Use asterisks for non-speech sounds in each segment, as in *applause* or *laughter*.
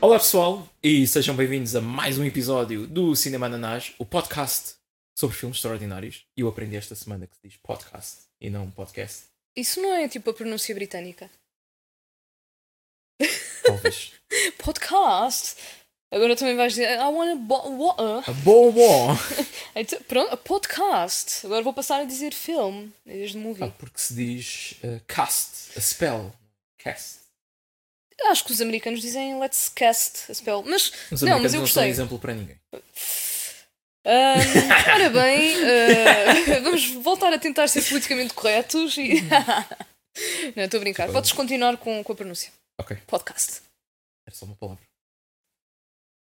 Olá pessoal e sejam bem-vindos a mais um episódio do Cinema Ananás, o podcast sobre filmes extraordinários. E eu aprendi esta semana que se diz podcast e não um podcast. Isso não é tipo a pronúncia britânica. Talvez. *laughs* Podcast. Agora também vais dizer I wanna bo- wa- uh." a boa boa. Então, Pronto, podcast. Agora vou passar a dizer filme em vez de movie. Ah, porque se diz eh, cast, a spell. Cast. Ah. Eu Acho que os americanos dizem let's cast a spell. Mas Os não, americanos mas eu não são um gostei. exemplo para ninguém. *laughs* Ahm, um, ora bem, ah, *laughs* vamos voltar a tentar ser politicamente corretos e. *laughs* não, estou a brincar. Podes continuar com, com a pronúncia. Tipo, Ok. Podcast. Era só uma palavra.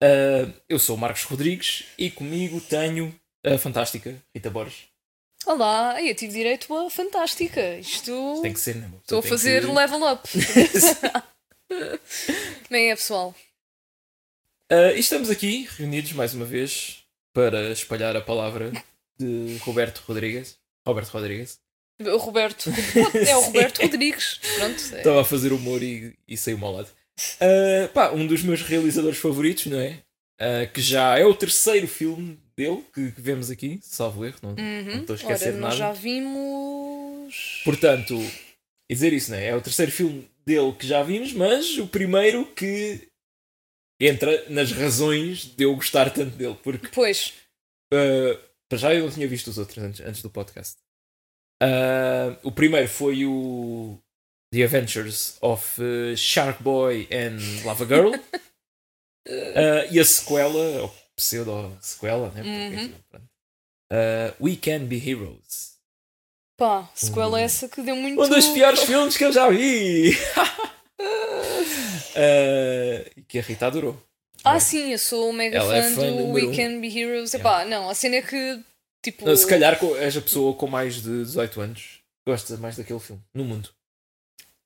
Ah, eu sou o Marcos Rodrigues e comigo tenho a fantástica Rita Borges. Olá, eu tive direito a fantástica. Isto. Tem que ser, não é? Estou a fazer que... level up. *laughs* *laughs* Bem, é pessoal. Ah, e estamos aqui reunidos mais uma vez para espalhar a palavra de Roberto Rodrigues. Roberto Rodrigues. O Roberto. É o *laughs* Roberto Rodrigues. Pronto. é. Estava a fazer humor e, e saiu-me ao lado. Ah, pá, um dos meus realizadores favoritos, não é? Ah, que já é o terceiro filme dele que, que vemos aqui, salvo erro, não, é? não Uhum. estou a esquecer Ora, de nada. nós já vimos. Portanto, e dizer isso, não é? É o terceiro filme dele que já vimos, mas o primeiro que entra nas razões de eu gostar tanto dele, porque Pois. Uh, para já eu não tinha visto os outros antes, antes do podcast. Uh, o primeiro foi o The Adventures of uh, Shark Boy and Lava Girl. Uh, e a sequela, ou pseudo-sequela, né? Porque, pronto. Uh, We Can Be Heroes. Pá, sequela essa que deu muito. Um dos piores filmes que eu já vi! Uh, e que a Rita adorou. Ah, sim, eu sou mega é? Ela é fã do número We um. Can Be Heroes. Epá, não, a cena é que. Tipo. Uh, Se calhar co- és a pessoa com mais de 18 anos que gosta mais daquele filme no mundo.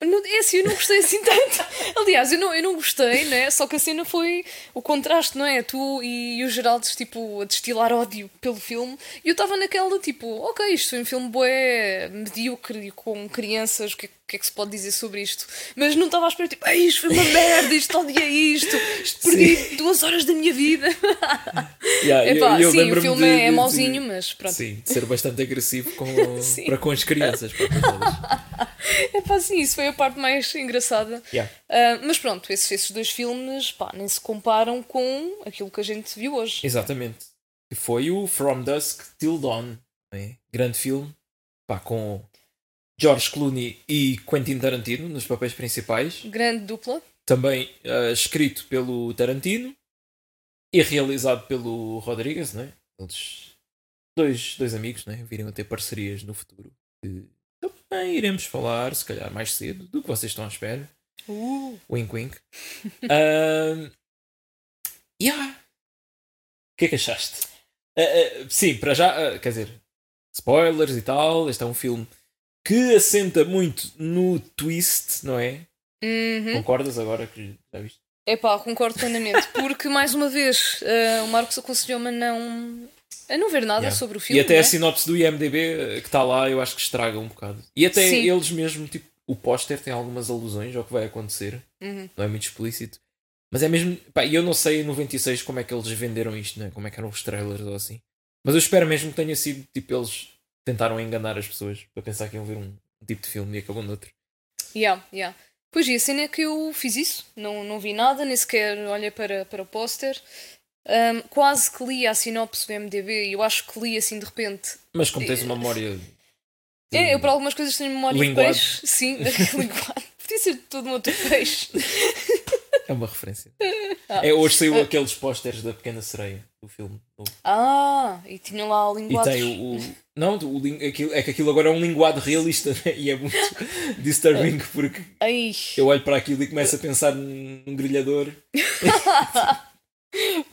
Não- É assim, eu não gostei assim tanto. Aliás, eu não, eu não gostei, né? Só que a cena foi o contraste, não é? Tu e, e o Geraldo, tipo, a destilar ódio pelo filme. E eu estava naquela, tipo, ok, isto foi um filme boé, medíocre, e com crianças, o que, é- o que é que se pode dizer sobre isto? Mas não estava à espera, tipo, "Ei, isto foi uma merda, isto odiei isto, isto perdi duas horas da minha vida. Yeah, eu- Epá, eu sim, lembro-me o filme de- de- é de- mauzinho, mas pronto. Sim, de ser bastante agressivo *laughs* com, Sim. para com as crianças. para com todas. *laughs* Epá, É sim, isso foi a parte mais engraçada. Yeah. Ah, mas pronto, esses, esses dois filmes pá, nem se comparam com aquilo que a gente viu hoje. Exatamente. Que foi o From Dusk Till Dawn. não é? Grande filme. Pá, com George Clooney e Quentin Tarantino nos papéis principais. Grande dupla. Também ah, escrito pelo Tarantino e realizado pelo Rodrigues, não é? Eles, dois, dois amigos, não é? Virem a ter parcerias no futuro. que também iremos falar, se calhar, mais cedo do que vocês estão à espera. Wink wink. *laughs* Ahm, yeah. O que é que achaste? Ah, ah, sim, para já, ah, quer dizer, spoilers e tal. Este é um filme que assenta muito no twist, não é? Uhum. Concordas agora que já viste? Epá, concordo plenamente. Porque, mais uma vez, ah, o Marcos aconselhou-me a não, a não ver nada Yeah. sobre o filme. e até assim- não é? a sinopse do IMDB ah, que está lá, eu acho que estraga um bocado. E até Sim. eles mesmo, tipo, o póster tem algumas alusões ao que vai acontecer. Uhum. não é muito explícito. Mas é mesmo. Pá, e eu não sei em 96 como é que eles venderam isto, né? como é que eram os trailers ou assim. Mas eu espero mesmo que tenha sido tipo eles tentaram enganar as pessoas para pensar que iam ver um tipo de filme e acabou noutro. Yeah, yeah. Pois e a cena é que eu fiz isso, não, não vi nada, nem sequer olhei para, para o póster. Ahm, quase que li a sinopse do MDB e eu acho que li assim de repente. Mas como tens uma memória. de- É, eu para algumas coisas tenho memória Linguado. de peixe. Sim, *laughs* linguado. Podia ser de todo um outro peixe. É uma referência. É, hoje saiu aqueles pósteres da Pequena Sereia do filme. novo. Ah, e tinham lá E linguados. tem o. o- não, o, lin- aquilo- é que aquilo agora é um linguado realista né? e é muito *laughs* disturbing porque Ai, eu olho para aquilo e começo a pensar num num grelhador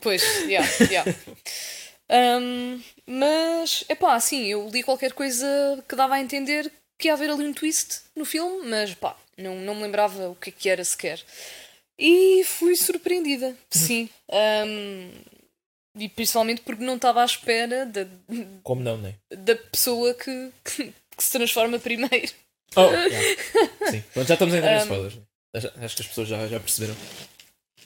pois, yeah, yeah. Ahm, mas, epá, assim, eu li qualquer coisa que dava a entender que ia haver ali um twist no filme, mas pá, não, não me lembrava o que é que era sequer. E fui surpreendida, sim. Ahm, e principalmente porque não estava à espera da, Como não, não é? da pessoa que, que, que se transforma primeiro. *laughs* Um, Oh, yeah. Sim. Pronto, já estamos a entrar em spoilers. né? Já- Acho que as pessoas já, já perceberam.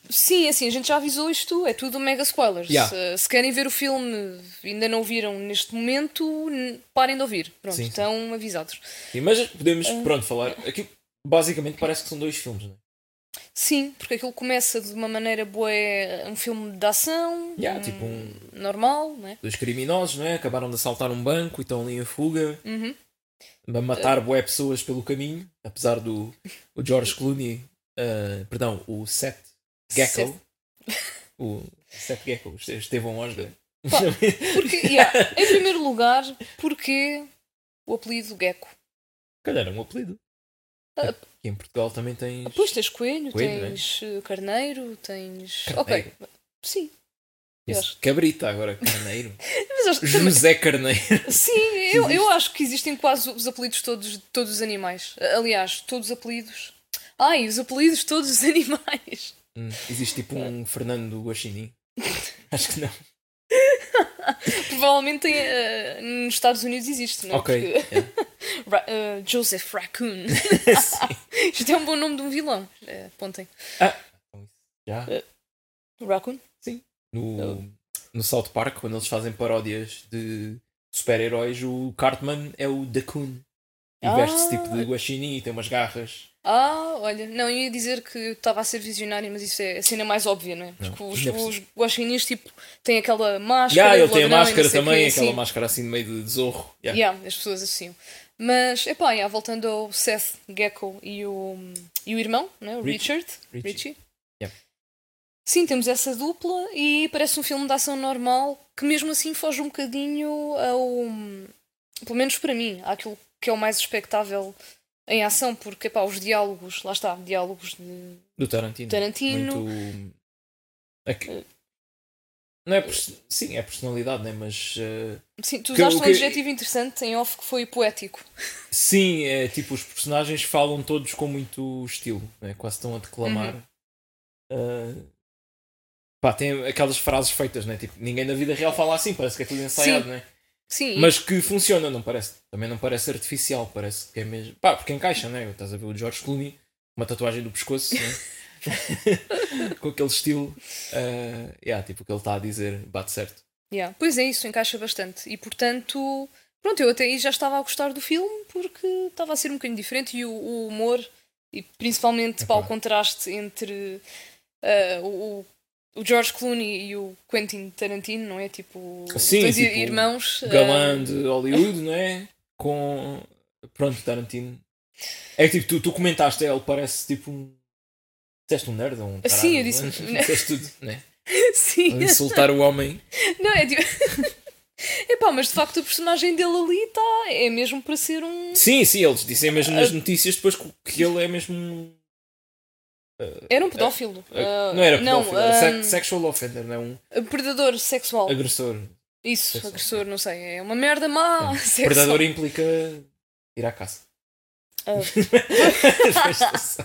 Sim, assim, a gente já avisou isto, é tudo mega spoilers. Yeah. Se, se querem ver o filme e ainda não o viram neste momento, n- parem de ouvir. Pronto, Sim, sim. estão avisados. Sim, mas podemos, um. pronto, falar. Aqui basicamente parece que são dois filmes, não é? Sim, porque aquilo começa de uma maneira boa, é um filme de ação, Yeah, um- Tipo, um- normal, né? dois criminosos, não é? Acabaram de assaltar um banco e estão ali em fuga, Uhum. a matar boé pessoas pelo caminho, apesar do o George Clooney, ah, perdão, o Seth Gecko. Seth. O Seth Gecko, este- um Estevão Osga. Pá, Porque, yeah, em primeiro lugar, porque o apelido Gecko. Calhar é um apelido. Ah. Aqui em Portugal também tens. Depois tens coelho, Coelho, né? tens eh, carneiro, tens. Carneiro. Ok, sim. Esse acho. Cabrita agora, Carneiro. *laughs* Mas acho que também- José Carneiro. Sim, eu, eu acho que existem quase os apelidos todos de todos os animais. Aliás, todos os apelidos. Ai, os apelidos de todos os *laughs* animais. Hum, Existe tipo um Fernando *laughs* Guaxinim. Acho que não. Provavelmente eh, nos Estados Unidos existe, não é? ok. Porque- *laughs* Ra- eh, Joseph Raccoon. *laughs* Sim. Ah, Isto é um bom nome de um vilão. Eh, apontem. então Já. Raccoon? No, no South Park, quando eles fazem paródias de super-heróis, o Cartman é o Dakun. E Ah. veste-se tipo de guaxinim e tem umas garras. Ah, olha, não, eu ia dizer que eu estava a ser visionário, mas isso é a cena mais óbvia, não é? Porque Não, os, ainda por os guaxinins, tipo, têm aquela máscara. Já, de ele tem a ladrão e não máscara sei o quê, também, aquela assim. máscara assim de meio de desorro. Yeah. Yeah, as pessoas associam. Mas, epá, yeah, voltando ao Seth Gecko e o, e o irmão, né, o Richie. Richard. Richie. Richie. Yeah. Sim, temos essa dupla e parece um filme de ação normal que mesmo assim foge um bocadinho ao... Pelo menos para mim, àquilo que é o mais expectável em ação, porque, epá, os diálogos, lá está, diálogos de Do Tarantino. Tarantino... Eh. Muito. é que- Não é perso- Sim, é personalidade, né? mas eh, Sim, tu que- usaste o um que- adjetivo interessante em off que foi poético. Sim, é tipo, os personagens falam todos com muito estilo, né? quase estão a declamar. Uhum. Ah, pá, tem aquelas frases feitas, né? tipo, ninguém na vida real fala assim, parece que é tudo ensaiado, Sim. né? Sim, mas que funciona, não parece, também não parece artificial, parece que é mesmo. Pá, porque encaixa, né? Estás a ver o George Clooney, uma tatuagem do pescoço, *laughs* né? *laughs* com aquele estilo, ah, yeah, tipo, o que ele está a dizer, bate certo. Yeah, Pois é, isso encaixa bastante. E portanto, pronto, eu até aí já estava a gostar do filme porque estava a ser um bocadinho diferente e o, o humor, e principalmente pá, o Epá. contraste entre ah, o, o George Clooney e o Quentin Tarantino, não é? Tipo, Sim, dois tipo, irmãos. ah, galã de Hollywood, não é? Com. Pronto, Tarantino. É que tipo, tu, tu comentaste, ele parece tipo um. Disseste um nerd ou um. tarado, Sim, eu não é? *laughs* disse- Disseste tudo, né? *laughs* Sim, A Insultar o homem. não é tipo. *laughs* Epá, mas de facto o personagem dele ali está. É mesmo para ser um. Sim, sim, eles dizem mesmo nas notícias depois que que ele é mesmo. um- Era um pedófilo. ah, É, não era pedófilo, era ah, oh, é sex- sexual offender, não é um predador sexual. agressor. Isso, Sexual. agressor, não sei, é uma merda má. *laughs* sexual. Predador implica ir à caça. *laughs* Ah. Depois não sei.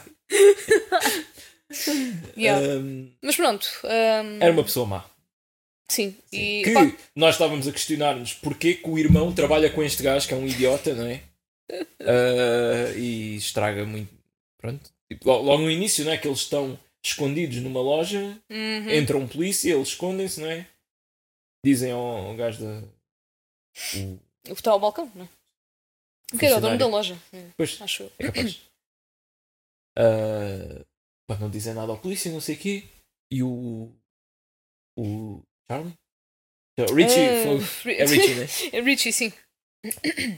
*laughs* Yeah. Um, Mas pronto, hum, era uma pessoa má. sim. E, que pá, nós estávamos a questionar-nos porquê que o irmão trabalha com este gajo que é um idiota, não *laughs* é? Ah, e estraga muito. Pronto. Tipo, lo- logo no início, não é? Que eles estão escondidos numa loja, uhum. entra um polícia, eles escondem-se, não é? Dizem ao, ao gajo da. o- o que está ao balcão, não é? O que era o dono Funcionário. da loja, é, Pois, acho eu. é capaz. Ah, pá, não dizem nada ao polícia, não sei o quê. E o. O. Charlie? Richie, Ah, foi- Ri- é Richie, né? *laughs* é Richie, sim.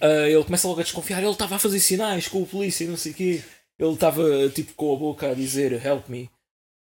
Ah, ele começa logo a desconfiar. Ele estava a fazer sinais com o polícia e não sei o quê. Ele estava tipo com a boca a dizer help me.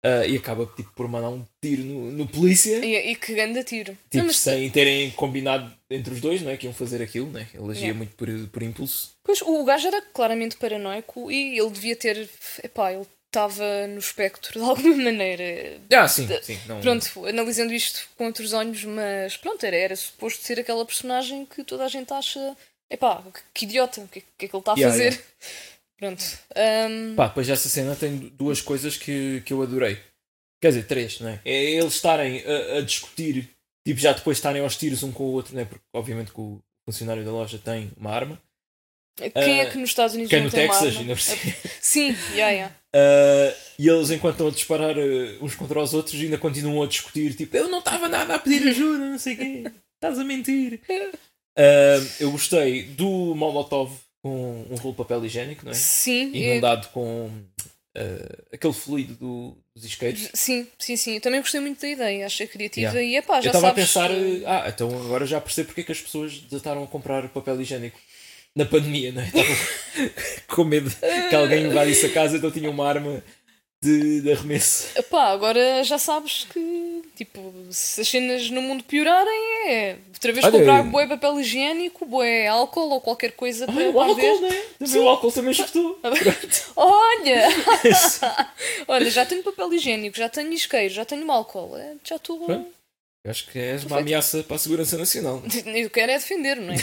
Ah, e acaba tipo, por mandar um tiro no, no polícia. E, e que ganda tiro. Tipo, Não, mas- sem terem combinado entre os dois, não é? Que iam fazer aquilo, né? Ele agia Yeah. muito por, por impulso. Pois, o gajo era claramente paranoico e ele devia ter. Epá, ele estava no espectro de alguma *laughs* maneira. Ah, sim, sim. Não... Pronto, analisando isto com outros olhos, mas pronto, era, era suposto ser aquela personagem que toda a gente acha. Epá, que, que idiota, o que, que é que ele está a Yeah, fazer? Pronto. hum, Pá, depois dessa cena tem du- duas coisas que, que eu adorei. Quer dizer, três, não é? É eles estarem a, a discutir, tipo, já depois estarem aos tiros um com o outro, não é? Porque obviamente que o funcionário da loja tem uma arma. Quem é Ah, que nos Estados Unidos Quem não no tem uma Texas, arma? ainda por cima. Ah, *laughs* Sim, yeah, yeah. Ah, e eles, enquanto estão a disparar eh, uns contra os outros, ainda continuam a discutir. Tipo, eu não estava nada a pedir ajuda, não sei o quê. Estás a mentir. Ah, eu gostei do Molotov com um rolo de papel higiênico, não é? Sim, eh, eu- Inundado com ah, aquele fluido do- dos isqueiros. sim, sim, sim. Eu também gostei muito da ideia, achei criativa Yeah. e é pá, Eu já estava a sabes. pensar, que- eh, ah, então agora já percebo porque é que as pessoas desataram a comprar papel higiênico na pandemia, não é? Estavam *laughs* com medo que alguém invadisse a casa, então tinha uma arma de, de arremesso. Epá, agora já sabes que, tipo, se as cenas no mundo piorarem, é outra vez Olha, eh, eu- comprar bué papel higiênico, bué álcool ou qualquer coisa para Ah, o para álcool, arder. não é? Também o álcool também *laughs* escutou. Olha! Olha, já tenho papel higiênico, já tenho isqueiro, já tenho álcool. é, Já estou. Pronto. Eu *laughs* acho que és uma Perfeito. ameaça para a segurança nacional. *laughs* Eu quero é *laughs* defender, não é?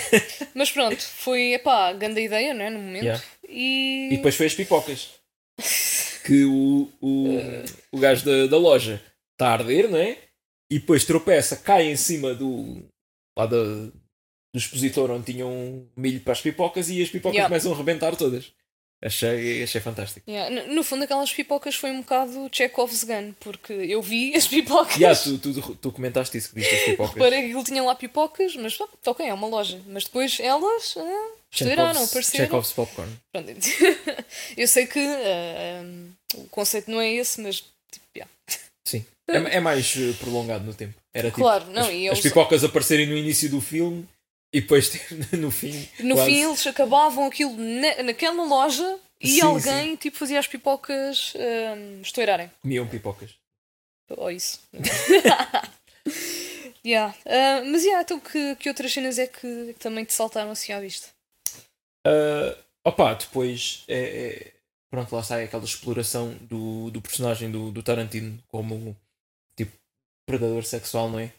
Mas pronto, foi, epá, grande ideia, não é? No momento. Yeah. E. E depois foi as pipocas. Que o, o, o gajo da, da loja está a arder, não é? E depois tropeça, cai em cima do. lá da, do expositor onde tinham milho para as pipocas e as pipocas Yeah. começam a rebentar todas. Achei, achei fantástico. Yeah, No, no fundo, aquelas pipocas foi um bocado Chekhov's gun, porque eu vi *laughs* as pipocas. E ah, tu, tu, tu comentaste isso que viste *laughs* as pipocas. Reparei que ele tinha lá pipocas, mas pá, ok, é uma loja. Mas depois elas ah, estouraram, Chekhov's, apareceram. Chekhov's Popcorn. Pronto. *laughs* eu sei que ah, um, o conceito não é esse, mas tipo, yeah. Sim. É, é mais eh, prolongado no tempo. Era tipo, claro, não. as, e é as eles, pipocas aparecerem no início do filme e depois *laughs* no fim. no quase. fim eles acabavam aquilo na- naquela loja e Sim, alguém tipo, fazia as pipocas ah, estourarem. comiam pipocas. *laughs* Ou isso. yeah. Ah, mas yeah, então que, que outras cenas é que, que também te saltaram assim à vista? Ah, opa, depois é, é- pronto, lá sai aquela exploração do, do personagem do, do Tarantino como tipo predador sexual, não é?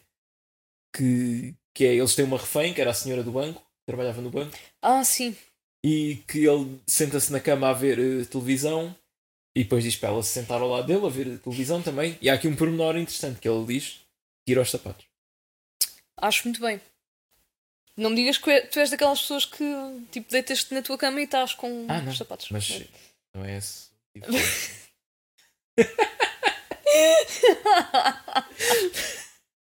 Que, que é, eles têm uma refém, que era a senhora do banco, que trabalhava no banco, Ah, sim. e que ele senta-se na cama a ver eh, televisão e depois diz para ela se sentar ao lado dele a ver televisão também. E há aqui um pormenor interessante que ele diz: tira os sapatos. Acho muito bem. Não me digas que é- tu és daquelas pessoas que tipo deitas-te na tua cama e estás com Ah, não, os sapatos. Mas não é esse. tipo de- *laughs*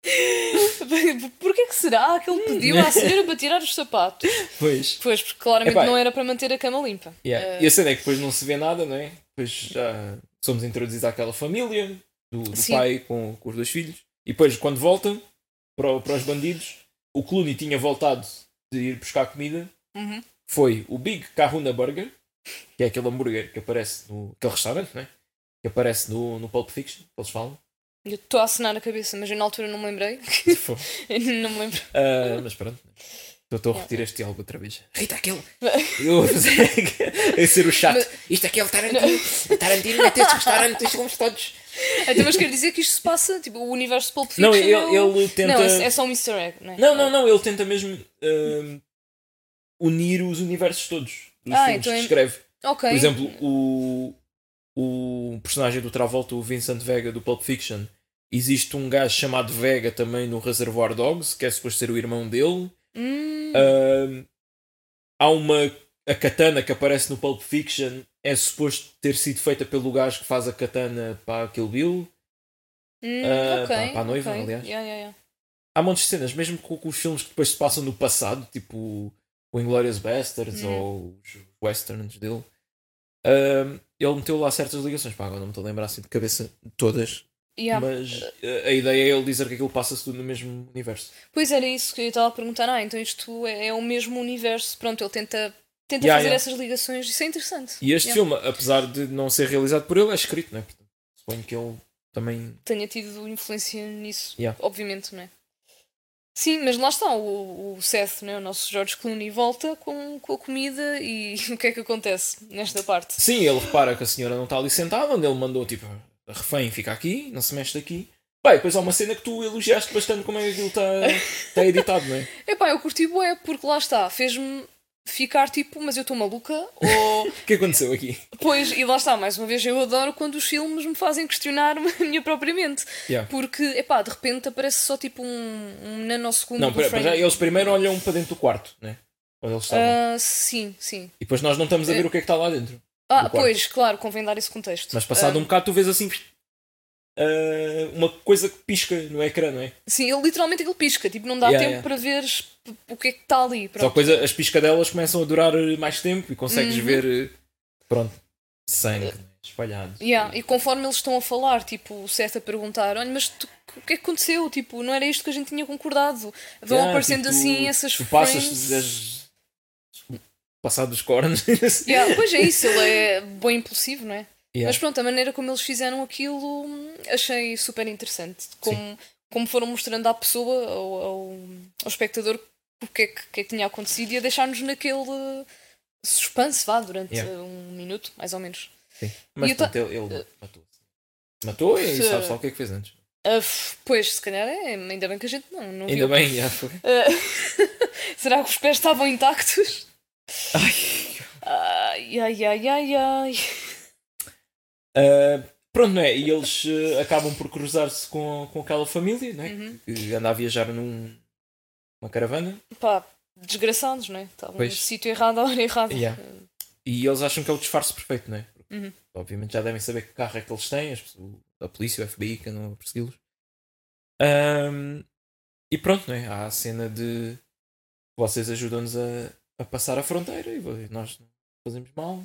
Porquê que será que ele *laughs* pediu à senhora para tirar os sapatos? Pois. *laughs* Pois, porque claramente Epá. não era para manter a cama limpa. Yeah. Eh, E a cena é que depois não se vê nada, não é? Depois já somos introduzidos àquela família do, do Sim. pai com, com os dois filhos. E depois, quando voltam para, o- para os bandidos, o Clooney tinha voltado de ir buscar comida. uhum. Foi o Big Kahuna Burger, que é aquele hambúrguer que aparece no. aquele restaurante, não é? Que aparece no, no Pulp Fiction, que eles falam. Eu estou a assinar a cabeça, mas eu na altura não me lembrei. *laughs* não me lembro. Ah, mas pronto. Eu Estou a É. repetir este diálogo outra vez. Rita, *laughs* aquele! Eu a fazer- *laughs* a ser o chato. Isto aqui é o Tarantino. O Tarantino é mete este restaurante, os filmes todos. Até Então, mas quer dizer que isto se passa, tipo, o universo de Pulp Fiction. Não, ele, é o- ele tenta. Não, é, é só um easter egg, não é? Não, não, não, ele tenta mesmo hum, unir os universos todos dos Ah, filmes então que é- escreve. Ok. Por exemplo, o, o personagem do Travolta, o Vincent Vega do Pulp Fiction, existe um gajo chamado Vega também no Reservoir Dogs, que é suposto ser o irmão dele. Hum, Hum, há uma. A katana que aparece no Pulp Fiction é suposto ter sido feita pelo gajo que faz a katana para a Kill Bill. hum, ah, ok, pá, para a noiva, ok. aliás. Yeah, yeah, yeah. há montes de cenas, mesmo com, com os filmes que depois se passam no passado, tipo o Inglourious Basterds Hum. ou os westerns dele, ahm, ele meteu lá certas ligações. Pá, agora não me estou a lembrar assim de cabeça de todas, Yeah. mas eh, a ideia é ele dizer que aquilo passa-se tudo no mesmo universo. Pois era isso que eu estava a perguntar. Ah, então isto é, é o mesmo universo. Pronto, ele tenta, tenta Yeah, fazer yeah. essas ligações. Isso é interessante. E este Yeah. filme, apesar de não ser realizado por ele, é escrito, não é? Portanto, suponho que ele também. Tenha tido influência nisso, Yeah. obviamente, não é? Sim, mas lá está o, o Seth, não é? o nosso George Clooney, volta com, com a comida e *laughs* o que é que acontece nesta parte? Sim, ele repara que a senhora não está ali sentada, onde ele mandou tipo a refém fica aqui, não se mexe daqui. Bem, depois há uma cena que tu elogiaste bastante como é que aquilo está está editado, não é? Epá, eu curti bué, porque lá está, fez-me ficar tipo, mas eu estou maluca? *laughs* Ou, O que aconteceu aqui? pois, e lá está, mais uma vez, eu adoro quando os filmes me fazem questionar *laughs* a minha própria mente. Yeah. Porque, epá, de repente aparece só tipo um, um nanosegundo Não, do pera- pera- frame. eles primeiro olham para dentro do quarto, né? Onde eles estavam. Ah, sim, sim. E depois nós não estamos a ver eh, o que é que está lá dentro. Ah, do quarto. pois, claro, convém dar esse contexto. Mas passado um bocado tu vês assim ah, uma coisa que pisca no ecrã, não é? Sim, ele, literalmente ele pisca, tipo, não dá Yeah, yeah. tempo para veres p- o que é que está ali. Só Pronto. coisa, as piscadelas começam a durar eh, mais tempo e consegues Uhum. ver, eh, pronto, sangue né, espalhado. Yeah, E conforme eles estão a falar, tipo, o Seth a perguntar: olha, mas tu- o que é que aconteceu? Tipo, não era isto que a gente tinha concordado. Vão Yeah, aparecendo tipo, assim essas Tu passas frames. das... Passado dos cornos. *laughs* Yeah, *laughs* pois é isso, ele é bem impulsivo, não é? Yeah. Mas pronto, a maneira como eles fizeram aquilo hum, achei super interessante. Como, como foram mostrando à pessoa, ao, ao, ao espectador, o que é que, o que é que tinha acontecido e a deixar-nos naquele suspense, vá, durante Yeah. uh, um minuto, mais ou menos. Mas E eu ta- pronto, ele, ele matou. Matou e Se- sabe só o que é que fez antes. Ah, f- pois, se calhar é, ainda bem que a gente não, não Ainda viu. bem, já foi. Ah, *laughs* será que os pés estavam intactos? Ai, ai, ai, ai, ai. Ah, pronto, não é? E eles eh, acabam por cruzar-se com, com aquela família, não é? Uhum. Que anda a viajar num, numa caravana Pá, desgraçados, não é? Estavam no Pois. sítio errado, *laughs* à hora errada. Yeah. e eles acham que é o disfarce perfeito, não é? Porque, Uhum. Obviamente já devem saber que carro é que eles têm, as pessoas- a polícia, o FBI que andam a persegui-los. Ahm, e pronto, não é? Há a cena de vocês ajudam-nos a, a passar a fronteira e vo- nós não fazemos mal.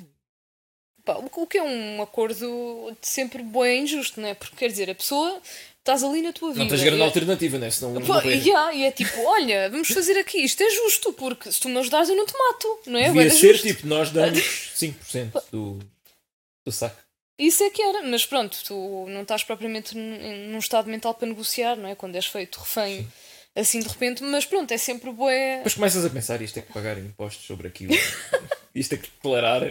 Pá, o que- o que é um acordo de sempre bem injusto, não é? Porque quer dizer, a pessoa estás ali na tua vida. Não tens grande e é- alternativa, não é? Senão Pô, morrer. yeah, e é tipo, olha, vamos fazer aqui, isto é justo, porque se tu me ajudares eu não te mato, não é? Devia Agora é ser justo. tipo, nós damos *laughs* 5% do, do saco. Isso é que era, mas pronto, tu não estás propriamente num num estado mental para negociar, não é? Quando és feito refém assim de repente, mas pronto, é sempre bué. Depois começas a pensar, isto é que pagar impostos sobre *laughs* aquilo. isto é que declarar.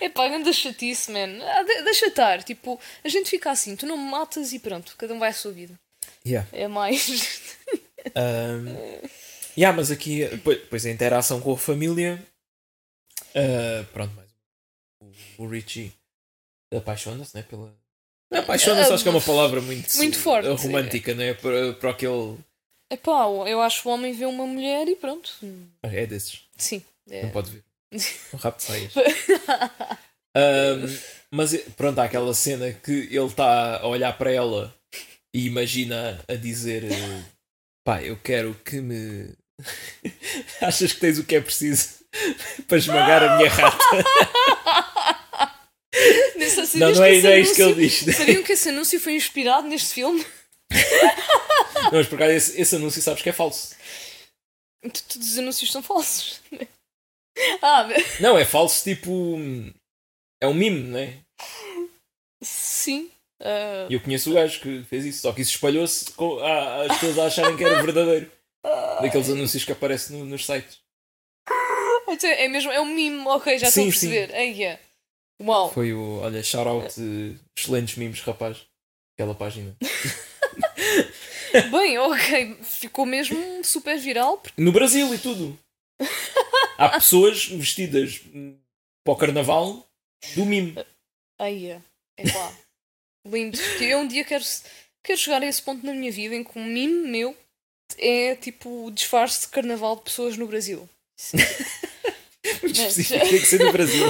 É pá, anda chatice, man. Ah, de- deixa estar, tipo, a gente fica assim, tu não me matas e pronto, cada um vai à sua vida. Yeah. É mais. *laughs* Um, yeah, mas aqui, depois depois a interação com a família. Uh, pronto, mais um. O, o Richie apaixona-se, né? Pela. Não, Apaixona-se, Ah, acho que é uma palavra muito, muito forte, romântica, né? Para, para aquele. É pá, eu acho que o homem vê uma mulher e pronto. É desses, Sim. é. não *laughs* pode ver. Um rabo de saias. Um, mas pronto, há aquela cena que ele está a olhar para ela e imagina a dizer: eh, pá, eu quero que me. *laughs* Achas que tens o que é preciso *laughs* para esmagar a *laughs* minha rata? Nem sei se Não, diz não que é, esse não é isto que ele anúncio- diz. Sabiam que esse anúncio foi inspirado neste filme? *laughs* Não, mas por acaso esse, esse anúncio sabes que é falso. Tu- Todos os anúncios são falsos. *laughs* Ah, Não, é falso tipo. hum, É um mime, não é? sim. Ah, E Eu conheço o gajo que fez isso, só que isso espalhou-se com- a- às pessoas a acharem que era verdadeiro. Daqueles anúncios que aparecem no- nos sites. então é mesmo, é um mimo, ok, já estou a Sim, sim. perceber. Aí é. *laughs* Uau. Foi o, olha, shout out, excelentes mimos, rapaz. Aquela página. Bem, ok, ficou mesmo super viral. porque- No Brasil e tudo. Há pessoas vestidas hum, para o carnaval do mimo. *laughs* Aí é. É pá. Lindo. Porque Eu um dia quero, quero chegar a esse ponto na minha vida em que um mimo meu é tipo o disfarce de carnaval de pessoas no Brasil. Muito específico, tem que ser no Brasil.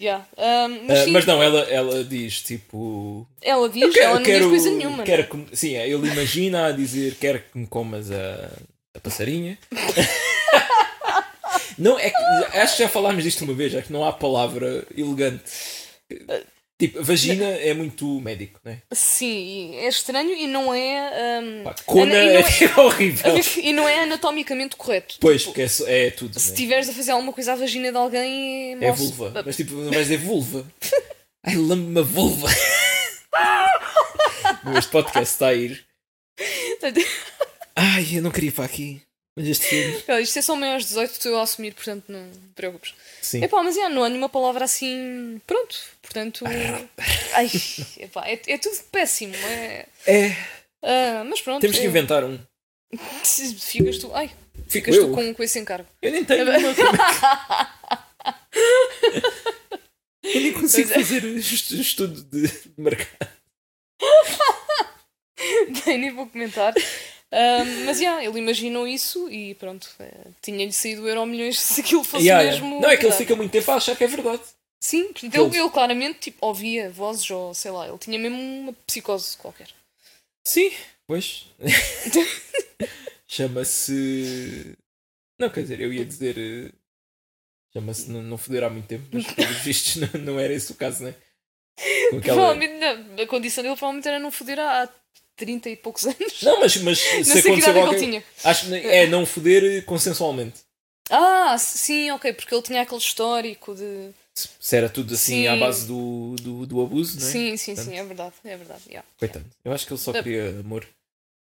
Yeah. Ahm, mas, Ah, sim, mas não, ela, ela diz tipo. ela diz, ela não diz coisa nenhuma. né? quero que me- sim, é, ele imagina a dizer: quero que me comas a, a *laughs* passarinha. não, é que, acho que já falámos disto uma vez, é que não há palavra elegante. Tipo, vagina é muito médico, né? não é? Sim, e é estranho e não é. ahm, Pá, cona Ana, *laughs* e é, não horrível. e não é anatomicamente correto. Pois, porque é, só- é tudo. Se né? tiveres a fazer alguma coisa à vagina de alguém, É mostra- vulva. Mas tipo, não vais dizer vulva. Ai, lambe-me a *laughs* vulva. Meu, este podcast está a ir. Ai, eu não queria ir para aqui. Mas este filme. *laughs* Olha, Isto é só maiores de 18, estou eu a assumir, portanto não te preocupes. Sim. Epá, mas é, não há nenhuma palavra assim. Pronto, *laughs* portanto. Ai, epá, é, é tudo péssimo. É... É. Ah, mas pronto. Temos é... que inventar um. Ficas tu. Ai, Fico ficas eu. tu com, com esse encargo. *laughs* Eu nem tenho uma. Como é que- Eu nem consigo Pois é. fazer est- estudo de mercado. Bem, nem vou comentar. Ahm, mas, yeah, ele imaginou isso e pronto, eh, tinha-lhe saído o euro milhões *laughs* se aquilo fosse Yeah, yeah. mesmo. Não, é que ele verdade. fica muito tempo a achar que é verdade. Sim, portanto, Aqueles- ele, ele claramente tipo, ouvia vozes ou sei lá, ele tinha mesmo uma psicose qualquer. Sim, *laughs* pois. Chama-se. Não, quer dizer, eu ia dizer. eh, Chama-se não, não foder há muito tempo, mas pelos vistos não, não era esse o caso, né? Com aquela... Provavelmente, não, a condição dele provavelmente era não foder há há 30 e poucos anos. Não, mas, mas se Não sei que acontecer idade é que qualquer ele tinha. Acho que é não foder consensualmente. Ah, sim, ok, porque ele tinha aquele histórico de. Se se era tudo assim Sim. à base do, do, do abuso, não é? Sim, sim, Portanto- sim, é verdade, é verdade. yeah. Coitado. Eu acho que ele só Ah. queria amor.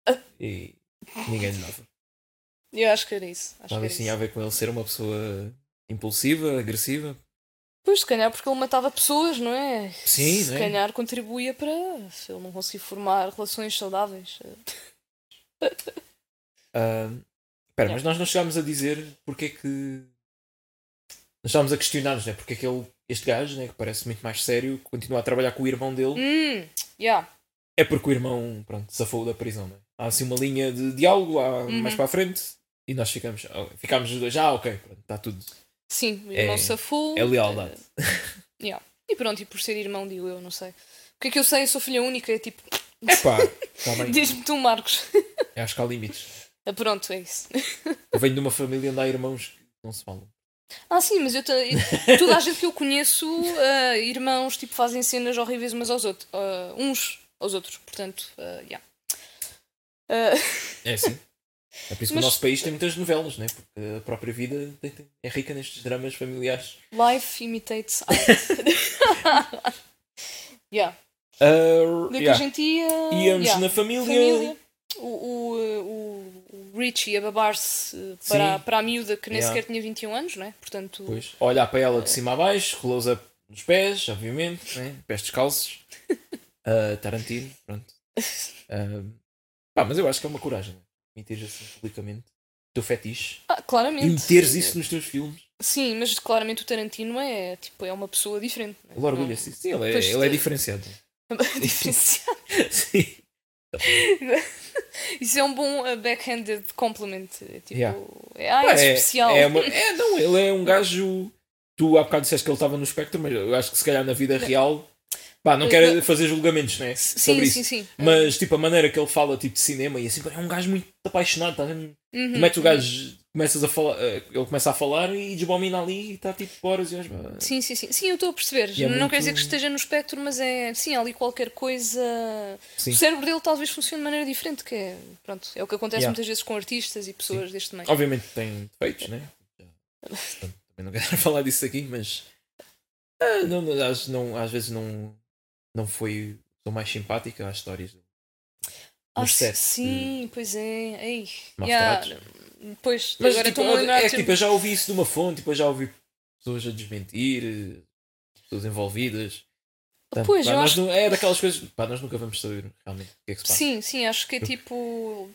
Ah. E ninguém lhe dava. Eu acho que era isso. Acho que era Talvez tinha a isso. ver com ele ser uma pessoa impulsiva, agressiva. Pois, se calhar porque ele matava pessoas, não é? Sim, Se não é? calhar contribuía para se ele não conseguir formar relações saudáveis. Ah, Espera, É. mas nós não chegámos a dizer porque é que. Nós estávamos a questionar-nos, né? Porque é que ele, este gajo, né? Que parece muito mais sério, continua a trabalhar com o irmão dele. Hum, yeah. É porque o irmão, pronto, safou da prisão, né? Há assim uma linha de diálogo lá Uhum. mais para a frente e nós ficamos, ah, ficámos os dois, ah, ok, pronto, está tudo. Sim, o É- irmão safou. É lealdade. E pronto, e por ser irmão, digo eu, não sei. O que é que eu sei? Eu sou filha única, é tipo, É *laughs* pá, está bem. diz-me tu, Marcos. Eu Acho que há limites. Ah, pronto, é isso. Eu venho de uma família onde há irmãos que não se falam. Ah, sim, mas eu ta- eu- toda a gente que eu conheço, ah, irmãos, tipo, fazem cenas horríveis umas aos outros, ah, uns aos outros, portanto, ah, yeah. Ah, É assim. É por isso que Mas- o nosso país tem muitas novelas, né? Porque a própria vida tem- tem- é rica nestes dramas familiares. life imitates art. yeah. Ah, Onde é que yeah. a gente ia? Íamos Yeah. na família. Família. O, o, eh, o- o Richie a babar-se eh, para, a- Sim. para a miúda que nem Yeah. sequer tinha 21 anos, não é? Portanto, Pois. Olhar para ela de cima a baixo, close-up nos pés, obviamente, né? pés descalços. Ah, Tarantino, *laughs* pronto. Ah, pá, mas eu acho que é uma coragem. né? Admitires assim publicamente o teu fetiche ah, claramente. e meteres isso nos teus filmes. Sim, mas claramente o Tarantino é, tipo, é uma pessoa diferente. não é? Ele *laughs* orgulha-se disso. Sim, ele é, Pois, ele é tu- diferenciado. Não- Diferenciado. Sim. Isso é um bom eh, backhanded compliment. é Tipo, Yeah. é, ah, Pá, é, especial. é uma- é, não, ele é um gajo. Tu há bocado disseste que ele estava no espectro, mas eu acho que se calhar na vida real. Pá, não quero fazer julgamentos, né? *laughs* Sim, Sobre isso. sim, sim. Mas, tipo, a maneira que ele fala, tipo, de cinema e assim, é um gajo muito apaixonado, tá vendo? Uhum. Tu metes o gajo, começas a falar, eh, ele começa a falar e desbomina ali e está, tipo, horas e horas. Sim, sim, sim. Sim, eu estou a perceber. E é não muito- quer dizer que esteja no espectro, mas é. Sim, há ali qualquer coisa. Sim. O cérebro dele talvez funcione de maneira diferente, que é. Pronto, é o que acontece Yeah. muitas vezes com artistas e pessoas deste meio. Obviamente tem defeitos, né? Portanto, Também não quero *laughs* falar disso aqui, mas... ah, não, não, às, não- às vezes não, não foi... Sou mais simpática às histórias dele. Ah, Nos sim, sets sim, Hum. pois é. Ei. maus yeah, tratos. Pois, Mas agora tipo, estou-me a é lembrar de que ter- tipo, eu já ouvi isso de uma fonte, tipo, eu já ouvi pessoas a desmentir, eh, pessoas envolvidas. Portanto, Pois, pá, eu nós acho não- é daquelas coisas. Pá, nós nunca vamos saber realmente o que é que se passa. Sim, sim, acho que é tipo.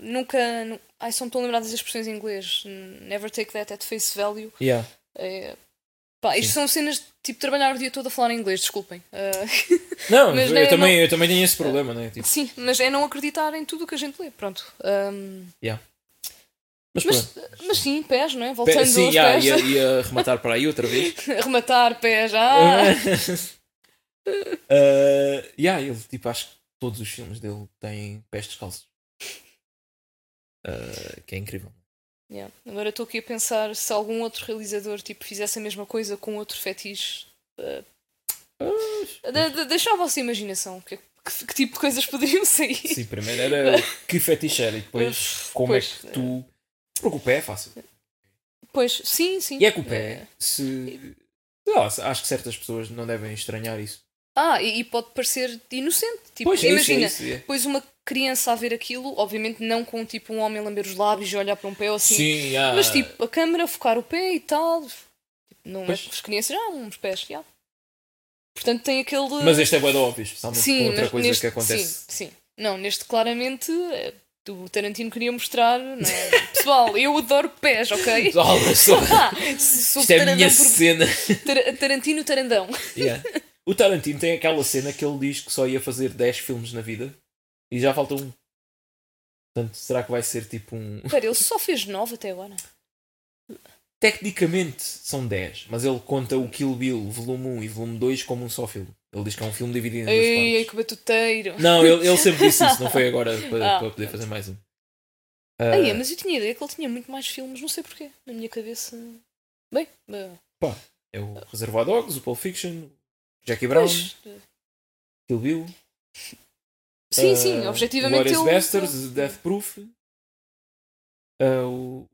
Nunca. nu- Ai, só me estou a lembrar das expressões em inglês. Never take that at face value. Yeah. É, Pá, isto Sim. são cenas de tipo trabalhar o dia todo a falar em inglês, desculpem. Ah, Não, Mas eu, não é- também, eu também tenho esse problema, né? Tipo, *laughs* Sim, mas é não acreditar em tudo o que a gente lê, pronto. Ahm, mas, mas, pronto. mas sim, pés, não é? Pe- Voltando aos sim, yeah, pés, ia, ia rematar para aí outra vez. arrematar *laughs* pés, *laughs* Uhum. ah! Ah, yeah, ele, tipo, acho que todos os filmes dele têm pés descalços. Ah, que é incrível. Yeah. Agora estou aqui a pensar se algum outro realizador tipo, fizesse a mesma coisa com outro fetiche. ah, Uhum. de- de- deixava a vossa imaginação, que, que- que tipo de coisas *laughs* poderiam *laughs* sair? Sim, primeiro era que fetiche era e depois como Pois, é que tu. Porque o pé é fácil. Pois, sim, sim. E é que o pé, se. sei lá, acho que certas pessoas não devem estranhar isso. Ah, e, e pode parecer inocente. Tipo, é isso, imagina, é isso, é. Pois uma criança a ver aquilo, obviamente não com tipo um homem a lamber os lábios e olhar para um pé ou assim, Sim, ah, há- mas tipo a câmera focar o pé e tal. Tipo, não Pois. é as crianças, ah, uns pés, já. Portanto tem aquele. Mas este é bué da óbvio, especialmente com sim, outra mas coisa neste, que acontece. Sim, sim. Não, neste claramente eh, o Tarantino queria mostrar, não é? *laughs* Pessoal, eu adoro pés, ok? *laughs* Olha só, Ah, *laughs* sou isto é a tarandão minha por- cena. *laughs* Tar- Tarantino Tarandão. Yeah. O Tarantino tem aquela cena que ele diz que só ia fazer 10 filmes na vida e já falta um. Portanto, será que vai ser tipo um. Pera, ele só fez 9 até agora. Tecnicamente são 10, mas ele conta o Kill Bill volume 1 e volume 2 como um só filme. Ele diz que é um filme dividido em duas Ei, partes. que batuteiro. Não, ele, ele sempre disse isso, não *laughs* foi agora para, Ah. é para poder fazer mais um. Ai, Ah, mas eu tinha ideia que ele tinha muito mais filmes, não sei porquê. Na minha cabeça. Bem, eh, é o Reservoir Dogs, o Pulp Fiction, Jackie Brown, pois. eh, Kill Bill. Sim, sim, ah, objetivamente Glorious ele. Bastards, Death Proof. ah, o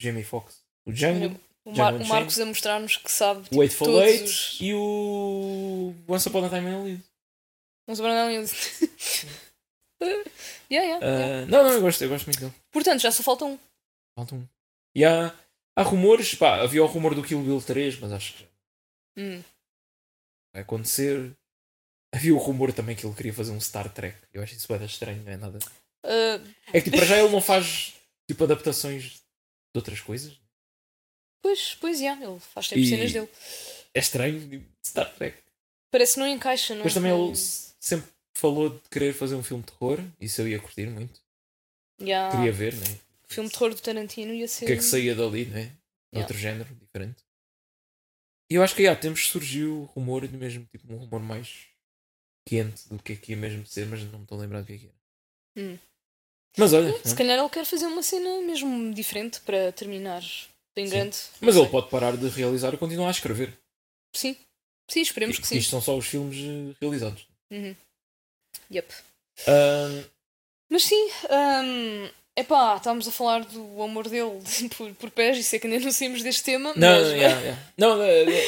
Jamie Foxx. O Django. O, Mar- o Django Marcos a mostrar-nos que sabe. O Eightful todos Eight os- e o Once Upon a Time in Hollywood. Não sobra nada nenhum. *laughs* yeah, yeah, yeah. Ah, Não, não, eu gosto, eu gosto muito dele. Portanto, já só falta um. Falta um. E há, há rumores, pá, havia o rumor do Kill Bill 3, mas acho que já Hum. vai acontecer. Havia o rumor também que ele queria fazer um Star Trek. Eu acho isso bem estranho, não é nada. Eh, É que tipo, para já ele não faz tipo adaptações de outras coisas. pois, pois, yeah, ele faz sempre E- cenas dele. É estranho, tipo, Star Trek. Parece que não encaixa, não é? Mas também Não- ele s- sempre falou de querer fazer um filme de terror. Isso eu ia curtir muito. Yeah, Queria ver, né? O filme de terror do Tarantino ia ser. O que é que saía dali, né? um Yeah. Outro género diferente. E eu acho que há tempos surgiu rumor do mesmo, tipo um rumor mais quente do que é que ia mesmo ser, mas não me estou a lembrar do que é que era. Hum. Mas olha, Se né? calhar ele quer fazer uma cena mesmo diferente para terminar bem Sim. grande. mas Não ele sei. pode parar de realizar e continuar a escrever. Sim. Sim, esperemos que sim. Isto são só os filmes eh, realizados. Uhum. Yep. Ahn, Mas sim, hum, epá, estávamos a falar do amor dele *laughs* por, por pés, isso é que ainda não saímos deste tema. não, mas, yeah, yeah. não, na,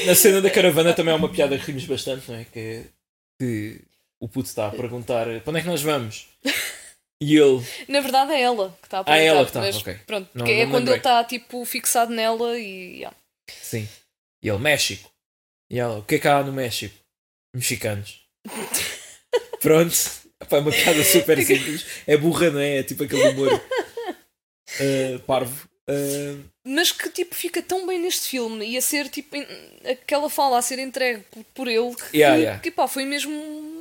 na cena da caravana também há uma piada que rimos bastante, não é? Que, é- que o puto está a perguntar para onde é que nós vamos? E ele, Na verdade é ela que está a Ah, perguntar. é ela que está, mas ok. Pronto, Não- que não é me quando lembrei. ele está tipo fixado nela e. yeah. Sim. E ele, México. E ela, o que é que há no México? Mexicanos. *laughs* Pronto. Epá, é uma piada super simples. É burra, não é? É tipo aquele *laughs* humor ah, parvo. Ah, Mas que tipo fica tão bem neste filme e a ser tipo em- aquela fala a ser entregue por, por ele que, Yeah, yeah. que, pá, foi mesmo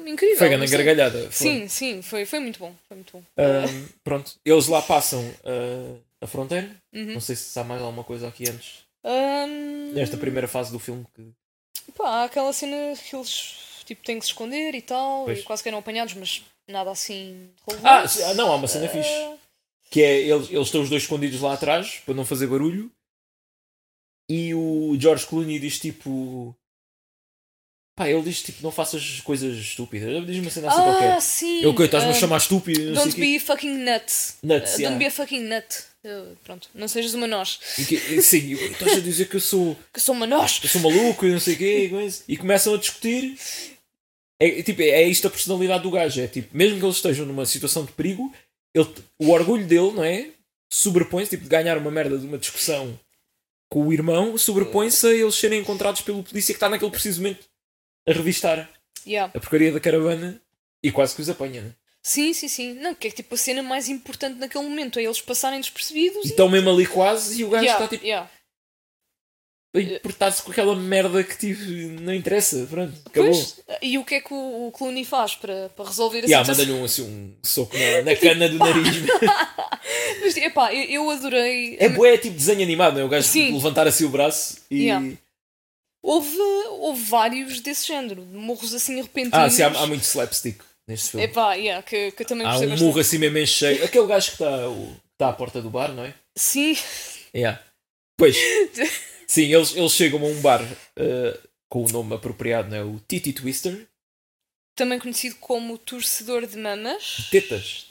incrível. foi grande não sei. gargalhada. foi. Sim, sim, foi, foi muito bom. Foi muito bom. Ah, pronto. Eles lá passam ah, a fronteira. Uhum. Não sei se há mais alguma coisa aqui antes. Hum, Nesta primeira fase do filme que Pá, há aquela cena que eles tipo, têm que se esconder e tal, Pois. e quase que eram apanhados, mas nada assim. Ah, relevante. sim, ah, não, há uma cena Ah, fixe. Que é eles, eles estão os dois escondidos lá atrás para não fazer barulho. E o George Clooney diz tipo. Pá, ele diz tipo, não faças coisas estúpidas. Ele diz uma cena assim Ah, qualquer. sim! Ele que estás-me a ah, chamar estúpido e não sei o Don't quê. be a fucking nut. Nuts, Ah, yeah. Don't be a fucking nut. Eu- pronto, não sejas uma nós. E que- e Sim, eu- estás a dizer que eu sou, Que sou uma nós! eu sou maluco e não sei o quê. e coisa. E começam a discutir. É, tipo, é isto a personalidade do gajo. É tipo, mesmo que eles estejam numa situação de perigo, ele, o orgulho dele, não é? Sobrepõe-se, tipo, de ganhar uma merda de uma discussão com o irmão, sobrepõe-se a eles serem encontrados pelo polícia que está naquele preciso momento a revistar Yeah. a porcaria da caravana e quase que os apanha, né? Sim, sim, sim. Não, que é tipo a cena mais importante naquele momento é eles passarem despercebidos E e. estão mesmo ali quase e o gajo Yeah, está tipo yeah. a importar-se com aquela merda que tive, não interessa, pronto, acabou. Pois, e o que é que o, o Clooney faz para, para resolver a Yeah, situação? manda-lhe um, assim, um soco na, na cana do nariz. né? um- *laughs* Mas, epá, eu, eu adorei. É bué, é tipo desenho animado, não é? O gajo Sim. tipo, levantar assim o braço e. Yeah. Houve, houve vários desse género, de morros assim repentinos. Ah, sim, há, há muito slapstick neste filme. Epá, yeah, que, que eu também há É gostei um bastante. murro assim mesmo em cheio. Aquele gajo que está o- está à porta do bar, não é? Sim, Yeah. *laughs* Pois. Sim, eles, eles chegam a um bar uh, com o nome apropriado, não é? O Titi Twister. também conhecido como torcedor *laughs* de mamas. Tetas.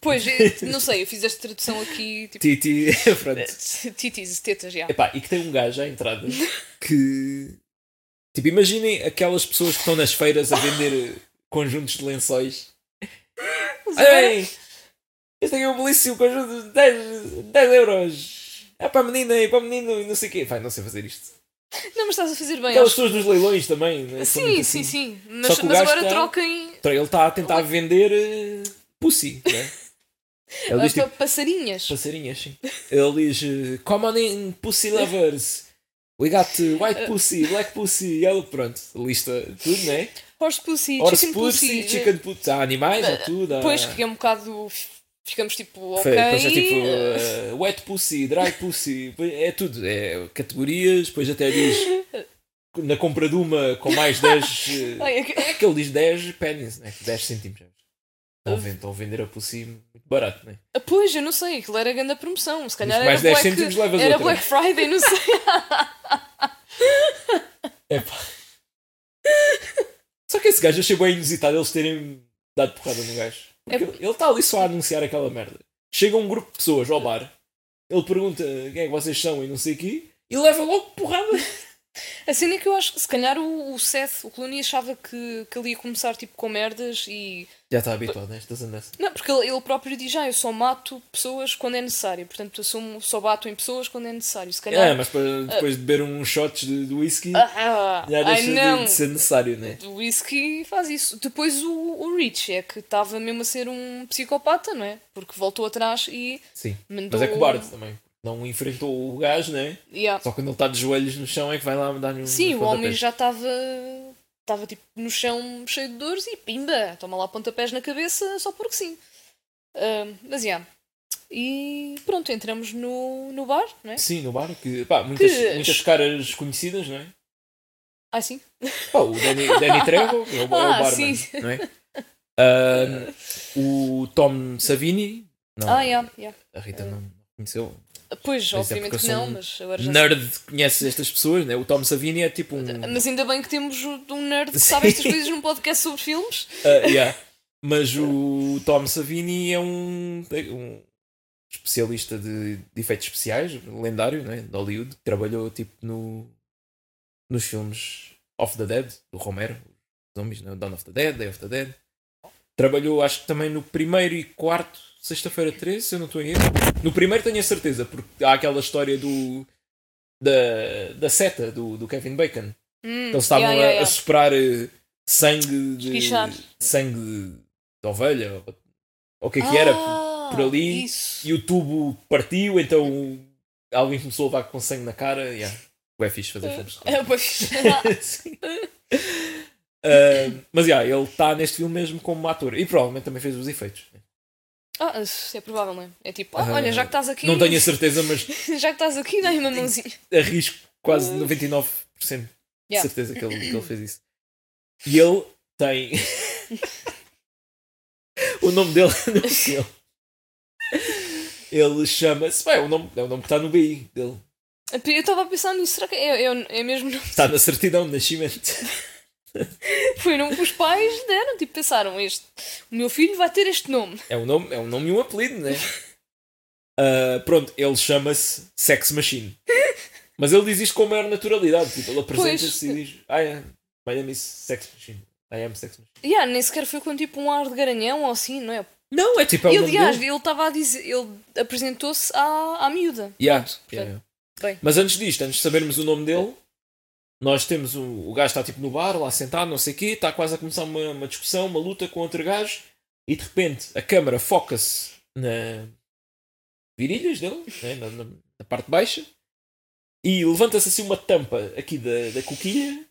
Pois, eu- não sei, eu fiz esta tradução aqui, tipo, Titi. *laughs* Pronto. titis, tetas, já. Epá, e que tem um gajo à *laughs* entrada que. Tipo, imaginem aquelas pessoas que estão nas feiras a vender conjuntos de lençóis. Ei! Este aqui é um belíssimo conjunto de 10, 10 euros. É para a menina e para o menino e não sei o quê. Vai, não sei fazer isto. Não, mas estás a fazer bem, Aquelas acho. pessoas dos leilões também. Né? São Sim, muito sim, assim. sim. Mas, que o mas gajo agora está- troquem Então ele está a tentar vender eh, pussy, *laughs* né? Ele ah, diz pa- tipo passarinhas. passarinhas, sim. Ele diz eh, Come on in, *laughs* pussy lovers. We got eh, white pussy, black pussy, yellow. Pronto, lista tudo, né? Horse pussy, Horse chicken pussy. eh. pussy, chicken pussy. Há animais, há tudo. Há... Pois, que é um bocado Ficamos tipo, Foi, ok. depois é tipo eh, wet pussy, dry pussy, depois é tudo. É categorias, depois até diz na compra de uma com mais 10. eh, Ai, é que- é que ele diz 10 pennies, né? 10 cêntimos. Estão a vender, estão a vender a pussy muito barato, né? Ah, Pois, eu não sei, aquilo era grande a promoção. Se Mas calhar era, mais 10 Black, cêntimos levas era outra. Black Friday, não sei. Epá. Só que esse gajo achei bem inusitado eles terem dado porrada no gajo. Porque É- ele- Ele está ali só a anunciar aquela merda. Chega um grupo de pessoas ao bar, ele pergunta quem é que vocês são e não sei o quê, e leva logo porrada. *laughs* *laughs* A cena é que eu acho que se calhar o, o Seth, o Clooney, achava que, que ele ia começar tipo com merdas e. Já está habituado a estas andanças. Não, porque ele, ele próprio diz já, eu só mato pessoas quando é necessário. Portanto, eu só, só bato em pessoas quando é necessário. Se calhar. É, mas para- depois de beber uns shots de, de whisky, Ah, já ai deixa de, não! de ser necessário, né? O whisky faz isso. Depois o, o Rich é que estava mesmo a ser um psicopata, não é? Porque voltou atrás e Sim. mandou. Mas é cobarde também. Não enfrentou o gajo, né? Yeah. Só quando ele está de joelhos no chão é que vai lá dar-lhe um. Sim, uns o homem pontapés. já estava. Estava tipo no chão cheio de dores e pimba! Toma lá pontapés na cabeça só porque sim. Ah, mas já. E pronto, entramos no, no bar, não é? Sim, no bar. Que, pá, muitas, Que- muitas caras conhecidas, não é? Ah, sim. Pá, o *laughs* Danny, Danny Trejo é o, é o Ah, barman, sim. não é? Ah, o Tom Savini. Não, Ah, já, já. A Rita não conheceu. Pois, é, obviamente porque que eu sou não, um mas agora já. sei. Nerd conhece estas pessoas, né? O Tom Savini é tipo um. Mas ainda bem que temos um nerd *laughs* que Sim. sabe estas coisas num podcast sobre filmes. Ah, yeah. Mas o Tom Savini é um, um especialista de, de efeitos especiais, lendário, né? de Hollywood, que trabalhou tipo no, nos filmes Off the Dead, do Romero, os zombies, né? Dawn of the Dead, Day of the Dead. Trabalhou acho que também no primeiro e quarto, sexta-feira 13, se eu não estou em erro. No primeiro tenho a certeza, porque há aquela história do da, da seta do, do Kevin Bacon. Hum, Eles estavam yeah, yeah, a- a, yeah. superar eh, sangue de Espichar. sangue de, de ovelha ou- ou o que é que era. Ah, por ali. Isso. E o tubo partiu, então alguém começou a levar com sangue na cara. Yeah. Ué, fixe fazer filmes. de terror. É, pois. *laughs* *laughs* Sim. Ah, mas yeah, ele está neste filme mesmo como ator e provavelmente também fez os efeitos. Ah, isso é provável, não é? É tipo, ah, Ah, olha, já que estás aqui. Não *laughs* tenho a certeza, mas Já que estás aqui, dá-me uma mãozinha. arrisco quase 99% de Yeah. certeza que ele, que ele fez *coughs* isso. E ele *laughs* tem. o nome dele *laughs* é no filme. Ele chama-se. Bem, é o nome, é o nome que está no BI dele. Eu estava a pensar nisso, será que é, é, é mesmo. Está na certidão de nascimento. *laughs* Foi o nome que os pais deram, tipo, pensaram, este, o meu filho vai ter este nome. É um nome, é um nome e um apelido, né? Ah, pronto, ele chama-se Sex Machine. Mas ele diz isto com a maior naturalidade. Tipo, ele apresenta-se e diz: "Ah, é, I am, my name is Sex Machine. I am Sex Machine. Yeah, nem sequer foi com tipo um ar de garanhão ou assim, não é? Não, é tipo. É o E nome aliás, dele. ele estava a dizer, ele apresentou-se à, à miúda. Yeah, portanto, yeah, bem. yeah. Mas antes disto, antes de sabermos o nome dele, nós temos o, o gajo está tipo no bar, lá sentado, não sei o quê, está quase a começar uma, uma discussão, uma luta com outro gajo, e de repente a câmara foca-se na virilhas dele, né, na, na- na parte baixa, e levanta-se assim uma tampa aqui da, da coquilha,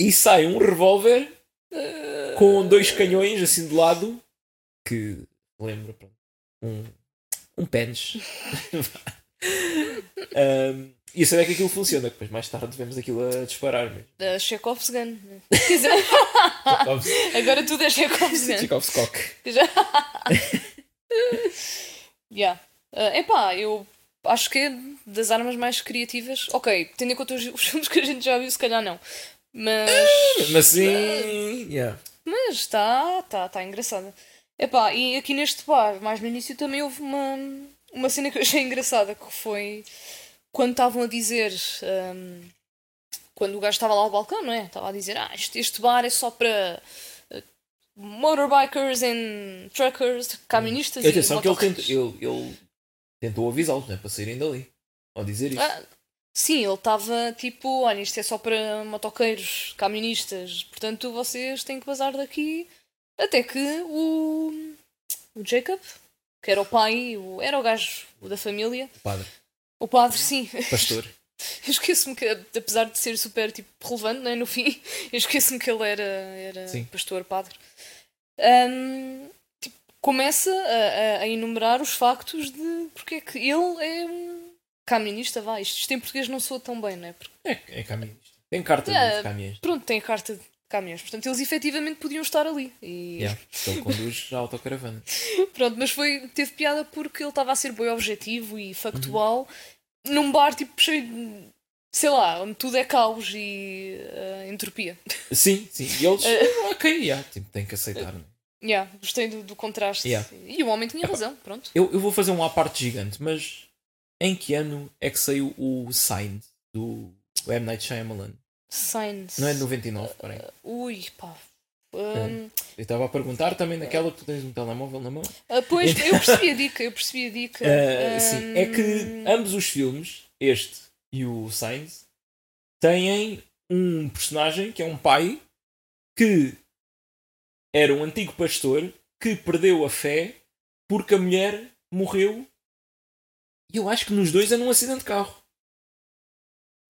e sai um revólver eh, com dois canhões assim de lado, que lembra, pronto, um, um pênis. Um, e a cena é que aquilo funciona, que depois mais tarde vemos aquilo a disparar mesmo. Da Chekhov's Gun. né? Quer dizer, *laughs* Chekhov's- agora tudo é Chekhov's *laughs* Gun. Chekhov's cock. Já. *laughs* yeah. Ah, epá, eu acho que é das armas mais criativas. Ok, tendo em conta os, os filmes que a gente já viu, se calhar não. Mas. Mas sim. yeah. Mas está, tá, tá engraçada. Epá, e aqui neste bar, mais no início, também houve uma, uma cena que eu achei engraçada, que foi quando estavam a dizer. hum, quando o gajo estava lá ao balcão, não é? Estava a dizer, ah, este, este bar é só para eh, motorbikers and truckers, caministas E Hum. e É atenção que ele, motorristas." tenta, ele, ele tentou avisá-los, né? Para saírem dali. Ao dizer isto. Ah, sim, ele estava tipo, olha, isto é só para motoqueiros, caministas, portanto vocês têm que vazar daqui. Até que o, o Jacob, que era o pai, o- era o gajo o da família, O padre. o padre, sim, o Pastor. eu esqueço-me que, apesar de ser super tipo, relevante né, no fim, eu esqueço-me que ele era, era Sim. pastor, padre. Ahm, tipo, começa a, a- a enumerar os factos de porque é que ele é um caminista, vá, isto, isto em português não soa tão bem, né? Porque, É, é caminhonista. Tem carta de- É. de caminhões. pronto, tem a carta de caminhões, portanto eles efetivamente podiam estar ali. E, Yeah, porque ele conduz a autocaravana. *laughs* Pronto, mas foi, teve piada porque ele estava a ser boi objetivo e factual Uhum. num bar tipo cheio de, sei lá, onde tudo é caos e ah, entropia. Sim, sim. E eles, ok, yeah, tipo, tem que aceitar. né? Yeah, gostei do, do contraste. Yeah. E o homem tinha Epá. razão, pronto. Eu, eu vou fazer um à parte gigante, mas em que ano é que saiu o Sign do M. Night Shyamalan? Signs. Não é de 99, porém. Ui, pá. Hum, Eu estava a perguntar também naquela que tu tens um telemóvel na mão. ah, pois, eu percebi a dica, eu percebi a dica. É. *laughs* Ah, Hum, sim, é que ambos os filmes, este e o Signs, têm um personagem que é um pai que era um antigo pastor que perdeu a fé porque a mulher morreu. E eu acho que nos dois é num acidente de carro.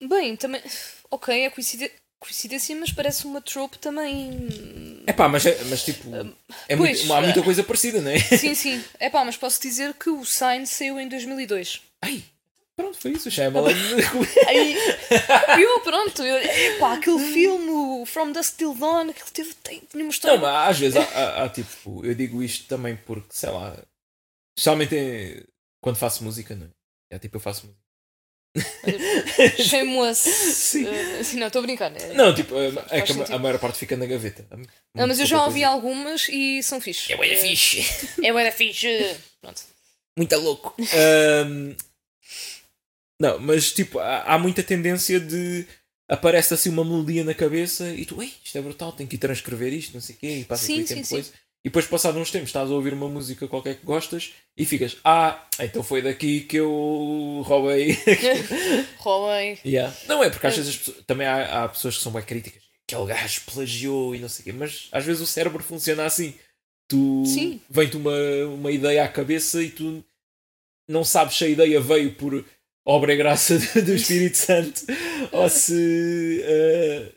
Hum, Bem, também. Ok, é coincide- coincidência, mas parece uma trope também. É pá, mas, é- mas tipo, é pois, muito- há muita coisa parecida, não é? Sim, sim. É pá, mas posso dizer que o Sign saiu em 2002. Ai, pronto, foi isso. O Shyamalan Aí, eu, pronto, eu, epá, aquele filme, o From Dusk Till Dawn, aquele teve, tem, tinha uma história. Não, mas às vezes há, há- há, tipo, eu digo isto também porque, sei lá, especialmente em- quando faço música, não é? É tipo, eu faço música. Shameless. Sim. Eh, sim, não, estou a brincar. né? Não, tipo, é, é faz que a, ma- sentido. a maior parte fica na gaveta. Não, mas eu já Muita ouvi coisa. algumas e são fixe. É bué da fixe. É bué da fixe. Pronto. Muito louco. Ahm, não, mas tipo, há, há muita tendência de. Aparece assim uma melodia na cabeça e tu, ei, isto é brutal, tenho que ir transcrever isto, não sei o quê, e passa Sim, aquele sim, tempo sim. coisa. E depois, passado uns tempos, estás a ouvir uma música qualquer que gostas e ficas, ah, então foi daqui que eu roubei. Rollei. Yeah. Não é, porque às vezes as pessoas- também há, há pessoas que são bem críticas. Aquele gajo plagiou e não sei o quê, mas às vezes o cérebro funciona assim. Tu Sim. vem-te uma, uma ideia à cabeça e tu não sabes se a ideia veio por obra e graça *laughs* do do Espírito Santo ou se, eh,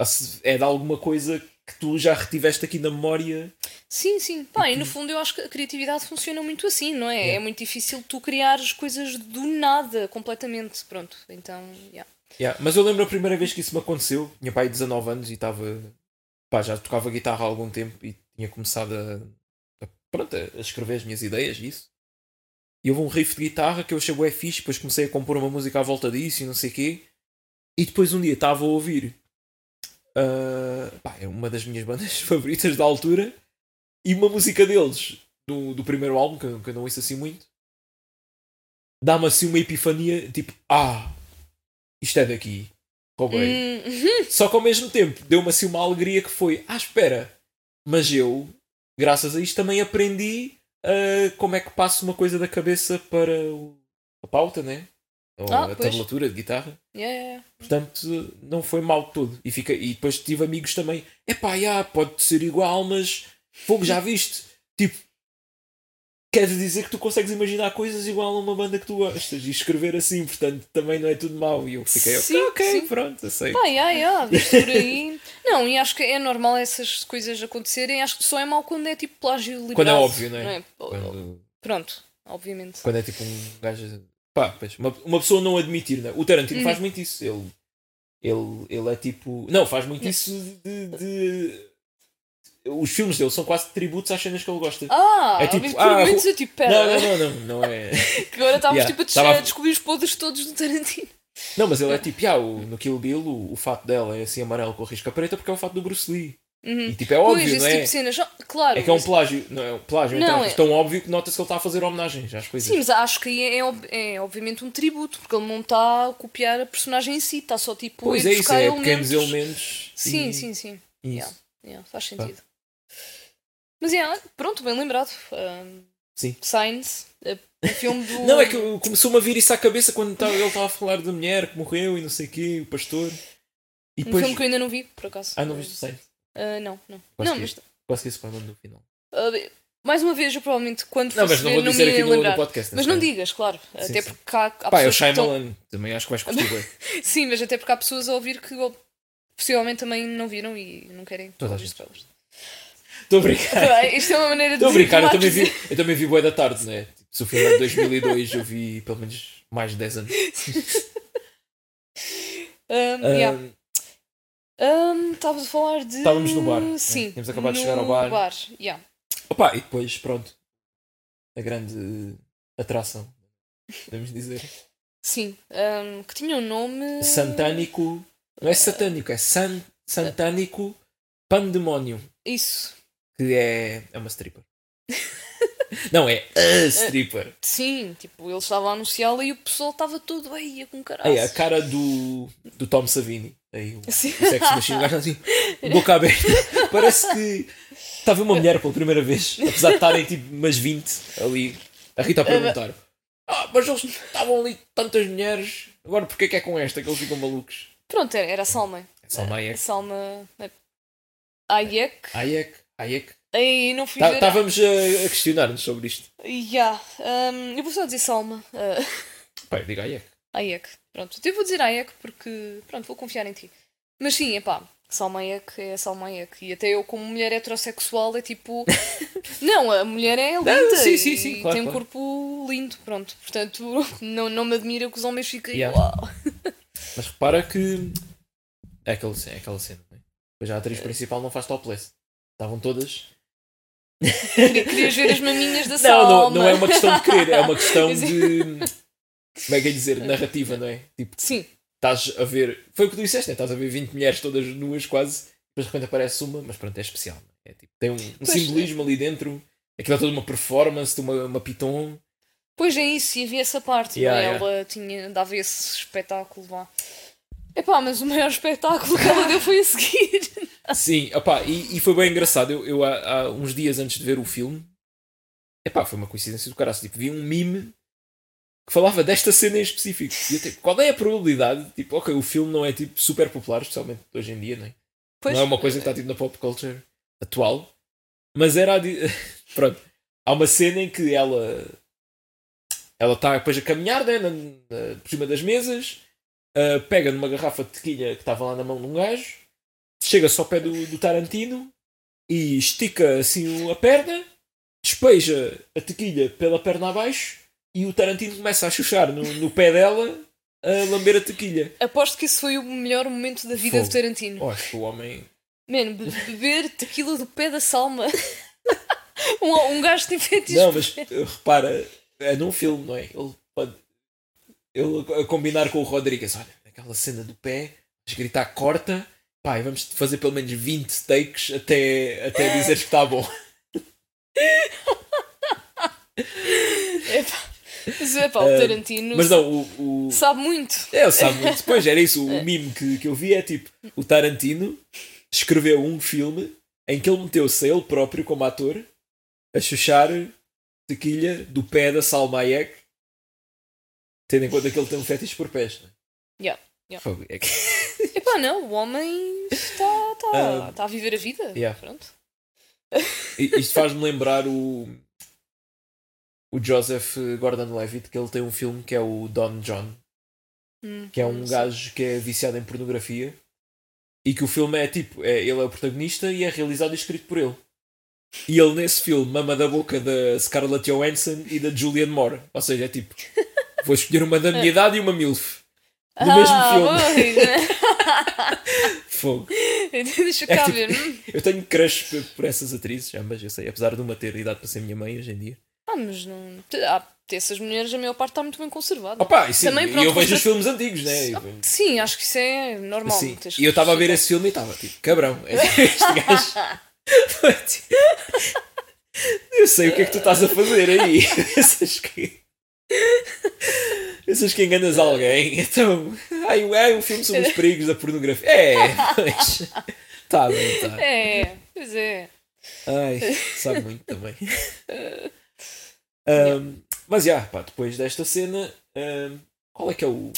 ou se é de alguma coisa que tu já retiveste aqui na memória. Sim, sim. Pá, e no fundo eu acho que a criatividade funciona muito assim, não é? É muito difícil tu criares coisas do nada, completamente. Pronto, então, yeah. Yeah, Mas eu lembro a primeira vez que isso me aconteceu. Tinha pai 19 anos e estava. Pá, já tocava guitarra há algum tempo e tinha começado a, a- pronto, a escrever as minhas ideias e isso. E houve um riff de guitarra que eu achei bué fixe, depois comecei a compor uma música à volta disso e não sei o quê. E depois um dia estava a ouvir. ah, pá, é uma das minhas *laughs* bandas favoritas da altura. E uma música deles, do, do primeiro álbum, que, eu- que eu não ouço assim muito, dá-me assim uma epifania, tipo, ah, isto é daqui. Roubei. Hum, Só que ao mesmo tempo deu-me assim uma alegria que foi: ah, espera, mas eu, graças a isto, também aprendi ah, como é que passo uma coisa da cabeça para o- a pauta, né? Ou Ah, a pois. tablatura de guitarra. yeah, yeah. Portanto, não foi mal todo. E, fica, e depois tive amigos também: epá, já, pode ser igual, mas fogo, já viste? Tipo, quer dizer que tu consegues imaginar coisas igual a uma banda que tu gostas e escrever assim, portanto, também não é tudo mau. E eu fiquei: Sim, ok, sim. pronto, aceito. Pá, yeah, yeah, visto por *laughs* aí. Não, e acho que é normal essas coisas acontecerem. Acho que só é mau quando é tipo plágio liberado. Quando é óbvio, não é? Ou- Quando- Pronto, obviamente. Quando é tipo um gajo. Pá, pois, uma, uma pessoa não admitir, né? O Tarantino Uhum. faz muito isso. Ele, ele, ele é tipo. Não, faz muito isso de, de- Os filmes dele são quase tributos às cenas que ele gosta. Ah, É é tipo, tipo, por ah, momentos eu tipo, pera, não, não, não, não, não é. que agora estávamos Yeah, tipo a, des- estava a- a descobrir os podres todos do Tarantino. Não, mas ele é tipo, ah, o- no Kill Bill, o, o fato dela é assim amarelo com risca preta porque é o fato do Bruce Lee. Uhum. E tipo, é óbvio, pois, esse não é? tipo de cenas. não, Claro. É que é um mas- plágio, não é um plágio, Não, então, é... é- tão óbvio que nota-se que ele está a fazer homenagens às coisas. Sim, mas acho que aí é, ob- é obviamente um tributo, porque ele não está a copiar a personagem em si, está só tipo pois a é ir isso, buscar é elementos. pequenos elementos. Sim, e- sim, sim. e Yeah. isso. Yeah, faz sentido. Mas yeah, pronto, bem lembrado. Um, Sim. Signs, uh, o filme do. *laughs* Não, é que eu- começou-me a vir isso à cabeça quando tava- ele estava a falar da mulher que morreu e não sei o quê, o pastor. E Um depois. filme que eu ainda não vi, por acaso. Ah, não viste o Sainz? Uh, não, não. Quase não, que- mas. Quase que isso foi no final. uh, mais uma vez, eu provavelmente quando Não, mas fosse não ver, vou me dizer aqui ia no, no lembrar. podcast. mas né? não digas, claro. sim. até porque há, há Pá, é o pessoas que estão- Shyamalan. Também acho que vais curtir *laughs* bem. Sim, mas até porque há pessoas a ouvir que oh, possivelmente também não viram e não querem Toda a ouvir gente. spoilers. Estou a brincar. Bem, Isto é uma maneira de Estou a dizer brincar, que eu o também vi, *laughs* Marcos- eu também vi Boa da Tarde, né? Tipo, se o filme é de 2002, eu vi pelo menos mais de 10 *laughs* anos. Ahm, Um, yeah. Ahm, Ahm, Estavas a falar de. Estávamos no bar, né? Sim. Tínhamos acabado de no chegar ao bar. yeah. Opa, e depois, pronto. A grande atração, podemos dizer. Sim. Ahm, que tinha um nome. Santánico. Não é satânico, é san, Santánico Pandemonium. Isso. Que é. É uma stripper. Não, é a stripper. Sim, tipo, ele estava a anunciá-la e o pessoal estava todo aí com caralho. Aí, É a cara do, do Tom Savini. Aí, o, o É. Sim. sexo machine, o gajo assim, boca aberta. Parece que está a ver uma mulher pela primeira vez, apesar de estarem tipo umas 20 ali. A Rita a perguntar: Ah, mas eles estavam ali tantas mulheres, agora porquê que é com esta que eles ficam malucos? Pronto, era, era a Salma. Essa A Hayek. Salma. né? Hayek. Hayek, Hayek. Aí não fui ver. Estávamos Tá, a, a questionar-nos sobre isto. Yeah. Ahm, eu vou só dizer Salma. Ah, Pai, diga Hayek. Hayek. Pronto, eu vou dizer Hayek porque, pronto, vou confiar em ti. Mas sim, é pá, Salma Hayek é a Salma Hayek. E até eu, como mulher heterossexual, *laughs* é tipo. não, a mulher é linda. sim, sim, sim, e claro, tem um claro. corpo lindo, pronto. Portanto, *laughs* não, não me admira que os homens fiquem. Yeah. Uau. Mas repara que. É aquela cena, é aquela cena. Né? Pois a atriz principal não faz topless. Estavam todas. Queria- Querias ver as maminhas da Salma. *laughs* Não, não, não é uma questão de querer, é uma questão Sim. de. Como é que é dizer? Narrativa, não é? Tipo, *laughs* Sim, estás a ver. Foi o que tu disseste, né? estás a ver 20 mulheres todas nuas quase, depois de repente aparece uma, mas pronto, é especial. não é? É tipo, tem um, um Pois, é. simbolismo ali dentro, aquilo é toda uma performance, de uma, uma piton. Pois é isso, e havia essa parte, Yeah, não é? yeah. ela tinha, dava esse espetáculo lá. Epá, mas o maior espetáculo que ela deu foi a seguir. Sim, opá, e, e foi bem engraçado. Eu, eu há, há uns dias antes de ver o filme, epá, foi uma coincidência do caralho. Tipo, vi um meme que falava desta cena em específico. E eu, tipo, qual é a probabilidade? Tipo, ok, o filme não é tipo super popular, especialmente hoje em dia, não é? Pois, não é uma coisa que está tipo na pop culture atual, mas era a di- *laughs* pronto. Há uma cena em que ela ela está depois a caminhar né, na- na- por cima das mesas, ah, pega numa garrafa de tequilha que estava lá na mão de um gajo, chega-se ao pé do, do Tarantino e estica assim o- a perna, despeja a tequilha pela perna abaixo e o Tarantino começa a chuchar no, no pé dela a lamber a tequilha. Aposto que esse foi o melhor momento da vida Fogo. do Tarantino. Oh, acho que o homem Mano, be- beber tequila do pé da salma. *laughs* um, um gajo tem feito Não, mas eh, repara, é num filme, não é? Ele pode. Ele a combinar com o Rodrigues, olha, aquela cena do pé, mas gritar corta, pá, e vamos fazer pelo menos 20 takes até, até dizeres que está bom. Epá, mas epá, o Eh, Tarantino Mas não, o. o... sabe muito. É, ele *laughs* sabe muito. Pois era isso, o mime que, que eu vi é tipo: o Tarantino escreveu um filme em que ele meteu-se a ele próprio como ator a chuchar tequilha do pé da Salma Hayek, tendo em conta que ele tem um fetiche por pés. Não é? Yeah, yeah. Fogo, é que- Epá, não, o homem está, está, Ah. está a viver a vida. Yeah. Pronto. I- Isto faz-me lembrar o. O Joseph Gordon-Levitt, que ele tem um filme que é o Don John, Hum, que é não um sei. gajo que é viciado em pornografia e que o filme é tipo, é, ele é o protagonista e é realizado e escrito por ele. E ele nesse filme mama da boca da Scarlett Johansson e da Julianne Moore. Ou seja, é tipo, vou escolher uma da minha idade e uma MILF. No mesmo ah, filme. Fogo. né? *laughs* *laughs* Deixa É cá tipo- ver. Hum. Eu tenho crush por, por essas atrizes, ambas, eu sei, apesar de uma ter idade para ser minha mãe hoje em dia. Ah, mas não. te- Há, essas mulheres, a maior parte está muito bem conservada. Opa, e, sim, Também, e pronto, eu vejo mas- os filmes antigos, né? E- Sim, acho que isso é normal. Sim. tens E eu estava a ver que- esse filme e estava tipo, cabrão, este *laughs* gajo. tipo, eu sei o que é que tu estás a fazer *laughs* aí. Pensas que. Pensas que enganas alguém. Então. Ai, é um filme sobre os perigos da pornografia. É, mas. Tá bem, tá. É, pois é. Ai, sabe muito também. Ahm, mas já, pá, depois desta cena, ahm, qual é que é o.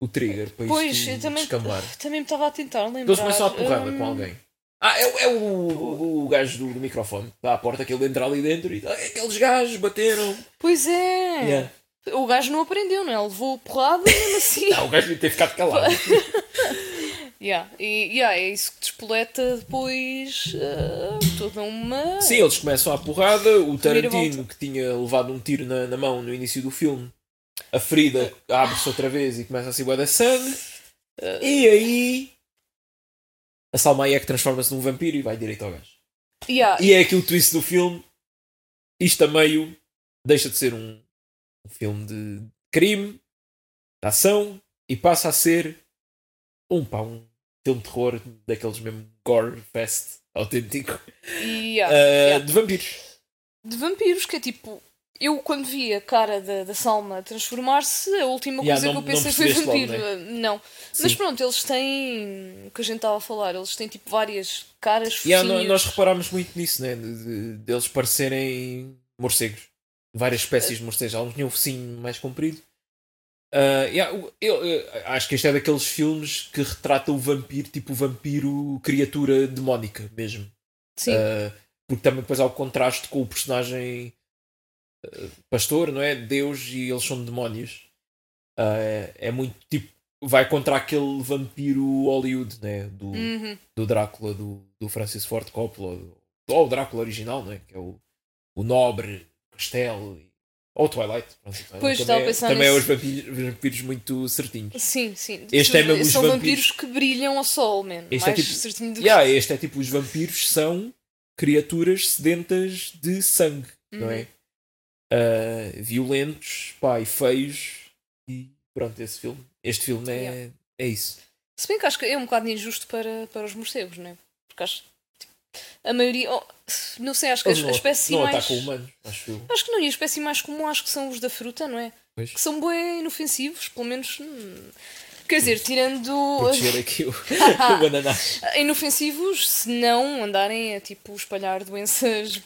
O trigger para isto Pois, eu também, descambar? também me estava a tentar lembrar. Eles começam a porrada Hum, com alguém. Ah, é, o- é o, o gajo do, do microfone. Dá à porta que ele entra ali dentro e "Ah, aqueles gajos bateram. Pois é. Yeah. *laughs* O Tá, gajo não aprendeu, não é? Ele Levou a porrada e mesmo assim. Ah, o gajo devia ter ficado calado. Yeah. E yeah, é isso que despoleta depois ah, toda uma. Sim, eles começam à porrada. O Primeira Tarantino, que tinha levado um tiro na, na mão no início do filme, a ferida abre-se outra vez e começa a se da sangue. Uh. E aí. A Salma Hayek transforma-se num vampiro e vai direito ao gajo. Yeah. E é aquele twist do filme. Isto a meio deixa de ser um, um filme de crime, de ação, e passa a ser um, pá, um filme de terror daqueles mesmo gore fest autêntico Yeah. eh, Yeah. de vampiros. de vampiros, que é tipo. Eu, quando vi a cara da, da Salma a transformar-se, a última Yeah, coisa não- que eu pensei não foi percebeste logo, né? vampiro. Ah, Não. Mas Sim. pronto, eles têm. O que a gente estava a falar, eles têm tipo várias caras. Yeah, no- focinhos. nós reparámos muito nisso, né? De, de- deles parecerem morcegos. Várias espécies de morcegos. Alguns tinham um focinho mais comprido. Ah, yeah, o- eu, eh, acho que este é daqueles filmes que retrata o vampiro, tipo o vampiro criatura demónica mesmo. Sim. Ah, porque também depois há o contraste com o personagem ah, pastor, não é? Deus e eles são demónios. Ah, é- é muito tipo. Vai contra aquele vampiro Hollywood, né? Do, Uhum. do Drácula do, do Francis Ford Coppola, do- ou o Drácula original, não é? que é o, o Nobre, Castelo, e- ou o Twilight. pronto, o Twilight Pois, estava também, a é- pensar também é os nisso. vampiros, vampiros muito certinhos. Sim, sim. Este é mesmo os São vampiros. vampiros que brilham ao sol, mesmo. Este é Mais tipo- certinho do que. Yeah, este é tipo: os vampiros são criaturas sedentas de sangue, não Uhum. é? Ah, violentos, pá, e feios. E pronto, esse filme. Este filme é, Yeah. é isso. Se bem que acho que é um bocado injusto para, para os morcegos, não é? Porque acho que tipo, a maioria. oh, não sei, acho que a, Eles a espécie não, não mais. atacam humanos, acho eu. Acho que não, e a espécie mais comum acho que são os da fruta, não é? Pois. Que são bem inofensivos, pelo menos. hum, Quer dizer, tirando. ah, Proteger *laughs* aqui o, *laughs* o ananás. inofensivos se não andarem a tipo espalhar doenças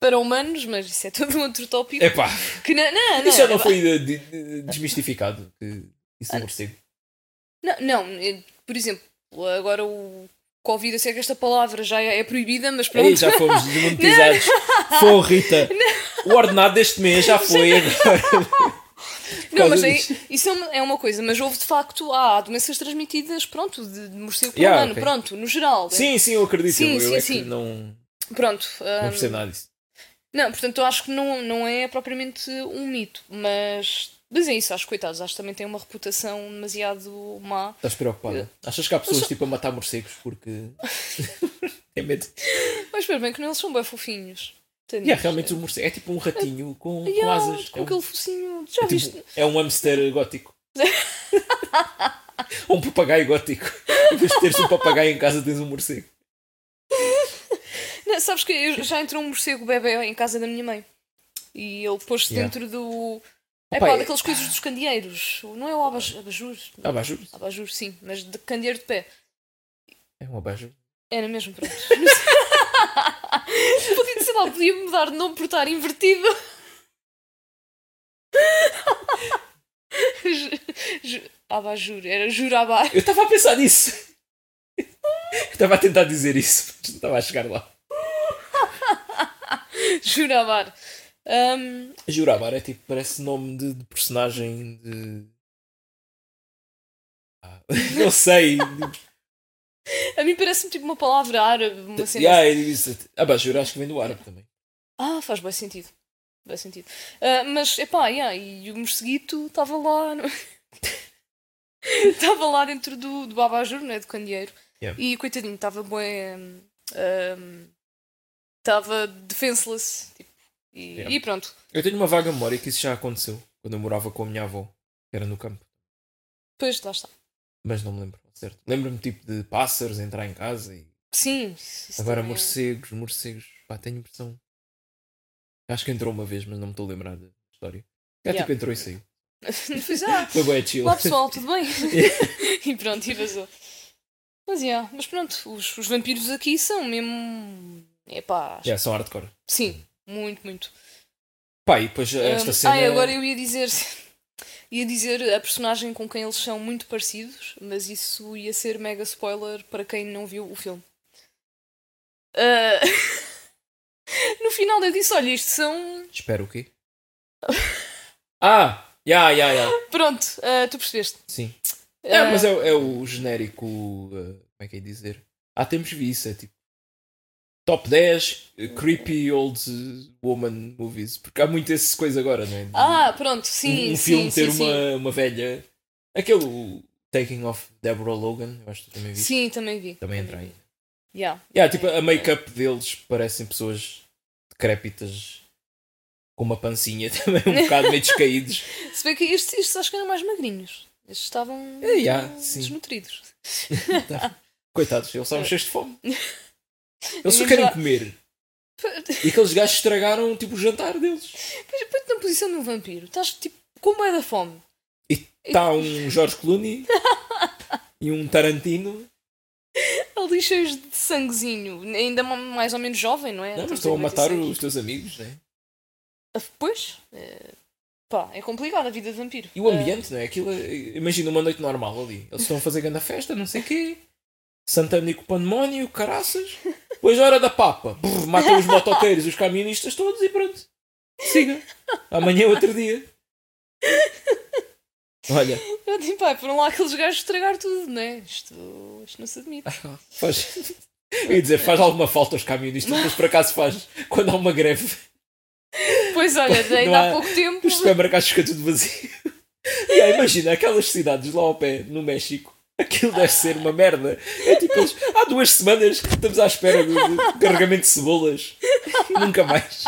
para humanos, mas isso é todo um outro tópico. Epá, Que não, não, não, Isso já não foi eh, de- de- desmistificado. que Isso é um do morcego. Ah, Não, não, eh, por exemplo, agora o Covid, eu sei que esta palavra já é é proibida, mas pronto. Ei, já *laughs* fomos desmonetizados. Foi Rita. O ordenado deste mês já foi agora. não, mas causa aí- disso. isso é uma, é uma coisa, mas houve de facto, há doenças transmitidas, pronto, de, de morcego para Yeah, humano, ok. pronto, no *laughs* geral. Sim, sim, eu acredito. Sim, eu sim, é sim. que não, Pronto. ah, não percebo nada disso. Não, portanto, eu acho que não, não é propriamente um mito, mas. Mas é isso, acho que coitados, acho que também tem uma reputação demasiado má. Estás preocupada? Achas que há pessoas tipo a matar morcegos *laughs* porque. Tem medo. Mas espera bem que não, eles são bem E fofinhos. Tadinhos. é realmente um morcego. É tipo um ratinho com, com Yeah, asas. Com é, um, aquele focinho. Já é tipo- viste? é um hamster *laughs* gótico. Ou um papagaio gótico. *laughs* Em vez de teres um papagaio em casa, tens um morcego. Não, sabes que eu- já entrou um morcego bebê em casa da minha mãe. E ele pôs-se Yeah. dentro do. É Opa, pá, é- daqueles coisas dos candeeiros. Não é o abaj- abajur? Ah, pá, juro. Abajur, sim, mas de candeeiro de pé. É um abajur. Era mesmo, pronto. *laughs* podia, sei lá, podia mudar de nome por estar invertido. *laughs* Ju- ju- Abajur, era Jurabá. Eu estava a pensar nisso. Eu estava a tentar dizer isso, mas não estava a chegar lá. *laughs* Jurabar. Ahm, Jurabar é tipo, parece nome de, de personagem de. Ah, *laughs* não sei. a mim parece-me tipo uma palavra árabe, uma cena assim. yeah, é isso. Ah, pá, jura, acho que vem do árabe também. Ah, faz bem sentido. Bem sentido. Ah, mas, epá, yeah, e o morceguito estava lá. no- *laughs* Estava lá dentro do, do abajur, né, do candeeiro. Yeah. E, coitadinho, estava bem... hum, hum, Estava defenseless. tipo, e, Yeah. e pronto. Eu tenho uma vaga memória que isso já aconteceu quando eu morava com a minha avó, que era no campo, Pois, lá está. mas não me lembro, ao certo? Lembro-me tipo de pássaros entrar em casa e Sim. isso- isso agora também é- *laughs* morcegos, morcegos. Pá, tenho impressão. Acho que entrou uma vez, mas não me estou a lembrar da história. É Yeah. tipo, entrou e saiu. Pois, ah, Foi bem chill. olá pessoal, tudo bem? *laughs* e pronto, e vazou. Mas, yeah, mas pronto, os, os vampiros aqui são mesmo... Epá, *laughs* Yeah, são hardcore. sim, muito, muito. Pá, e depois esta Hum, cena. é- Ai, agora eu ia dizer. *laughs* Ia dizer a personagem com quem eles são muito parecidos, mas isso ia ser mega spoiler para quem não viu o filme. Ah, *laughs* no final eu disse: olha, isto são. Espera o quê? ah! Ya, ya, ya. Pronto, ah, tu percebeste. Sim. É, Ah, mas é, o- é o genérico. uh, como é que é de dizer? Há tempos vi isso, é tipo. Top 10 uh, creepy old uh, woman movies. Porque há muito esse coisa agora, não é? De Ah, pronto, um- sim, um sim, filme ter sim, sim. uma, uma velha. Aquele o Taking Off Deborah Logan, eu acho que tu também vi. Sim, também vi. Também entra aí. Yeah. Yeah, tipo, a make-up deles parecem pessoas decrépitas com uma pancinha *laughs* também, um bocado meio descaídos. Se bem que estes, estes acho que eram mais magrinhos. Estes estavam É, yeah, sim. desnutridos. *laughs* Coitados, eles estavam cheios de fome. Eles só Vamos querem lá. comer. Pois, E aqueles gajos estragaram tipo, o jantar deles. põe-te na posição de um vampiro. Estás tipo com bué da fome. E está um Jorge Clooney e um Tarantino. Ali cheios de sanguezinho. Ainda ma- mais ou menos jovem, não é? Não, mas Estamos em estão a matar 96. os teus amigos, né? Ah, Pois. eh, Pá, é complicado a vida de vampiro. E o ambiente, não é? Aquilo, é- imagina uma noite normal ali. Eles estão a fazer grande festa, não sei o quê. Santana e com pandemónio, caraças. Depois a hora da papa. Brrr, matam os motoqueiros, os camionistas todos e pronto. Siga. Amanhã é outro dia. Olha, Ah, Eu digo, pá, foram lá aqueles gajos estragar tudo, não é? Isto, isto não *laughs* se admite. faz... *laughs* Eu ia dizer, faz alguma falta aos camionistas, mas por acaso faz quando há uma greve. Pois olha, Não é? ainda há- há pouco tempo. Os supermercados ficam tudo vazio. E aí, imagina, aquelas cidades lá ao pé, no México, aquilo deve ser uma merda. É tipo, eles, há duas semanas estamos à espera do, do carregamento de cebolas. Nunca mais.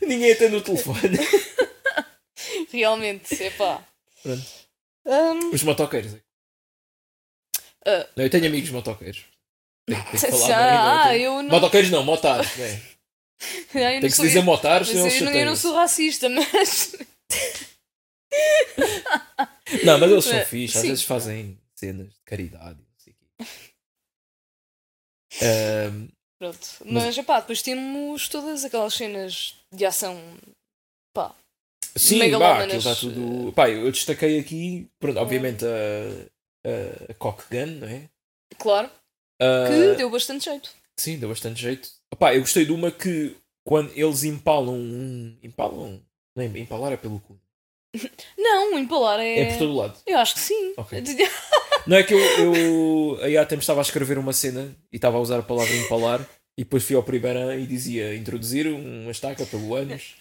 Ninguém atende o telefone. Realmente, é pá. Pronto. Hum, Os motoqueiros. Ah. Não, eu tenho amigos motoqueiros. Tenho, *laughs* tenho que falar Ah, bem, não é? Tenho- eu não- Motoqueiros não, motares. Né? *laughs* ai, eu não Tem que se sou- dizer eu- motares, mas senão eles eu, não, eu não chateiam-se. sou racista, *laughs* mas. Não, mas eles são É, fixos, às sim. vezes fazem cenas de caridade. Não sei o quê. Ahm, Pronto. Mas- Mas, pá, depois temos todas aquelas cenas de ação. sim, pá, Megalómanas, aquilo está eh, tudo. Pá, eu eu destaquei aqui, hum. pronto, obviamente a, a, a Cock Gun, não é? Claro, Ah, que deu bastante jeito. Sim, deu bastante jeito. Pá, eu gostei de uma que quando eles empalam um. Empalam? Não, é- empalar é pelo cu. Não, empalar é. É por todo lado. Eu acho que sim. Ok. De- Não é que eu, eu aí há tempos estava a escrever uma cena e estava a usar a palavra empalar e depois fui ao primeiro e dizia introduzir uma estaca pelo ânus.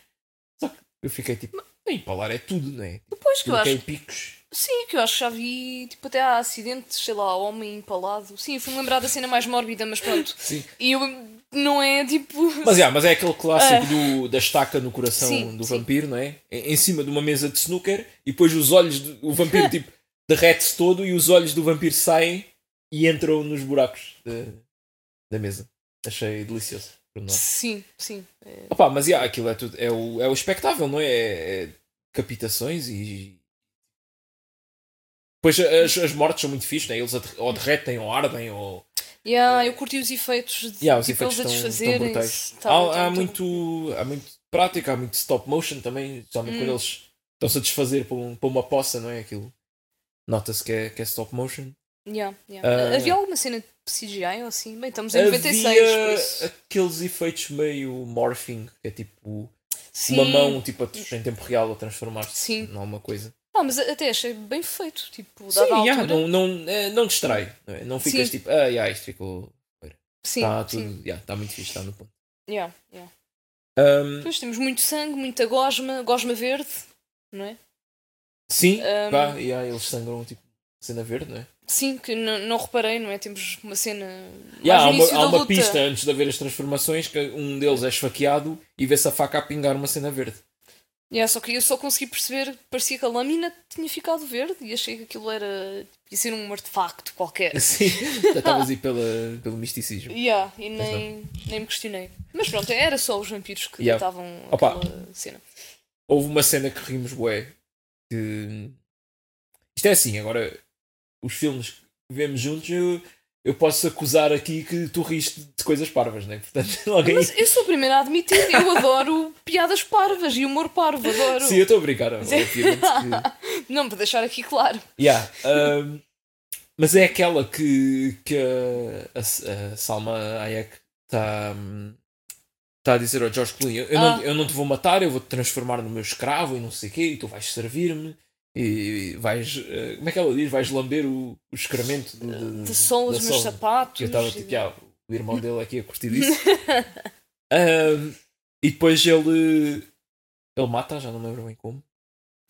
Só que eu fiquei tipo, empalar é tudo, não é? *laughs* Pois que eu Aquilo tem acho. picos. Sim, que eu acho que já vi, tipo, até há acidentes, sei lá, homem empalado. Sim, eu fui-me lembrar da cena mais mórbida, mas pronto. Sim. E eu. Não é tipo. Mas, é, mas é aquele clássico do- da estaca no coração Ah. Sim, do sim. vampiro, não é? Em, em cima de uma mesa de snooker e depois os olhos do o vampiro tipo derrete-se todo e os olhos do vampiro saem e entram nos buracos da- da mesa. Achei delicioso. por nós. Sim, sim. Opa, mas yeah, aquilo é tudo. É o, é o espectável, não é? É, é capitações e. Pois as, as mortes são muito fixe, né? eles atre- ou derretem ou ardem ou. Yeah, eu curti os efeitos de Yeah, os tipo, efeitos eles a estão, estão desfazerem-se. brutais. Tá, há, tá há muito, há muito prática, há muito stop motion também, somente Hum. quando eles estão-se a desfazer para, um- para uma poça, não é? Aquilo. Nota-se que é, que é stop motion. Yeah, yeah. Ah. Havia alguma cena de CGI ou assim? Bem, estamos em 96, por isso. aqueles efeitos meio morphing, que é tipo Sim. uma mão tipo, a- em tempo real a transformar-se Sim. em alguma coisa. Ah, mas até achei bem feito. Tipo, dada a Sim, altura. yeah, não, não, eh, não distrai. Não, é? Não ficas Sim. tipo, ah, yeah, isto ficou. Sim, Está sim. tudo. yeah, tá muito fixe, está no ponto. Yeah, yeah. Ahm, Depois temos muito sangue, muita gosma, gosma verde, não é? sim, Ahm. pá, yeah, eles sangram tipo cena verde, não é? Sim, que n- não reparei, não é? Temos uma cena. Yeah, há mais no uma, início há da uma luta. pista antes de haver as transformações que um deles é esfaqueado e vê-se a faca a pingar uma cena verde. *laughs* Yeah, só que eu só consegui perceber, parecia que a lâmina tinha ficado verde e achei que aquilo era. ia ser um artefacto qualquer. Assim, já estavas aí pela, pelo misticismo. Yeah, e Mas nem, nem me questionei. Mas pronto, era só os vampiros que Yeah. estavam Opa. aquela cena. Houve uma cena que rimos, bué. Que... Isto é assim, agora, os filmes que vemos juntos, eu, eu posso acusar aqui que tu riste de coisas parvas, né? Portanto, *laughs* logo aí. Mas eu sou a primeira a admitir, eu adoro piadas parvas e humor parvo, adoro. Sim, eu estou a brincar, obviamente. Não, para deixar aqui claro. Que... Yeah, um, mas é aquela que, que a, a- a Salma Hayek está tá a dizer ao George Clooney: eu, eu não, Ah. eu não te vou matar, eu vou te transformar no meu escravo e não sei o quê, e tu vais servir-me. e vais. eh, como é que ela diz? Vais lamber o, o excremento do- do- De som da os meus sola. sapatos. Hum, Eu estava tipo, "Ah, o irmão dele aqui a *laughs* curtir isso. Ahm, e depois ele. Ele mata, já não lembro bem como.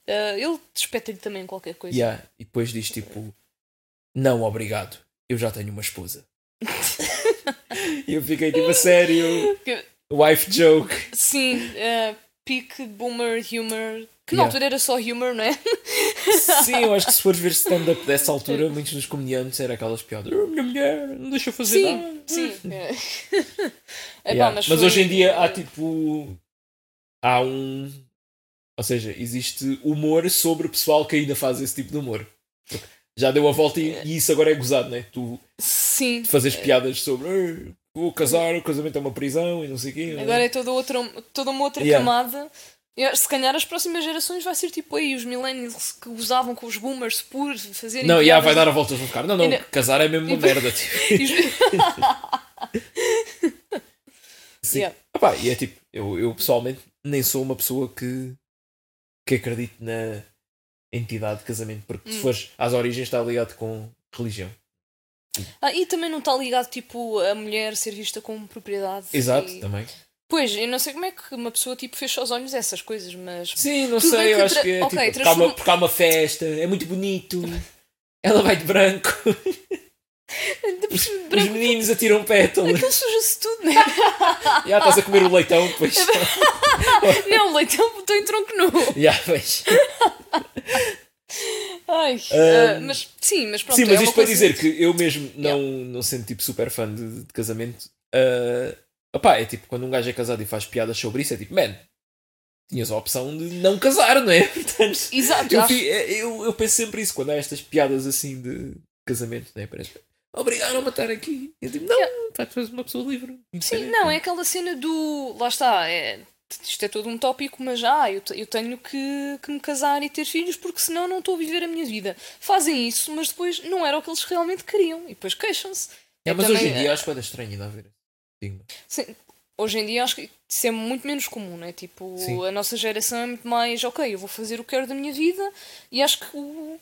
Ah, ele espeta-lhe também qualquer coisa. *laughs* Yeah, e depois diz tipo: Não, obrigado, eu já tenho uma esposa. e eu fiquei tipo: A sério? Que- Wife *laughs* joke. Sim, ah, pique, boomer, humor. Que Yeah. na altura era só humor, não é? Sim, eu acho que se fores ver stand-up dessa altura, muitos dos comediantes eram aquelas piadas: "Ah, Minha mulher, não deixa eu fazer nada. Sim, sim. *laughs* É. Epá, Yeah. mas foi- eh, hoje em dia há tipo. Há um. Ou seja, existe humor sobre pessoal que ainda faz esse tipo de humor. Porque Já deu a volta e, e isso agora é gozado, né? Tu Sim. fazes piadas sobre. "Ah, Vou casar, o casamento é uma prisão e não sei o quê. Agora é toda, outra, toda uma outra Yeah. camada. Eu- Se calhar as próximas gerações vai ser tipo aí, os millennials que usavam com os boomers por fazerem. Não, e yeah, vai piadas dar a volta, eles vão ficar. Não, não, E não- casar é mesmo uma *laughs* E- merda. Tipo. *laughs* *laughs* e os- Sim. Yeah. Epá, e é tipo, eu, eu pessoalmente nem sou uma pessoa que, que acredite na entidade de casamento, porque se Hum. fores às origens está ligado com religião. Ah, e também não está ligado tipo a mulher ser vista como propriedade. Exato, E- também. Pois, eu não sei como é que uma pessoa tipo fecha os olhos a essas coisas, mas. Sim, não Tudo sei, bem eu que acho tra- que é ok, tipo, porque, há transforma- uma, porque há uma festa, é muito bonito, *laughs* ela vai de *laughs* branco, os Branco, meninos atiram pétalas, aquilo suja-se tudo, né? já estás a comer o leitão, pois. *laughs* não, leitão, estou em tronco nu. Já, pois. Ai, Ahm. ah, mas sim, mas pronto. Sim, é mas uma isto para coisa- dizer que eu mesmo não, não sendo tipo super fã de, de casamento. ah, opá, é tipo, quando um gajo é casado e faz piadas sobre isso, é tipo, man, tinhas a opção de não casar, não é? *laughs* Portanto, Exato, eu, acho- fi- é, eu, eu penso sempre isso, quando há estas piadas assim de casamento, não é? Parece, obrigaram-me a estar aqui. Eu digo, não, faz faz uma pessoa livre. Sim, não, é aquela cena do. Lá está, é, isto é todo um tópico, mas ah, eu, te- eu tenho que, que me casar e ter filhos porque senão não estou a viver a minha vida. Fazem isso, mas depois não era o que eles realmente queriam e depois queixam-se. É, Eu mas hoje em também- dia acho que é estranho de haver. Sim, Sim, hoje em dia acho que isso é muito menos comum, não é? Tipo, Sim. a nossa geração é muito mais, ok, eu vou fazer o que quero da minha vida e acho que o.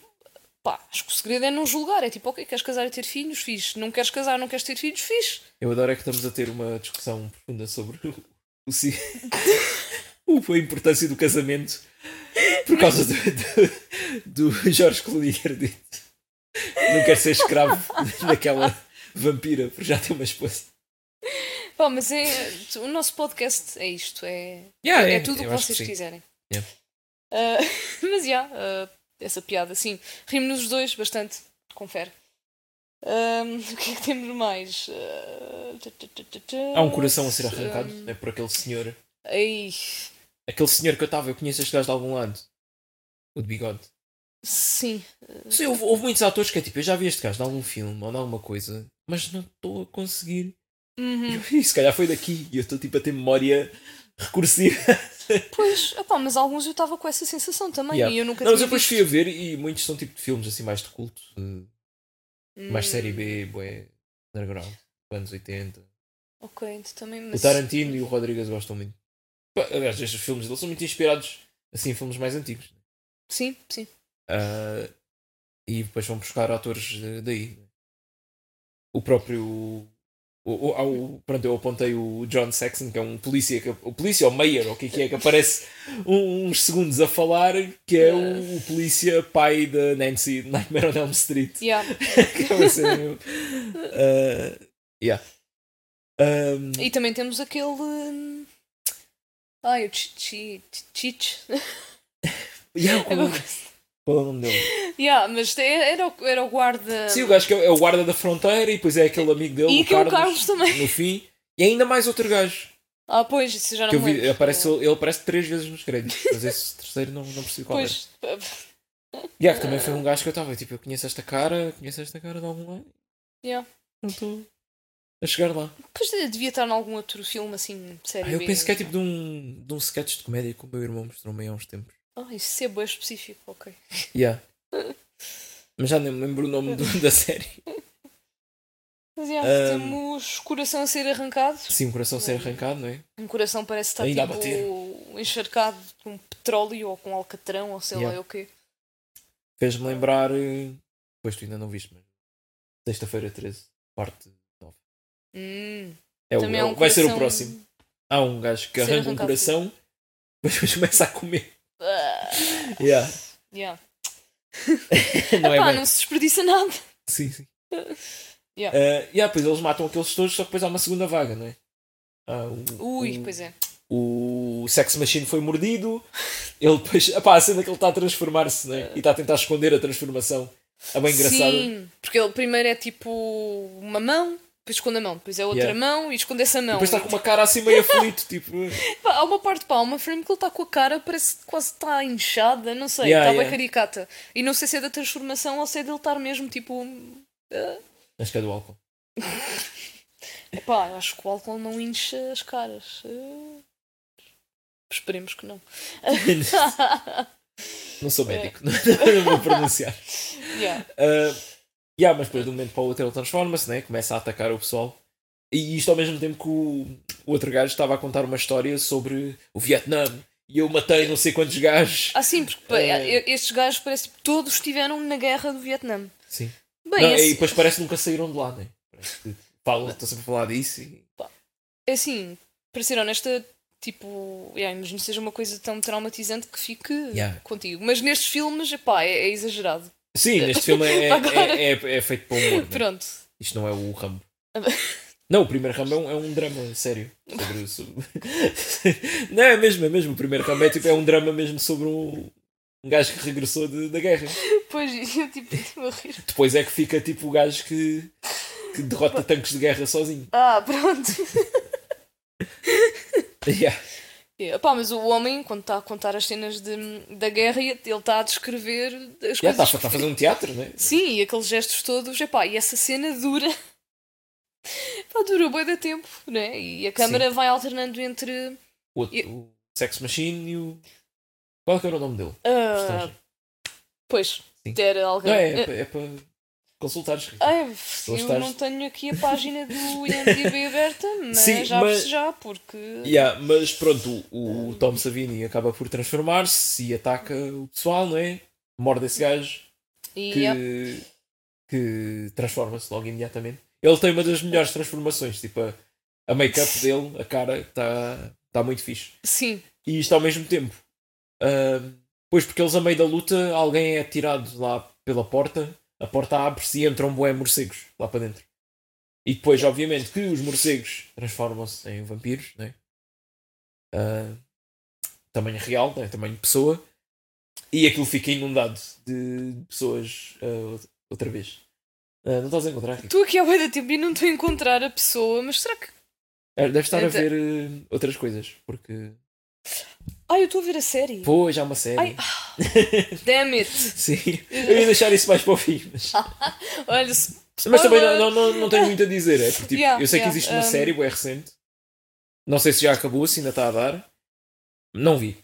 Pá, acho que o segredo é não julgar. É tipo, ok, queres casar e ter filhos? Fiz. Não queres casar, não queres ter filhos? Fiz. Eu adoro é que estamos a ter uma discussão profunda sobre o, o, si- *laughs* o- a importância do casamento por causa do, do, do Jorge Clooney ter dito não quero ser escravo *laughs* daquela vampira porque já tem uma esposa. Pá, mas é. O nosso podcast é isto. É Yeah, É, tudo o que eu acho vocês sim. quiserem. Yeah. Ah, *laughs* mas já, ah, essa piada, sim. Rimos-nos os dois bastante, confere. Ahm, o que é que temos mais? Ah, tã, tã, tã, tã, tã. Há um coração a ser arrancado Ahm, é por aquele senhor. Ai, Aquele senhor que eu estava, eu conheço este gajo de algum lado. O de bigode. sim. Sim, houve, houve muitos atores que é tipo, eu já vi este gajo de algum filme ou de alguma coisa, mas não estou a conseguir *laughs* E Uhum. eu, "Ih, se calhar foi daqui. E eu estou tipo a ter memória recursiva. Pois, opá, mas alguns eu estava com essa sensação também. Yeah. E eu nunca Não, mas eu tinha depois visto. fui a ver e muitos são tipo de filmes assim mais de culto. eh, Mais Hum, série B, bué, underground, anos 80. Ok, então também. O Mas... Tarantino e o Rodrigues gostam muito. Pá, Aliás, estes filmes deles são muito inspirados assim em filmes mais antigos. Sim, sim. Ah, e depois vão buscar atores eh, daí. O próprio. O, o, há o- pronto, eu apontei o John Saxon, que é um polícia, que, o polícia ou mayor, ou o que é que é, que aparece um- uns segundos a falar, que é o, o polícia pai da Nancy de Nightmare on Elm Street. *laughs* Yeah. Que é uma cena mesmo. Ah, yeah. Ahm, E também temos aquele. hum, Ai, o Chichi. Chichi. yeah, qual, *laughs* Agora- qual é o nome dele? Yeah, mas é- era, o- era o guarda. Sim, o gajo que é é o guarda da fronteira e depois é aquele amigo dele, Ah. e o que é o Carlos, Carlos também. no fim. E ainda mais outro gajo. Ah, pois, isso já não Que eu me vi, lembro. aparece, ele aparece três vezes nos créditos, mas esse *laughs* terceiro não, não percebi qual Pois, é. era. Yeah, que também foi um gajo que eu estava, tipo, eu conheço esta cara, conheço esta cara de algum lado. Yeah. Não estou a chegar lá. pois devia estar em algum outro filme assim, sério. Ah, eu penso que é tipo de um, de um sketch de comédia que o meu irmão mostrou-me há uns tempos. Ah, isso é bem específico, ok. *laughs* Yeah. Mas já nem me lembro o nome do- da *laughs* série. Mas yeah, Ahm. temos coração a ser arrancado. Sim, o coração ser arrancado, não é? Um coração parece estar Ainda a um tipo encharcado com petróleo ou com alcatrão ou sei Yeah. lá é o quê. Fez-me lembrar. eh, Pois tu ainda não viste, mas. Sexta-feira 13, parte. Hum, É o, também é é o- um vai ser o coração- próximo. Há um gajo que Ser arranca um arrancado. coração, *laughs* mas depois começa a comer. Ah, Yeah. yeah. não é Epá, bem. não se desperdiça nada. Sim, sim. *laughs* Yeah. Ah, yeah, pois eles matam aqueles todos, só que depois há uma segunda vaga, não é? Há o, Ui, o, pois é. o Sex Machine foi mordido, ele depois. *laughs* Epá, a cena é que ele está a transformar-se, não é? E está a tentar esconder a transformação. É bem engraçada. Sim, porque ele primeiro é tipo uma mão, depois esconde a mão, depois é outra Yeah. mão e esconde essa E mão. depois está com uma cara assim meio aflito, tipo. Pá, há uma parte, pá, há uma frame que ele está com a cara, parece que quase está inchada, não sei, Yeah, está bem yeah. caricata. E não sei se é da transformação ou se é dele estar mesmo tipo. Acho que é do álcool. Epá, eu acho que o álcool não enche as caras. Eh, Esperemos *laughs* que não. Não sou médico, *laughs* É. não vou pronunciar. Yeah. Ah, yeah, mas depois de um momento para o outro ele transforma-se, né? começa a atacar o pessoal. E isto ao mesmo tempo que o, o outro gajo estava a contar uma história sobre o Vietnã e eu matei não sei quantos gajos. Ah, sim, porque pá, Eh. estes gajos parece que todos estiveram na guerra do Vietnã. Sim. Bem, assim, Não, esse- E depois parece que nunca saíram de lá, né? Parece que falam, estão sempre a falar disso. E... É assim, para ser honesta, tipo, yeah, imagino que seja uma coisa tão traumatizante que fique Yeah. contigo. Mas nestes filmes, epá, é, é exagerado. Sim, *laughs* neste filme é, é- Agora. é, é feito para o humor. né? Pronto. *laughs* Isto não é o Rambo. Não, o primeiro Rambo é um, é um drama sério. Sobre, sobre... *laughs* Não, é mesmo, é mesmo. O primeiro Rambo é, tipo, é um drama mesmo sobre um, um gajo que regressou de- da guerra. Pois, eu tipo, *laughs* estive a rir. Depois é que fica tipo o gajo que, que derrota tanques de guerra sozinho. Ah, pronto. Yeah. É, Epá, mas o homem, quando está a contar as cenas de- da guerra, ele está a descrever as Yeah, coisas. está, está a fazer um teatro, né? Sim, e aqueles gestos todos, epá, e essa cena dura. *laughs* Epá, dura bué de tempo, né? E a câmara vai alternando entre. O, outro- Yeah. o Sex Machine e o. Qual é que era o nome dele? ah, Personagem. pois, Sim. ter alguém. Ah, Não, é, é, pa- é para consultares. Rita. Ai, eu estás- não tenho aqui a *laughs* página do IMDB aberta, mas Sim, já mas- mas... já, porque. Yeah, mas pronto, o, o Tom Savini acaba por transformar-se e ataca o pessoal, não é? Morde esse gajo é E, é- que, yeah, que transforma-se logo imediatamente. Ele tem uma das melhores transformações, tipo a, a make-up dele, a cara está tá muito fixe. Sim, E isto ao mesmo tempo. Ahm, pois porque eles a meio da luta, alguém é atirado lá pela porta, a porta abre-se e entram bué morcegos lá para dentro. E depois, obviamente, que os morcegos transformam-se em vampiros, né? Ah, tamanho real, né? tamanho de pessoa. E aquilo fica inundado de pessoas ah, out- outra vez. Ah, não estás a encontrar? Rico? estou aqui há bué de tempo e não estou a encontrar a pessoa, mas será que. Ah, Deve estar a Então- ver ah, outras coisas, porque. Ai, eu estou a ver a série. Pois, há uma série. Ai, ah, damn *laughs* it! Sim, eu ia deixar isso mais para o fim. Mas... Olha, se- Mas também Spoiler! não, não, não, não tenho muito a dizer. *laughs* É porque, tipo, Yeah, eu sei que yeah, existe uma um, série, é recente. Não sei se já acabou, se ainda está a dar. Não vi.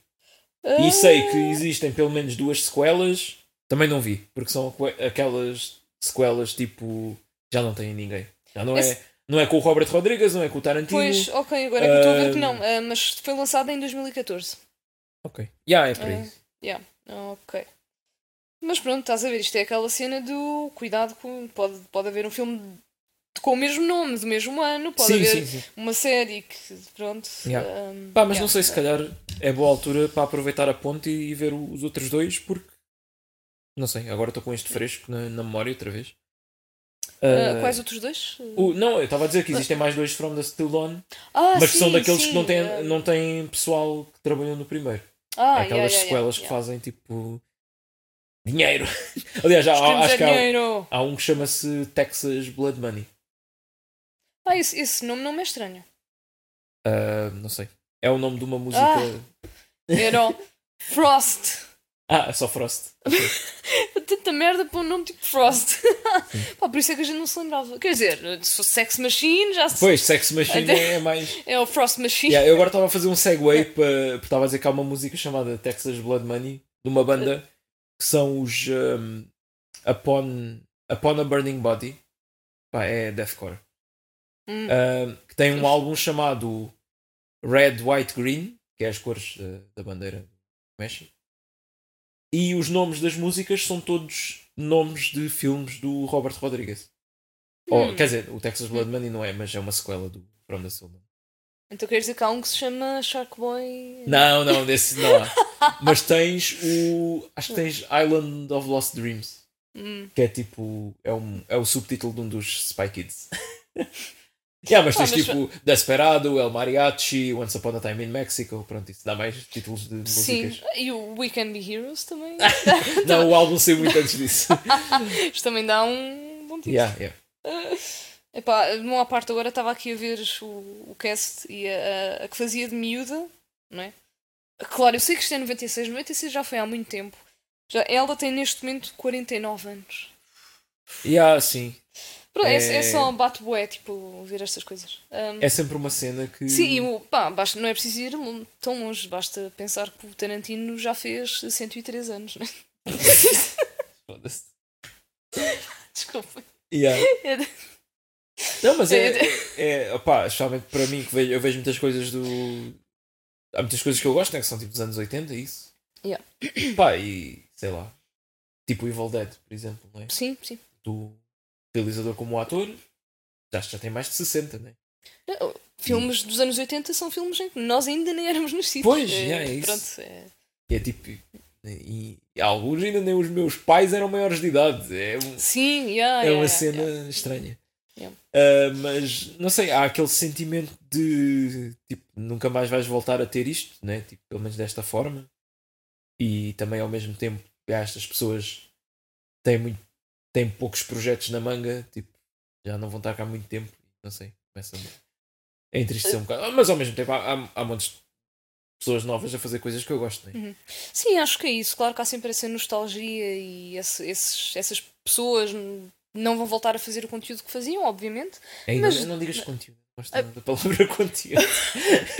Ah. E sei que existem pelo menos duas sequelas. Também não vi. Porque são aque- aquelas sequelas tipo. Já não tem ninguém. Já não é, Esse- não é com o Robert Rodrigues, não é com o Tarantino. Pois, ok, agora é que estou a ver que Ah, não, ah, mas foi lançada em 2014. Ok. Yeah, é para Ah. isso. Ok. Mas pronto, estás a ver, isto é aquela cena do cuidado com. Pode, pode haver um filme de- com o mesmo nome, do mesmo ano, pode Sim, haver sim, sim. uma série que pronto. Yeah. um, Pá, mas yeah. não sei se calhar é boa altura para aproveitar a ponte e ver o- os outros dois, porque não sei, agora estou com este fresco na, na memória outra vez. Ah, Ah, quais outros dois? o- não, eu estava a dizer que existem mais dois From the Still On, Ah, mas sim, são daqueles sim, que não ah, têm, não têm pessoal que trabalhou no primeiro. ah, É aquelas yeah, yeah, sequelas yeah, que fazem tipo dinheiro. *laughs* Aliás, já há, Queremos Ah, acho é que há, dinheiro. há um que chama-se Texas Blood Money. Ah, esse, esse nome não me é estranho. Ah, não sei. É o nome de uma música. Era o Frost. *laughs* Ah, é só Frost. Tanta merda para um nome tipo Frost. *laughs* Pá, por isso é que a gente não se lembrava. Quer dizer, se fosse Sex Machine, já se... Pois, Sex Machine é mais. é o Frost Machine. Yeah, eu agora estava a fazer um segue para. Porque estava a dizer que há uma música chamada Texas Blood Money, de uma banda que são os um, Upon, Upon a Burning Body. Pá, é deathcore. Hum. Um, que tem um álbum chamado uh, Red, White, Green, que é as cores da, da bandeira do México. E os nomes das músicas são todos nomes de filmes do Robert Rodriguez. Ou, Hum. quer dizer, o Texas Blood Money não é, mas é uma sequela do From the Stillman. Então queres dizer que há um que se chama Sharkboy? Não, não, desse não há. mas tens o. Acho que tens Island of Lost Dreams. Hum. que é tipo. É, um, é o subtítulo de um dos Spy *laughs* Kids. yeah, mas Ah, tens mas- tipo Desperado, El Mariachi, Once Upon a Time in Mexico. Pronto, isso dá mais títulos de Sim. *laughs* Então- músicas. E o We Can Be Heroes também. Não, o álbum saiu muito antes *laughs* disso. Isto também dá um bom título. yeah, yeah. Epá, de uma parte agora estava aqui a ver o, o cast e a, a- a que fazia de miúda, não é? Claro, eu sei que isto é 96, 96 já foi há muito tempo. Já, ela tem neste momento 49 anos. Yeah, sim. Pronto, é, É. é só um bate bué, tipo, ver estas coisas. Ahm, É sempre uma cena que. Sim, e o- pá, basta, não é preciso ir mu- tão longe, basta pensar que o Tarantino já fez 103 anos, não é? *laughs* Foda-se. Desculpa. Yeah. Não, mas é, É- é, opá, especialmente para mim, que vejo- eu vejo muitas coisas do. Há muitas coisas que eu gosto, né? Que são tipo dos anos 80, é isso? Yeah. *coughs* Pá, e sei lá. Tipo Evil Dead, por exemplo, não é? Sim, sim. Do realizador como ator, já, já tem mais de 60, né? Não, Filmes dos anos 80 são filmes em que nós ainda nem éramos nascidos. Pois, já, é isso. Pronto, é- E é tipo. E, e alguns ainda nem os meus pais eram maiores de idade. É um, Sim, yeah, é yeah, uma yeah, cena yeah. estranha. Yeah. Ah, mas não sei, há aquele sentimento de tipo, nunca mais vais voltar a ter isto, né? tipo, pelo menos desta forma, e também ao mesmo tempo há estas pessoas que têm, muito, têm poucos projetos na manga, tipo, já não vão estar cá há muito tempo, não sei, começa a, a entristecer um bocado, Ah, mas ao mesmo tempo há, há, há montes de pessoas novas a fazer coisas que eu gosto, né? Sim, acho que é isso. Claro que há sempre essa nostalgia e esse- esses, essas pessoas não vão voltar a fazer o conteúdo que faziam, obviamente. Ainda Mas- não digas conteúdo, não gosto nada da palavra *laughs* conteúdo.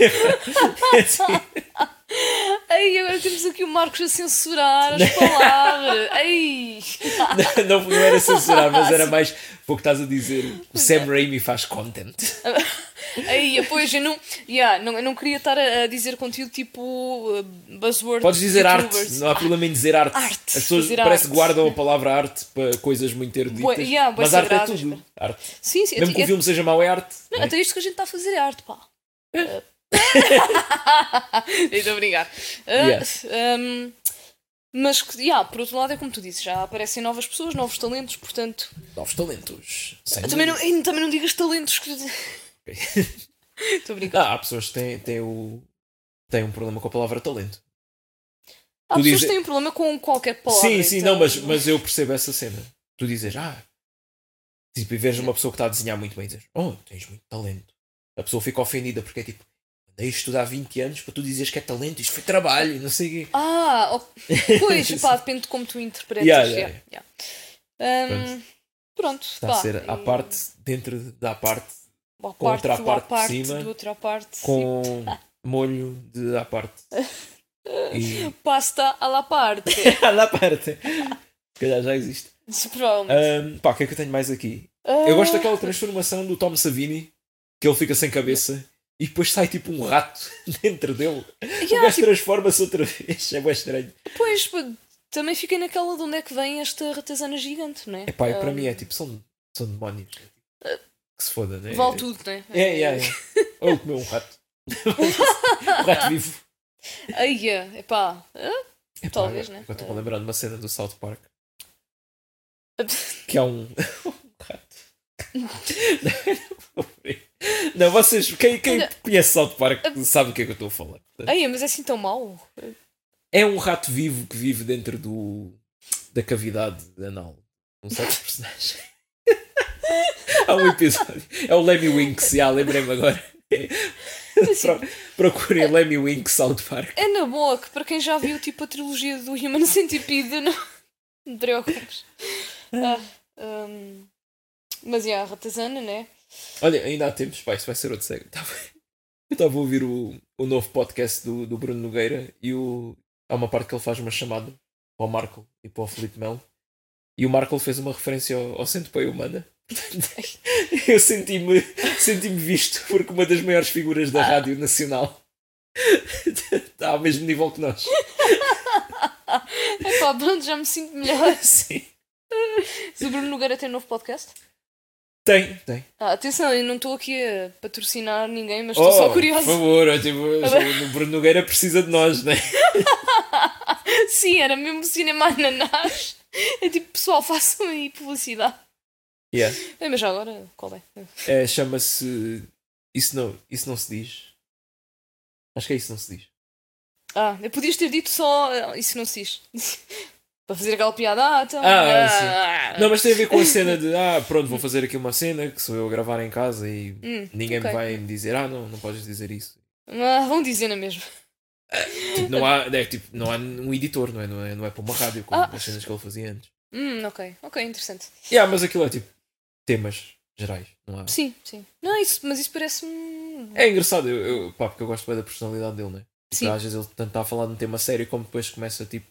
é assim. Ei, agora temos aqui o Marcos a *laughs* censurar as palavras. Ei! não, não era censurar, mas era mais pô, o que estás a dizer. O é. Sam Raimi faz content. Aí, pois, eu não, yeah, não, eu não queria estar a, a dizer conteúdo tipo uh, buzzword. Podes dizer youtubers. arte, não há problema em dizer arte. arte, As pessoas dizer parece arte. que guardam a palavra arte para coisas muito eruditas. Bué- yeah, bué mas arte é sagradas, tudo. Arte. Sim, sim. Mesmo que o até, filme seja mau, é arte. não, até isto que a gente está a fazer é arte, *laughs* pá. Então, obrigado. Ah, Yeah. um, mas, que, yeah, por outro lado, é como tu dizes, já aparecem novas pessoas, novos talentos, portanto. Novos talentos. Sem Também não, dúvida. e também não digas talentos. que- *laughs* Estou a brincar. Ah, há pessoas que têm, têm, o, têm um problema com a palavra talento. Há Tu pessoas dizes- que têm um problema com qualquer palavra. sim, sim, então- não, mas, mas eu percebo essa cena. Tu dizes, ah, tipo, e vês uma pessoa que está a desenhar muito bem e dizes, oh, tens muito talento. A pessoa fica ofendida porque é tipo, andei a estudar 20 anos para tu dizeres que é talento, isto foi trabalho, e não sei o quê. Ah, ok. pois, *laughs* pá, depende de como tu interpretas. Yeah, yeah, yeah, yeah. Um, pronto, Está pá, a ser à e- parte, dentro da parte, Uma com parte outra do parte parte, de parte cima, do outra parte. com molho de à parte. E *laughs* e Pasta à la parte. à parte. Se calhar já existe. *laughs* Pronto. Ah, Ahm, pá, o que é que eu tenho mais aqui? Ah, Eu gosto daquela transformação do Tom Savini, que ele fica sem cabeça e depois sai tipo um rato *laughs* dentro dele. o Yeah, gajo transforma-se outra vez. É bem estranho. depois pá, também fiquei naquela de onde é que vem esta ratazana gigante, não é? É pá, para Um, mim é tipo, são, são demónios. Que se foda, né? Vale tudo, não é? É, é, *laughs* é. é. Ou ele comeu um rato. um rato *laughs* vivo. Ai, é pá. É pá, Talvez, né? agora Estou-me a lembrar de uma cena do South *laughs* Park que é um, *laughs* um rato. Não, vocês, quem, quem Olha- conhece South Park sabe o que é que eu estou a falar. Ai, mas é assim tão *laughs* mau. É um rato vivo que vive dentro do da cavidade anal. Não sei dos personagens. *laughs* Há um episódio. É o Lemmy Winks, já lembrei-me agora. Assim, Pro- Procurem Lemmy Winks South Park. é na boa que para quem já viu tipo a trilogia do Human Centipede, não, não te preocupes. Ah, um, mas é a ratazana, não é? Olha, ainda há tempos, pá, isso vai ser outro *laughs* cego. Eu estava a ouvir o, o novo podcast do, do Bruno Nogueira e o, há uma parte que ele faz uma chamada para o Marco e para o Felipe Melo. E o Marco fez uma referência ao, ao centopeia *laughs* humana. Eu senti-me senti visto porque uma das maiores figuras Ah. da Rádio *laughs* Tá Nacional está ao mesmo nível que nós. É Pá, pronto, já me sinto melhor. Sim. Se o Bruno Nogueira tem novo podcast. Tem, tem. Ah, atenção, eu não estou aqui a patrocinar ninguém, mas estou só Oh, Por curiosa. favor, eu, tipo, o Bruno Nogueira precisa de nós, né? Sim, era mesmo cinema ananás. É tipo, pessoal, façam aí publicidade. Yeah. Bem, mas já agora, qual é? É, Chama-se. Isso não, isso não se diz. Acho que é isso não se diz. Ah, eu podias ter dito só. ah, Isso não se diz. Para fazer aquela piada. Ah, então. Ah, Não, mas tem a ver com a cena *laughs* de ah, pronto, vou fazer aqui uma cena que sou eu a gravar em casa e Hum, ninguém ok. me vai me dizer ah, não, não podes dizer isso. Ah, vão dizer na mesma. Tipo, não há, é, tipo, não há um editor, não é? Não é, não é para uma rádio como Ah. as cenas que ele fazia antes. Hum, ok. Ok, interessante. Yeah, mas aquilo é tipo temas gerais, não há. Sim, sim. Não, isso, mas isso parece-me. É engraçado, eu, eu- pá, porque eu gosto bem da personalidade dele, né? Sim. Às vezes ele tanto está a falar de um tema sério como depois começa tipo.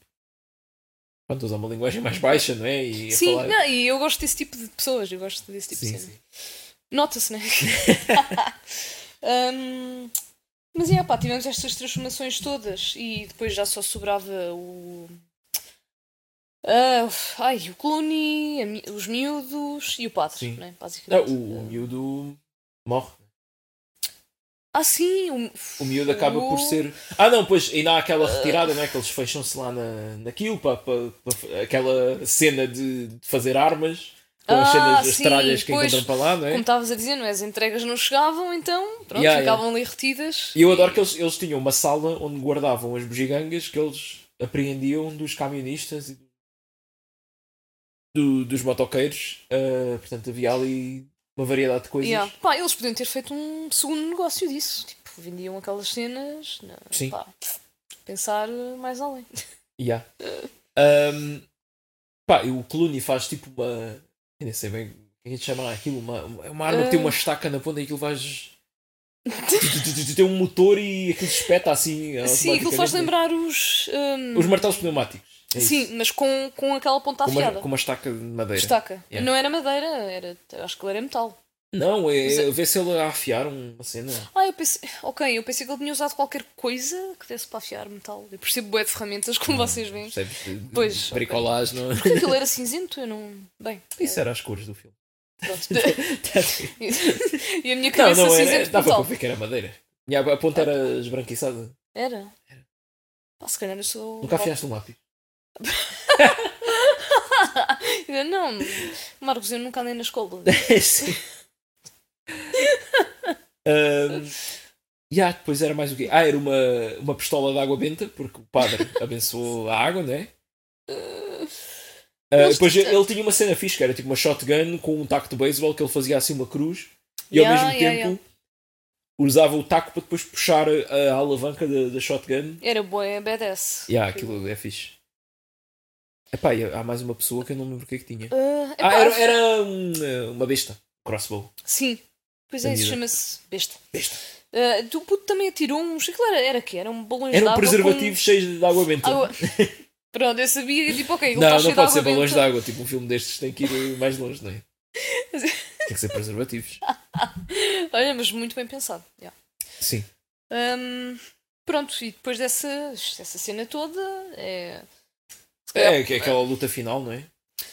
Pronto, a usar uma linguagem mais baixa, não é? E a Sim, falar. não, e eu gosto desse tipo de pessoas, eu gosto desse tipo sim, de cena. sim. *laughs* Nota-se, né? Hum, mas é, pá, tivemos estas transformações todas e depois já só sobrava o. Ah, ai, o Clooney, a mi- os miúdos e o padre, Sim. né? Não, Basicamente. o, o miúdo morre. Ah, sim! O, O miúdo acaba por ser. Ah, não, pois ainda há aquela retirada, né? Que eles fecham-se lá na, naquilo, pá, pá, pá, aquela cena de, de fazer armas com as Ah, cenas, as sim, tralhas que pois, encontram para lá, não é? Como estavas a dizer, não é? As entregas não chegavam, então, pronto, Yeah, ficavam ali retidas. E eu adoro que eles, eles tinham uma sala onde guardavam as bugigangas que eles apreendiam dos camionistas e do- dos motoqueiros. Ah, portanto, havia ali uma variedade de coisas. Yeah. Pá, eles podiam ter feito um segundo negócio disso. Tipo, vendiam aquelas cenas. Não, Sim. pá, pensar mais além. Yeah. Um, pá, e o Clooney faz tipo uma. Eu nem sei bem o que é que chama aquilo. Uma, uma- é uma arma que tem uma Ah. estaca na ponta e aquilo faz. *laughs* tem um motor e aquilo espeta assim. Sim, aquilo automaticamente. faz lembrar os. hum, Os martelos pneumáticos. é isso. sim, mas com, com aquela ponta Com uma, afiada. com uma estaca de madeira. Estaca. Yeah. Não era madeira, era, acho que era metal. Não, é, Mas é- vê se ele a afiar um, uma cena. Ah, eu pensei. Ok, eu pensei que ele tinha usado qualquer coisa que desse para afiar metal. Eu percebo boé de ferramentas, *laughs* como vocês veem. Percebes? De- de Pois, Bricolagem, não é? Porque aquilo era cinzento, eu não. Bem. *laughs* é, Isso era as cores do filme. *laughs* Pronto. *laughs* e a minha Não, cabeça não era. cinzento Dava para metal. ver que era madeira. E a a ponta era esbranquiçada. Era. Pá, se calhar eu sou. Nunca afiaste um lápis. Eu Não, Marcos, eu nunca andei *laughs* na escola. Sim. Ahm, e ah, depois era mais o quê? Ah, era uma, uma pistola de água benta, porque o padre abençoou a água, né? Ah, Eles- depois ele tinha uma cena fixe, que era tipo uma shotgun com um taco de beisebol que ele fazia assim uma cruz e Yeah, ao mesmo yeah, tempo usava o taco para depois puxar a, a alavanca da, da shotgun. Era boa, é badass. Yeah, aquilo é fixe. Epá, e há mais uma pessoa que eu não me lembro o que é que tinha. Ah, Ah, epá, era, era um, uma besta. Crossbow. Sim, pois é, isso Amiga. chama-se besta. Besta. Ah, tu puto também atirou uns. Aquilo era, era quê? Era um balões de Eram água. preservativos cheios de água Com... benta. água- *laughs* Pronto, eu sabia, tipo, ok, ele não, está não pode cheio de água ser balões benta. de água. Tipo, um filme destes tem que ir mais longe, *laughs* não é? Mas- Tem que ser preservativos. Olha, mas muito bem pensado. yeah. Sim. Ahm, pronto, e depois dessa, dessa cena toda, é. É, que é aquela luta final, não é?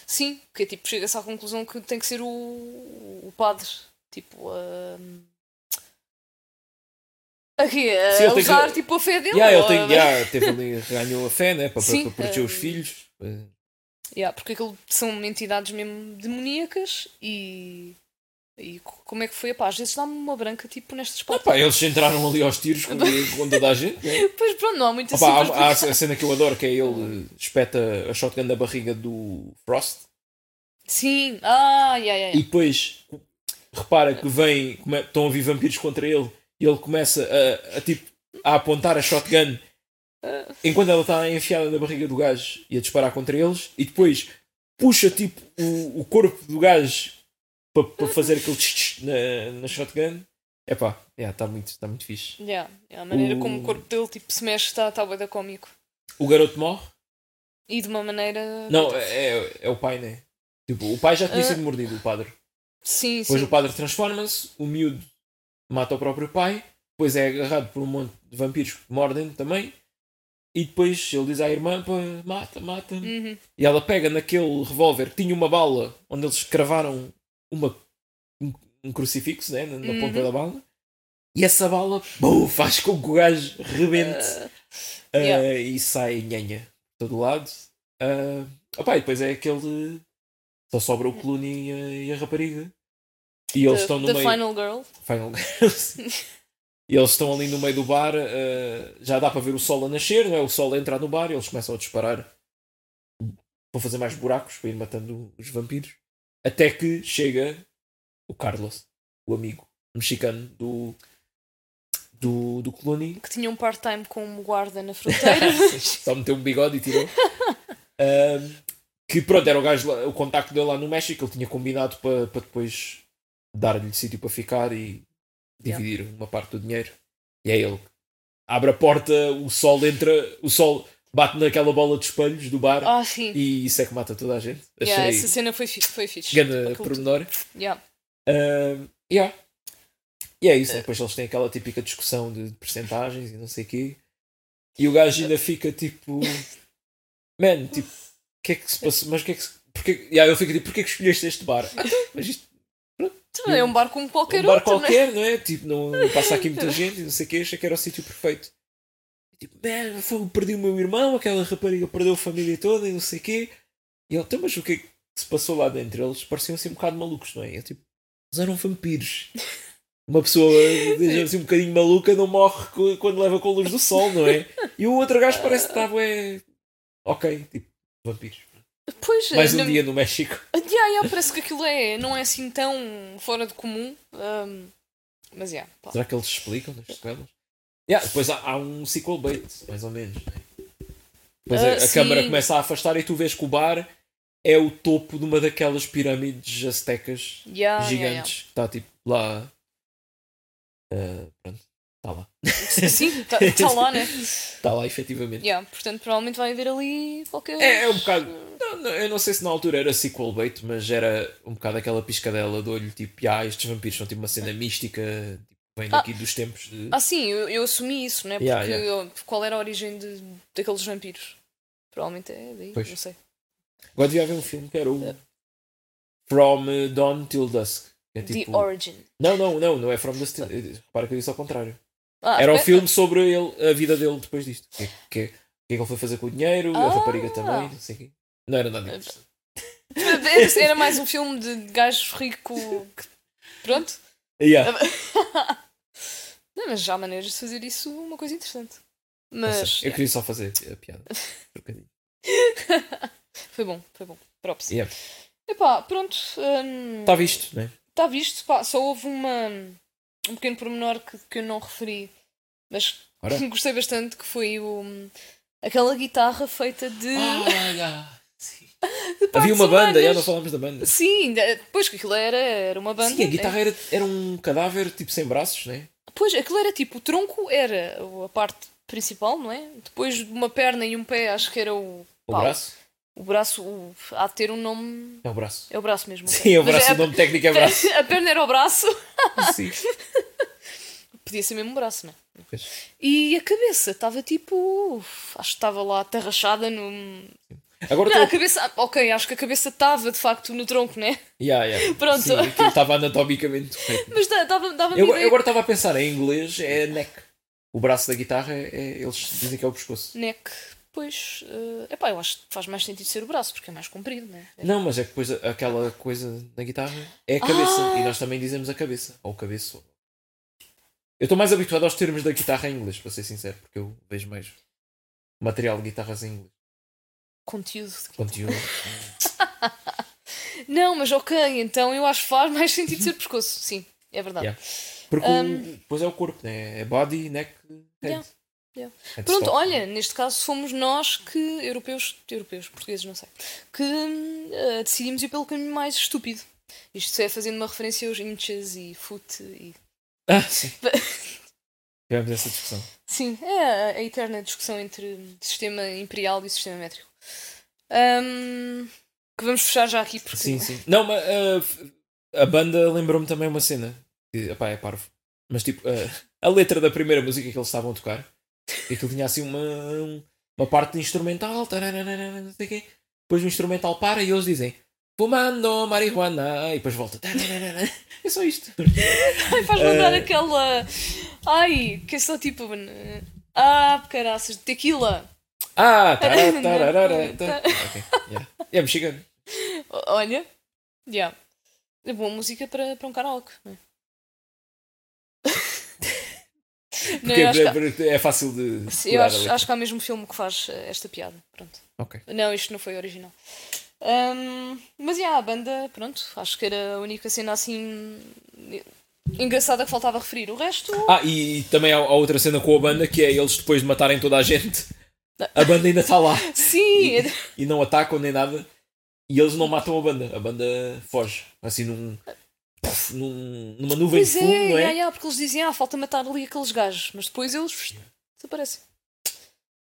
Sim, porque tipo, chega-se à conclusão que tem que ser o, o padre. Tipo, a. Aqui, a Sim, ele tem que- usar tipo, a fé dele. yeah, ele ou- tem, yeah, teve ali, ganhou a fé, né? Para, Sim, para proteger os eh, filhos. Eh, Yeah, porque aquilo são entidades mesmo demoníacas e. E co- como é que foi? Pá, às vezes dá-me uma branca tipo nestas partes. Pá, eles entraram ali aos tiros com com toda a gente. Né? *laughs* Pois pronto, não há muito assim. Opa, para há, há explicar. a cena que eu adoro, que é ele eh, espeta a shotgun na barriga do Frost. Sim, ah, yeah, yeah, E yeah. depois repara que vem, come- estão a vir vampiros contra ele e ele começa a, a, tipo a apontar a shotgun enquanto ela está enfiada na barriga do gajo e a disparar contra eles e depois puxa tipo o, o corpo do gajo para fazer aquele tch, tch na, na shotgun. Epá, está muito, tá muito fixe. Yeah, yeah, a maneira como o O- corpo dele tipo, se mexe está tá bué da cómico. O garoto morre? E de uma maneira. Não, é, é o pai, né? Tipo, o pai já tinha Tá Ah. sido mordido, o padre. Sim, Depois sim. o padre transforma-se, o miúdo mata o próprio pai, depois é agarrado por um monte de vampiros que mordem também, E depois ele diz à irmã: "Pá, mata, mata. me Uhum. E ela pega naquele revólver que tinha uma bala onde eles cravaram uma, um, um crucifixo né, na, na ponta Uhum. da bala. E essa bala bum, faz com que o gajo rebente ah, Ah, yeah. e sai nhanha de todo lado. Ah, opá, e depois é aquele. Só sobra o Clooney e a, e a rapariga. E eles the- estão no the meio. Final Girl. Final Girls. e eles estão ali no meio do bar, eh, já dá para ver o sol a nascer, não é? O sol a entrar no bar e eles começam a disparar para fazer mais buracos, para ir matando os vampiros. Até que chega o Carlos, o amigo mexicano do, do, do Clooney. Que tinha um part-time como guarda *laughs* na fronteira. Só meteu um bigode e tirou. Ahm, que pronto, era o gajo, lá- o contacto dele lá no México, ele tinha combinado para para depois dar-lhe sítio para ficar e Yeah. dividir uma parte do dinheiro. E é ele. Abre a porta, o sol entra, o sol bate naquela bola de espelhos do bar ah, sim. e isso é que mata toda a gente. Achei Yeah, é essa cena foi fixe. Foi fixe. grande Oculto. pormenor. Yeah. Ahm, yeah. E é isso, né? depois eles têm aquela típica discussão de percentagens e não sei o quê. E o gajo ainda fica tipo. Man, tipo, o que é que se passou? Mas o que é que se. Porque... Yeah, eu fico tipo, porquê que escolheste este bar? Ah, então, mas isto Então, É um bar como é qualquer um bar outro, né? qualquer, não é? Tipo, não *laughs* não passa aqui muita gente e não sei o quê, achei que era o sítio perfeito. E, tipo, man, foi, perdi o meu irmão, aquela rapariga perdeu a família toda e não sei o quê. E ele, então, mas o que é que se passou lá dentro? Eles pareciam assim um bocado malucos, não é? Eu, tipo, eles eram *laughs* vampiros. Uma pessoa, digamos assim, um bocadinho maluca não morre co- quando leva com a luz do sol, não é? E o outro gajo parece que estava, é... Ok, tipo, vampiros. Pois, é Mais na- um dia no México. Yeah, yeah, parece que aquilo é, não é assim tão fora de comum. ahm, mas yeah, pá. Será que eles explicam nas sequelas? Yeah, depois há, há um sequel bait, mais ou menos. né? Depois Ah, é, a, a sim. câmara começa a afastar e tu vês que o bar é o topo de uma daquelas pirâmides aztecas Ah, Yeah, gigantes que está tipo lá. Ah, pronto, está lá. yeah, yeah. Sim, está *laughs* lá, né? Está Tá lá efetivamente. Yeah, portanto, provavelmente vai haver ali qualquer. É, é um bocado. não, não, eu não sei se na altura era sequel bait, mas era um bocado aquela piscadela de olho tipo, ah, estes vampiros são tipo uma cena mística, tipo, vem daqui dos tempos de. Ah, sim, eu, eu assumi isso, né? Porque Yeah, eu- qual era a origem de, daqueles vampiros? Provavelmente é daí, Pois. não sei. Agora devia haver um filme que era o From eh, Dawn Till Dusk. que É tipo... The Origin. Não, não, não, não é From Dusk Till eh, Repara que eu disse ao contrário. Ah, Era o espera. filme sobre ele, a vida dele depois disto. O que, é- que, é- o que é que ele foi fazer com o dinheiro, Ah! a rapariga também, não sei o quê. Não era nada disso. *laughs* Era- Era mais um filme de gajo rico. que- Pronto. Yeah. Tá Não, mas já há maneiras de fazer isso uma coisa interessante. não sei, Mas. Eu queria só fazer a piada. Trocadilho. Foi bom, foi bom. Props. Yeah. Epá, pronto. hum, Está visto, não é? tá visto, pá. Só houve uma, um pequeno pormenor que, que eu não referi, mas Ora. que *laughs* gostei bastante, que foi o, hum, aquela guitarra feita de... de Ah, Havia partes uma banda, humanas. já não falámos da banda. Sim, ainda- pois que aquilo era, era uma banda. Sim, a guitarra era, era um cadáver tipo sem braços, não é? É, Pois, aquilo era tipo, o tronco era a parte principal, não é? Depois de uma perna e um pé, acho que era o... O pá, braço. O braço, o- há de ter um nome... É o braço. É o braço mesmo. ok. Sim, é o Mas braço, a- o nome técnico *laughs* é braço. A perna era o braço. *laughs* Sim. Podia ser mesmo um braço, não é? Pois. E a cabeça estava tipo. uf, Acho que estava lá aterrachada no. Agora estou Não, a cabeça. ah, Ok, acho que a cabeça estava de facto no tronco, né? *laughs* Yeah, yeah. Pronto. Sim, aquilo estava anatomicamente *laughs* correto. Mas da- dava- dava-me Eu, ideia. eu agora estava a pensar em inglês, é neck. O braço da guitarra, é- é- eles dizem que é o pescoço. Neck. Pois. é epá, eu acho que faz mais sentido ser o braço, porque é mais comprido, né? Não, mas é que depois a- aquela coisa na guitarra é a cabeça. Ah! E nós também dizemos a cabeça, ou cabeço. Eu estou mais habituado aos termos da guitarra em inglês, para ser sincero, porque eu vejo mais material de guitarras em inglês. Conteúdo. Conteúdo. Não, mas ok, então eu acho que faz *laughs* mais sentido ser pescoço. Sim, é verdade. Yeah. Porque Um. o, depois é o corpo, né? é body, neck, head. Yeah, yeah. Head Pronto, stop. olha, neste caso fomos nós que, europeus, europeus, portugueses, não sei, que hum, ah, decidimos ir pelo caminho mais estúpido. Isto é fazendo uma referência aos inches e foot e... Ah, *laughs* sim. Tivemos essa discussão. Sim, é a, a eterna discussão entre sistema imperial e sistema métrico. Hum, que vamos fechar já aqui porque... é? Sim, sim. Não, mas ah, f- a banda lembrou-me também uma cena. Que, epá, é parvo. eh, Mas tipo, ah, a letra da primeira música que eles estavam a tocar, e aquilo tinha assim uma, um, uma parte de instrumental, tarararara, não sei o quê. Depois o instrumental para e eles dizem Fumando marihuana e depois volta. tarararara. É só isto. Ai, *laughs* faz Eh, lembrar aquela. Ai, que é só tipo. Ah, caraças, tequila. Ah, *laughs* tará, tararara, tá. Ok, yeah. É mexicano. O- Olha. Yeah. É boa música para, para um karaoke. não é? Não, Porque eu acho que há- é, é fácil de. Sim, eu curar acho, ali. acho que há mesmo filme que faz eh, esta piada. Pronto. Ok. Não, isto não foi original. Ahm, mas yeah, a banda, pronto, acho que era a única cena assim engraçada que faltava referir. O resto. Ah, e, e também há, há outra cena com a banda que é eles depois de matarem toda a gente, a banda ainda está lá Sim! é- e não atacam nem nada. E eles não matam a banda, a banda foge, assim num, num- numa nuvem Pois de é, fumo, não é? yeah, yeah, porque eles dizem, ah, falta matar ali aqueles gajos, mas depois eles desaparecem.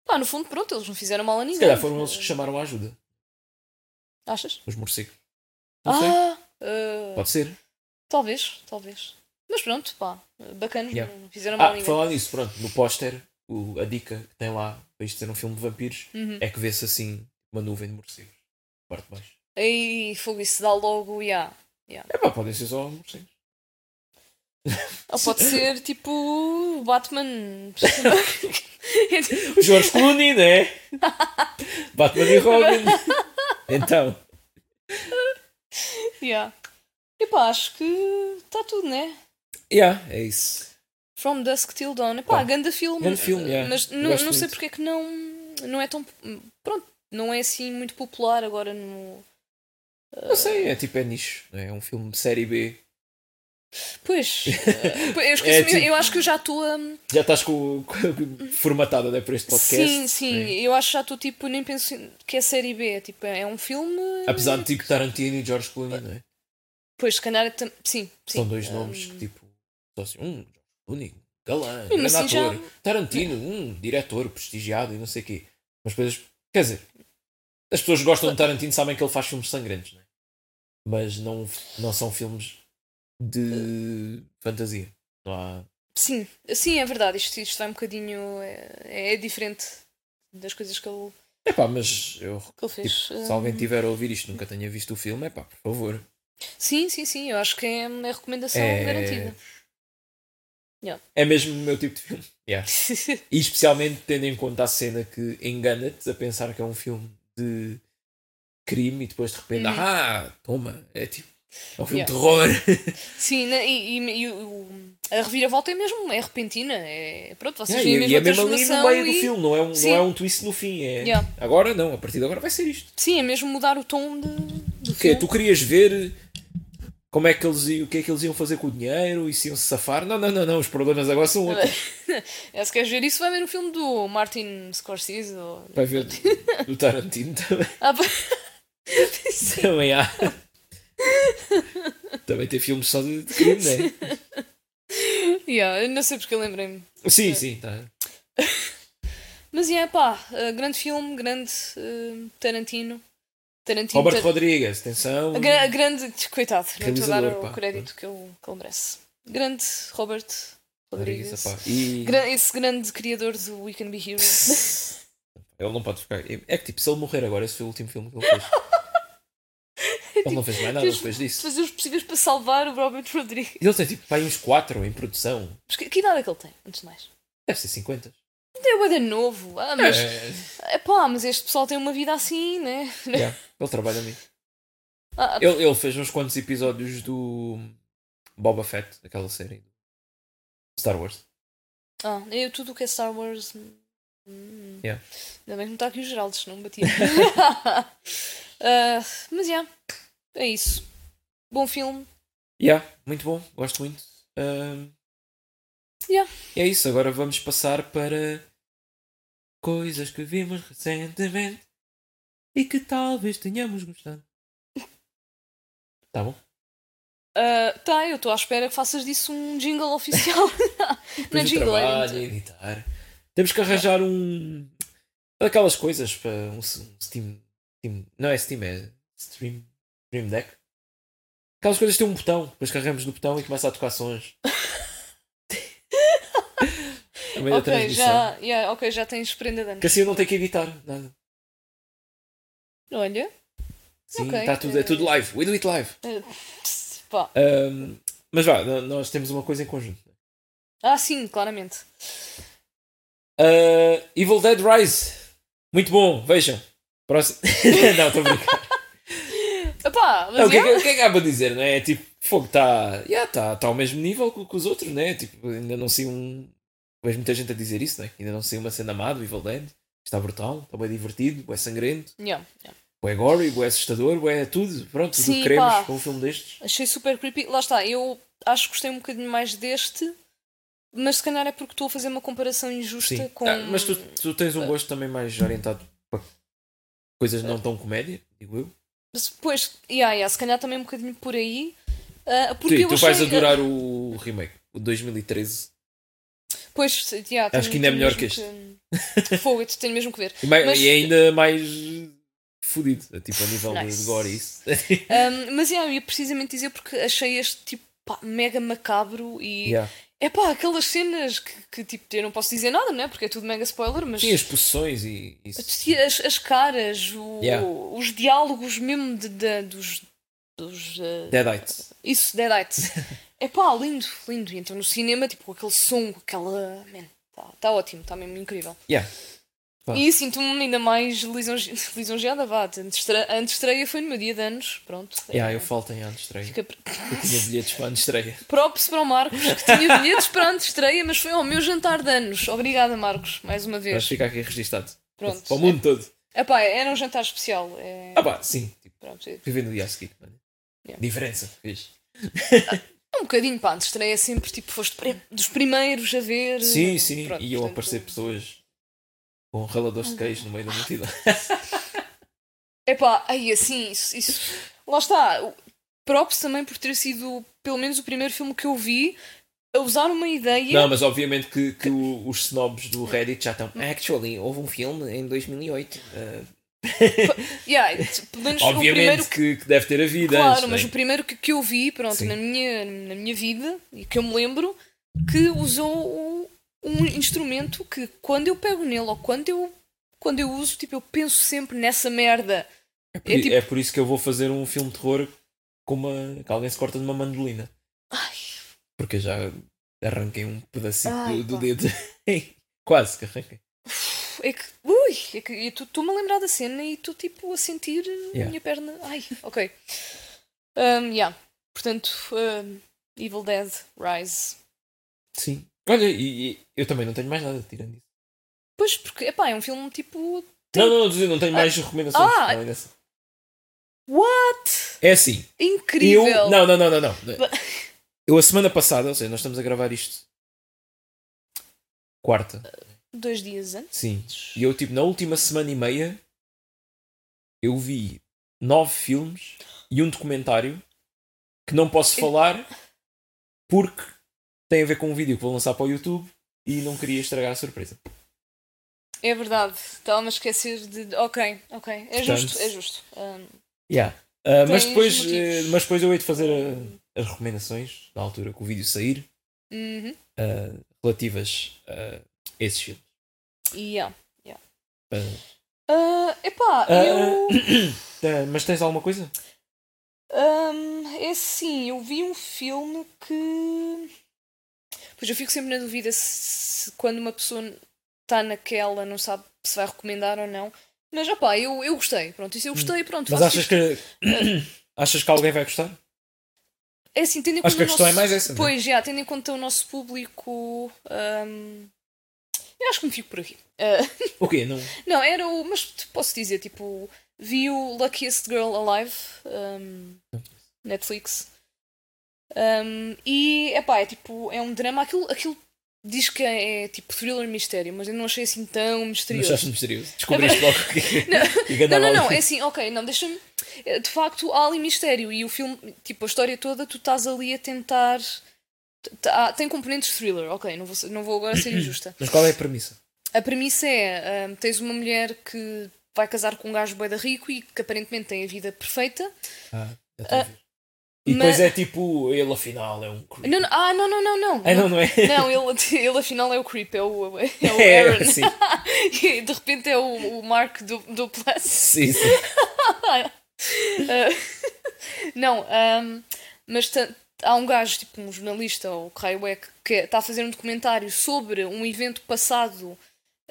Pá, no fundo, pronto, eles não fizeram mal a ninguém. Se calhar foram eles que chamaram a ajuda, Achas? os morcegos. Não sei, Ah! ah, pode ser. talvez, talvez. Mas pronto, pá, bacana, Yeah. não fizeram mal a Ah, ninguém. falar nisso, pronto, no póster, o- a dica que tem lá para isto ser um filme de vampiros Uhum. é que vê-se assim uma nuvem de morcegos, parte de baixo. Aí, fogo, isso dá logo, yeah. É pá, podem ser só morcegos. Ou pode ser tipo Batman. *laughs* O Jorge Clooney, né? Batman e Robin. Então, yeah. Epá, acho que está tudo, né? yeah, é isso. From Dusk Till Dawn. Epá, Pá, ganda filme. grande filme, yeah. Mas Eu não, gosto não sei muito. porque é que não, não é tão. Pronto, não é assim muito popular agora no. Não sei, é tipo, é nicho. né? É um filme de série B. *laughs* Pois. eh, eu, esqueci-me, É, tipo- eu acho que eu já estou a. Já estás com, com- formatada, né? Por este podcast. sim, sim. né? Eu acho que já estou tipo. Nem penso que é série B. é Tipo, é um filme. Apesar de tipo Tarantino e George Clooney, não é? Pois, se calhar. é tam- Sim, sim. São dois Ah, nomes que tipo. Só assim, um, George Clooney, galã, Sim, mas grande assim já- ator. Tarantino, um, diretor, prestigiado e não sei o quê. Mas depois, quer dizer, as pessoas que gostam de Tarantino sabem que ele faz filmes sangrentos, não é? Mas não, não são filmes de fantasia. Não há. Sim, sim, é verdade. Isto, isto é um bocadinho. É, é diferente das coisas que ele, Epá, mas eu. que ele fez. Tipo, se Ah, alguém tiver a ouvir isto e nunca tenha visto o filme, é pá, por favor. Sim, sim, sim. Eu acho que é, é recomendação É. garantida. *laughs* É mesmo o meu tipo de filme. Yeah. E especialmente tendo em conta a cena que engana-te a pensar que é um filme de crime e depois de repente, Uhum. ah, toma, é tipo, é um filme Yeah. de terror. sim, né, e, e- e o- a reviravolta é mesmo. É repentina. É, pronto, vocês Yeah, *laughs* veem e, e é mesmo mesmo a ali no transformação. meio do e- filme, não é, um, não Sim. é um twist no fim. É... Yeah. Agora não, a partir de agora vai ser isto. Sim, é mesmo mudar o tom de, do Que é, filme. tu querias ver como é que eles, i- o que é que eles iam fazer com o dinheiro e se iam se safar. Não, não, não, não, os problemas agora são outros. É, se queres ver isso, vai ver o filme do Martin Scorsese. Ou... Vai ver do- do Tarantino *laughs* também. Ah, pá. *laughs* Também há. Também tem filmes só de, de crime, né? não Yeah, eu não sei porque eu lembrei-me. é? Sim, sim, tá. Mas é pá, eh, grande filme, grande eh, Tarantino. Tarantino. Roberto Tar- Rodrigues, atenção. a gra- a grande. Coitado, não estou a dar Realizador, o pá. crédito que ele, que ele merece. Grande Robert Rodrigues. apá. E Gra- esse grande criador do We Can Be Heroes. *laughs* ele não pode ficar. É que tipo, se ele morrer agora, esse foi o último filme que ele *laughs* fez. Ele Tipo, não fez mais nada fez- depois disso. Fazer os possíveis para salvar o Robert Rodrigues. E Ele tem tipo pai uns 4 em produção. Mas que, que idade é que ele tem, antes de mais? Deve ser 50. Ele é bué de novo. Ah, mas. É, *laughs* É pá, mas este pessoal tem uma vida assim, né? yeah, ele trabalha nisso. Ah, Ele, ele fez uns quantos episódios do Boba Fett, daquela série. Star Wars. ah, eu tudo o que é Star Wars. hum. Yeah. Ainda bem que não está aqui o Geraldo, senão me batia. *laughs* Ah, mas já, é isso. Bom filme. Yeah, muito bom, gosto muito. Ahm, Yeah. E é isso, agora vamos passar para coisas que vimos recentemente e que talvez tenhamos gostado. Tá bom? Ah, tá, eu estou à espera que faças disso um jingle *laughs* oficial. não é do jingle, é trabalho, editar. Temos que arranjar um. Aquelas coisas para um, s- um Steam, Steam- Não é Steam, é Stream, stream Deck. Aquelas coisas que têm um *laughs* botão, depois carregamos no botão e começa a tocar sons. no meio da ok, transmissão. já, yeah, ok, já tens prenda de anos. Que assim eu não tenho que editar nada. Olha, Sim, Ok. tá tudo, é tudo live. We do it live. eh, pss, pá. Ahm, mas vá, n- nós temos uma coisa em conjunto. Ah, sim, claramente. Ah, Evil Dead Rise. Muito bom, vejam. Próximo. *laughs* não, estou a brincar. Epá, mas Não, o, que é, yeah, que- o que é que há para dizer, não é? Tipo, fogo está yeah, tá, tá ao mesmo nível que, que os outros, né? Tipo, ainda não sei um. Vejo muita gente a dizer isso, né? Ainda não sei uma cena má do Evil Dead. Está brutal, está bem divertido, é sangrento, yeah, yeah. é gory, é assustador, é tudo. Pronto, tudo o Sim, que queremos pá. com um filme destes. Achei super creepy. Lá está, eu acho que gostei um bocadinho mais deste, mas se calhar é porque estou a fazer uma comparação injusta Sim. com. Ah, mas tu, tu tens um gosto também mais orientado para coisas Ah. não tão comédia, digo eu. Mas Depois, yeah, yeah, se calhar também um bocadinho por aí. ah, porque Sim, eu tu achei, vais adorar o remake, o 2013. Pois, yeah, Acho tenho- que ainda é tenho melhor que mesmo que- Fogo, eu tenho mesmo que ver. E, mai- Mas- e é ainda mais fodido, tipo a nível Nice. de gore e isso. Ahm, mas yeah, eu ia precisamente dizer porque achei este tipo pá, mega macabro e *laughs* Yeah. é pá, aquelas cenas que, que, tipo eu não posso dizer nada, né? Porque é tudo mega spoiler, mas Sim, as poções e isso. as, as caras, o- Yeah. os diálogos mesmo de, de- dos. dos eh, Deadite. *laughs* isso, Deadites. é pá, lindo, lindo. E então no cinema, tipo, com aquele som, com aquela. Man, tá, tá ótimo, está mesmo incrível. Yeah. Pá. E sinto-me ainda mais lisonje... *laughs* lisonjeada, vá. A antestre- a antestreia foi no meu dia de anos, pronto. Yeah, É, eu falto em antes-estreia. Fica... Eu tinha bilhetes para *laughs* antes-estreia. Props para o Marcos, que tinha bilhetes para a antestreia, mas foi ao meu jantar de anos. Obrigada, Marcos, mais uma Mas vez. fica aqui registado. Pronto. Para o mundo todo. Epá, era um jantar especial. É... Ah pá, sim. Tipo, Pronto, é vivendo o dia a seguir. mano. Yeah. Diferença. Fiz. um bocadinho, pá, antestreia sempre, tipo, foste pre- dos primeiros a ver. Sim, sim. Hum, Pronto, e eu portanto, Ah. aparecer pessoas com raladores de queijo no meio da *laughs* multidão. Epá, aí assim, isso, isso. Lá está. o- Props também por ter sido, pelo menos, o primeiro filme que eu vi a usar uma ideia. Não, mas obviamente que, que o- os snobs do Reddit já estão. Actually, houve um filme em 2008. ah, Yeah, t- pelo menos o primeiro obviamente que. que, que deve ter havido Claro, antes. mas né? o primeiro que, que eu vi, pronto, Sim. na minha, na minha vida, e que eu me lembro, que usou o- um instrumento que quando eu pego nele ou quando eu, quando eu uso, tipo, eu penso sempre nessa merda. É por, É tipo- é por isso que eu vou fazer um filme de terror com uma. que alguém se corta de uma mandolina. Ai, Porque eu já arranquei um pedacinho Ai, do, do pá. dedo. *laughs* Quase que arranquei. é que. Ui! É que eu estou-me a lembrar da cena e estou tipo a sentir a Yeah. minha perna. Ai, ok. Um, yeah. Portanto, um, Evil Dead Rise. Sim. Olha, e, e eu também não tenho mais nada tirando isso. Pois, porque, epá, é um filme tipo. Tem- Não, não, não, dizer, não tenho mais recomendações. Ah! Não, é assim. What? é assim. Incrível! Eu. Não, não, não, não, *laughs* não. Ba- Eu a semana passada, ou seja, nós estamos a gravar isto. Quarta. Dois dias antes. Sim. E eu, tipo, na última semana e meia, eu vi nove filmes e um documentário que não posso falar porque tem a ver com um vídeo que vou lançar para o YouTube e não queria estragar a surpresa. É verdade, estava-me a esquecer de. Ok, ok, é Portanto- justo, é justo. Ahm, Yeah. Ah, mas, Tens depois, motivos. eh, mas depois eu hei de fazer ah, as recomendações na altura que o vídeo sair uhum. ah, relativas eh, a esses filmes. Yeah. Ah, Ah, epá, Ah, eu. ah, *coughs* mas tens alguma coisa? ah. ahm, é assim, eu vi um filme que. Pois eu fico sempre na dúvida se, se quando uma pessoa está naquela não sabe se vai recomendar ou não. Mas opá, eu, eu gostei, pronto, isso eu gostei, pronto. Hum. Mas faço achas isto. que *coughs* achas que alguém vai gostar? É assim, tendo em Acho conta que a o questão nosso- é mais essa, não é? Pois, já, tendo em conta o nosso público. ahm, Eu acho que me fico por aqui. Ah, O quê? Não... Não, era o. Mas te posso dizer, tipo, vi o Luckiest Girl Alive, um, Netflix. Um, e é pá, é tipo, é um drama. Aquilo, aquilo diz que é tipo thriller mistério, mas eu não achei assim tão Não misterioso. É achaste misterioso? Descobriste logo o que e *laughs* que Não, andava não, não, ali. é assim, ok, não, deixa-me. eh, De facto, há ali mistério e o filme, tipo, a história toda, tu estás ali a tentar. t- há- Tem componentes thriller, ok, não vou, ser- não vou agora ser injusta. Mas qual é a premissa? A premissa é: hum, tens uma mulher que vai casar com um gajo boeda rico e que aparentemente tem a vida perfeita. Ah, já estou a ver. E Mas- depois é tipo, ele afinal é um creep. Não, não, ah, não, não, não, não. Ah, não, não é? *laughs* Não, ele, *laughs* ele afinal é o Creep, é o, é o É, Aaron. sim. *laughs* e de repente é o, o Mark do, do Plus. Sim, sim. Ah, não, ahm, mas ta- há um gajo, tipo um jornalista ou o que raio é, que- que está a fazer um documentário sobre um evento passado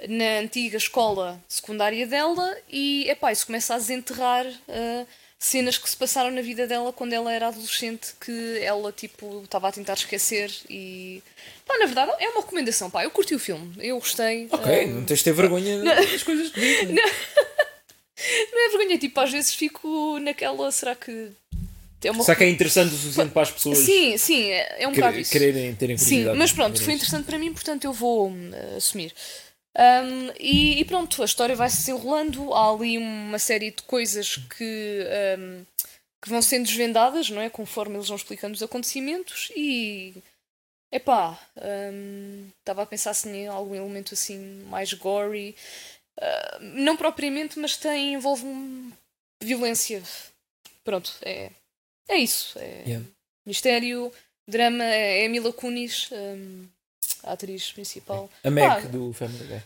na antiga escola secundária dela e, epá, isso começa a desenterrar ah, cenas que se passaram na vida dela quando ela era adolescente que ela, tipo, estava a tentar esquecer e... Pá, na verdade, é uma recomendação, pá, eu curti o filme, eu gostei. Ok, ah, não tens de ter vergonha das coisas é? que dizem. Não é vergonha, tipo, às vezes fico naquela, será que é uma Será que é interessante o suficiente para as pessoas Sim, sim, é é um cre- bocado isso. quererem terem Sim, curiosidade? mas de ver pronto, foi isto? interessante para mim, portanto eu vou hum, assumir. Hum, e, e pronto, a história vai se desenrolando, há ali uma série de coisas que, hum, que vão sendo desvendadas, não é? Conforme eles vão explicando os acontecimentos e. Epá, hum, estava a pensar se tinha algum elemento assim mais gory. Ah, não propriamente, mas tem, envolve um- violência. Pronto, é, é isso. É Yeah. Mistério, drama, é a Mila Kunis, hum, a atriz principal. A Mac Ah. do Family Guy.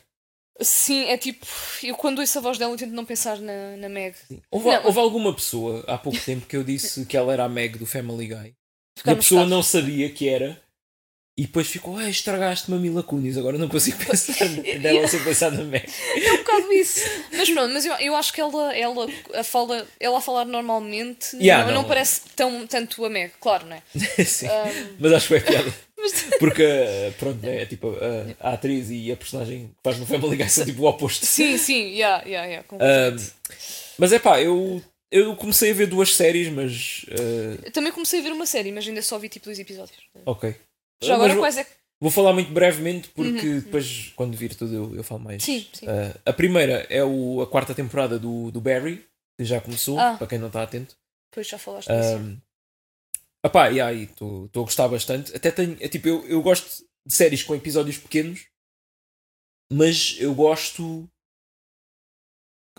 Sim, é tipo, eu quando ouço a voz dela eu tento não pensar na, na Meg. Houve, Não. houve alguma pessoa há pouco tempo que eu disse que ela era a Meg do Family Guy e Ficar a no pessoa estado. não sabia que era e depois ficou, ah, estragaste-me a Mila Kunis, agora não consigo *laughs* pensar dela sem pensar na Meg. É *laughs* um bocado isso. Mas pronto, mas eu, eu acho que ela, ela, a fala, ela a falar normalmente Yeah, não, não não. parece tão, tanto a Meg, *laughs* claro, não é? Sim. Hum, Mas acho que é piada. mas- Porque, ah, pronto, é tipo a, a atriz e a personagem que faz no Family Guy são tipo o oposto. sim, sim, yeah, yeah, yeah, Ah, completamente. mas é pá, eu, eu comecei a ver duas séries, mas. ah, Eu Também comecei a ver uma série, mas ainda só vi tipo dois episódios. ok. Já Ah, agora mas vou, quais é que. vou falar muito brevemente porque depois, quando vir tudo, eu, eu falo mais. Sim, sim. Ah, a primeira é o- a quarta temporada do, do Barry, que já começou, Ah. para quem não está atento. Depois já falaste disso. Um, opá, e aí, estou a gostar bastante. Até tenho, é, tipo, eu, eu gosto de séries com episódios pequenos, mas eu gosto.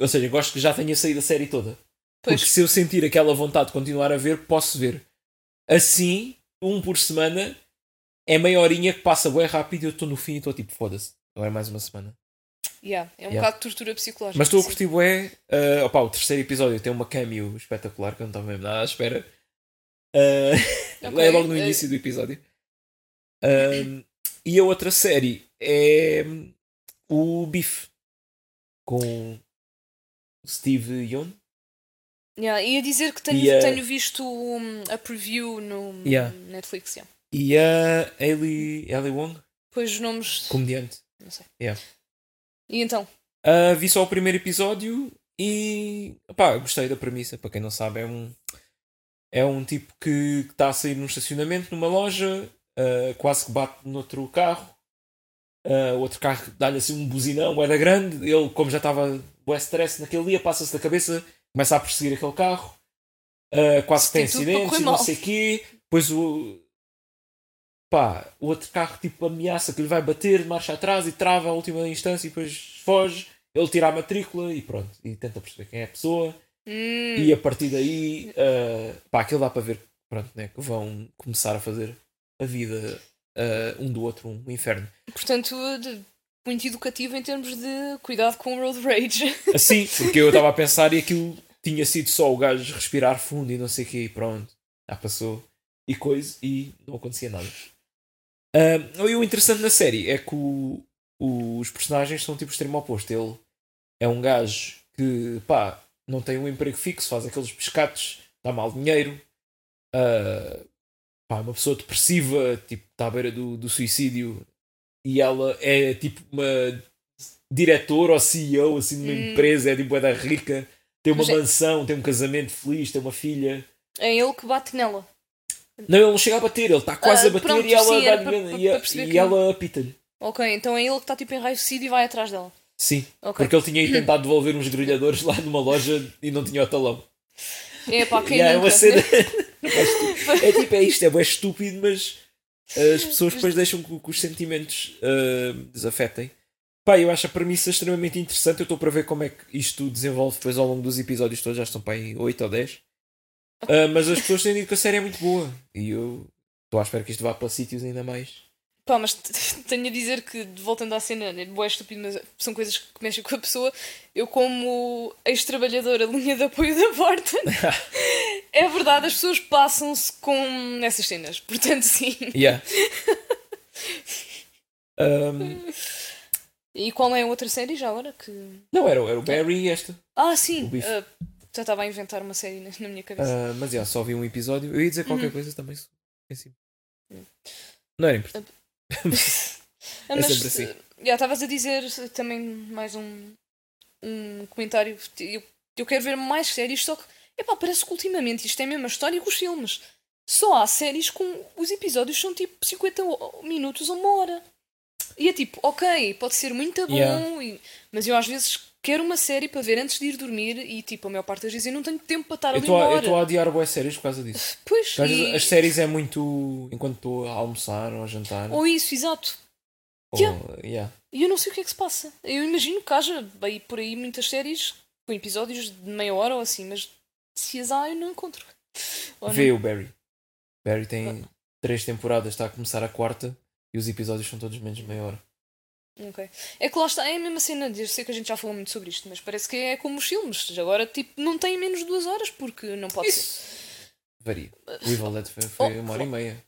Ou seja, eu gosto que já tenha saído a série toda. Pois. Porque se eu sentir aquela vontade de continuar a ver, posso ver. Assim, um por semana é meia horinha que passa bem rápido e eu estou no fim e estou tipo, foda-se. Agora é mais uma semana. Yeah, é um yeah. bocado de tortura psicológica. Mas estou a sim. curtir bué. Uh, opá, o terceiro episódio tem uma cameo espetacular que eu não estava mesmo nada à espera. *laughs* Uh, Ok, é logo no eh, início do episódio. Um, e a outra série é hum, o Biff com Steve Yeun. Yeah, ia dizer que tenho, E, eh, tenho visto hum, a preview no Yeah. Netflix. yeah. e a Ellie, Ellie Wong, Pois os nomes. comediante. E então? Uh, vi só o primeiro episódio e opá, gostei da premissa. Para quem não sabe, é um, é um tipo que está a sair num estacionamento numa loja, uh, quase que bate noutro carro. Uh, o outro carro dá-lhe assim um buzinão, era grande. Ele, como já estava o stress naquele dia, passa-se da cabeça, começa a perseguir aquele carro, Uh, quase que tem Tem tudo para acidentes, correr e não mal. sei o quê. Depois o, pá, o outro carro tipo ameaça que lhe vai bater, marcha atrás e trava a última instância e depois foge. Ele tira a matrícula e pronto, e tenta perceber quem é a pessoa. Hum, E a partir daí, ah, pá, aquilo dá para ver pronto, né, que vão começar a fazer a vida ah, um do outro um inferno. Portanto, de- muito educativo em termos de cuidado com o road rage. *laughs* Assim, porque eu estava a pensar e aquilo tinha sido só o gajo respirar fundo e não sei o quê, e pronto, já passou e coisa, e não acontecia nada. Ah, e o interessante na série é que o- os personagens são tipo extremo oposto. Ele é um gajo que, pá, não tem um emprego fixo, faz aqueles pescados, dá mal dinheiro, ah, pá, é uma pessoa depressiva, tipo, está à beira do, do suicídio, e ela é tipo uma diretora ou CEO assim, de uma Hum. empresa, é tipo, é da rica, tem uma Mas é- mansão, tem um casamento feliz, tem uma filha. É ele que bate nela. Não, ele não chega a bater, ele está quase Ah, a bater pronto, e ela sim, era dá-lhe- para- para- e, para perceber e que- ela apita-lhe. Ok, então é ele que está tipo em raio e vai atrás dela. Sim, Ok. porque ele tinha ido tentar devolver uns grelhadores lá numa loja e não tinha o talão. É pá, quem Yeah, é nunca, uma cena. né? *laughs* é tipo, é isto, é bué estúpido, mas eh, as pessoas depois deixam que, que os sentimentos ah, desafetem. Pá, eu acho a premissa extremamente interessante. Eu estou para ver como é que isto desenvolve depois ao longo dos episódios todos, já estão para aí 8 ou 10. Ah, mas as pessoas têm dito que a série é muito boa. E eu estou à espera que isto vá para sítios ainda mais. Pá, mas t- *laughs* tenho a dizer que, de- voltando à cena, né, boa estúpido, mas são coisas que mexem com a pessoa. Eu, como ex-trabalhadora, linha de apoio *laughs* da Borton, é verdade, as pessoas passam-se com essas cenas. Portanto, sim. Yeah. *laughs* Ahm, E qual é a outra série já agora? Que... não, era, era o Barry e esta. Ah, O sim! bife. ah, já estava a inventar uma série na, na minha cabeça. Ah, mas yeah, só vi um episódio. Eu ia dizer qualquer Uhum. coisa também. se- em cima. Hum. Não era importante. Ah, é mas sempre assim. ah, já estavas a dizer ah, também mais um, um comentário. Eu, eu quero ver mais séries, só que epá, parece que ultimamente isto é a mesma história que os filmes. Só há séries com os episódios são tipo 50 o- minutos ou uma hora. E é tipo, ok, pode ser muito bom, Yeah. e- mas eu às vezes quero uma série para ver antes de ir dormir e tipo, a maior parte das vezes eu não tenho tempo para estar Eu ali estou uma a, eu hora. estou a adiar boas séries por causa disso. Pois, Porque Às vezes e- as séries é muito enquanto estou a almoçar ou a jantar. Ou isso, exato. ou- yeah. yeah. E eu não sei o que é que se passa. Eu imagino que haja aí por aí muitas séries com episódios de meia hora ou assim, mas se as há eu não encontro. Ou não. Vê o Barry. Barry tem três temporadas, está a começar a quarta e os episódios são todos menos de meia hora. Ok. É que lá está, é a mesma cena, eu sei que a gente já falou muito sobre isto, mas parece que é como os filmes. Agora, tipo, não tem menos de duas horas porque não pode ser. Varia. Rivaldade foi, foi Oh, uma hora e meia.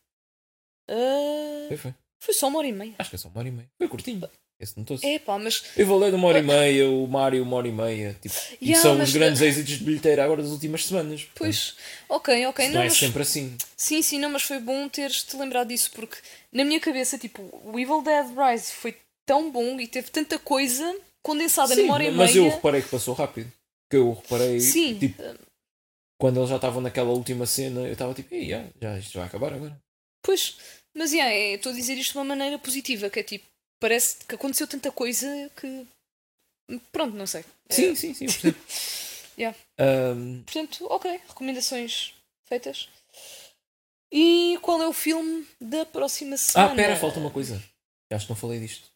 Ah, Foi, foi. foi só uma hora e meia. Acho que é só uma hora e meia. Foi curtinho. Esse não estou. É pá, mas Rivaldade uma hora e meia, o Mario uma hora e meia. Tipo, e Yeah, são mas- os grandes êxitos de bilheteira agora das últimas semanas. Portanto, pois. Ok, ok. Não, Não, é mas sempre assim. Sim, sim, não, mas foi bom teres-te lembrado disso, porque na minha cabeça, tipo, o Evil Dead Rise foi tão bom e teve tanta coisa condensada Sim, numa hora e mas eu meia. reparei que passou rápido. Que eu reparei, Sim, eh, tipo, quando eles já estavam naquela última cena, eu estava tipo, "Ei, já, já, isto vai acabar agora. pois, mas yeah, é, estou a dizer isto de uma maneira positiva, que é tipo, parece que aconteceu tanta coisa que. Pronto, não sei. É, Sim, sim, sim, eu percebo. *laughs* Yeah. Ahm, portanto, ok, recomendações feitas. E qual é o filme da próxima semana? Ah, pera, falta uma coisa. Eu Acho que não falei disto.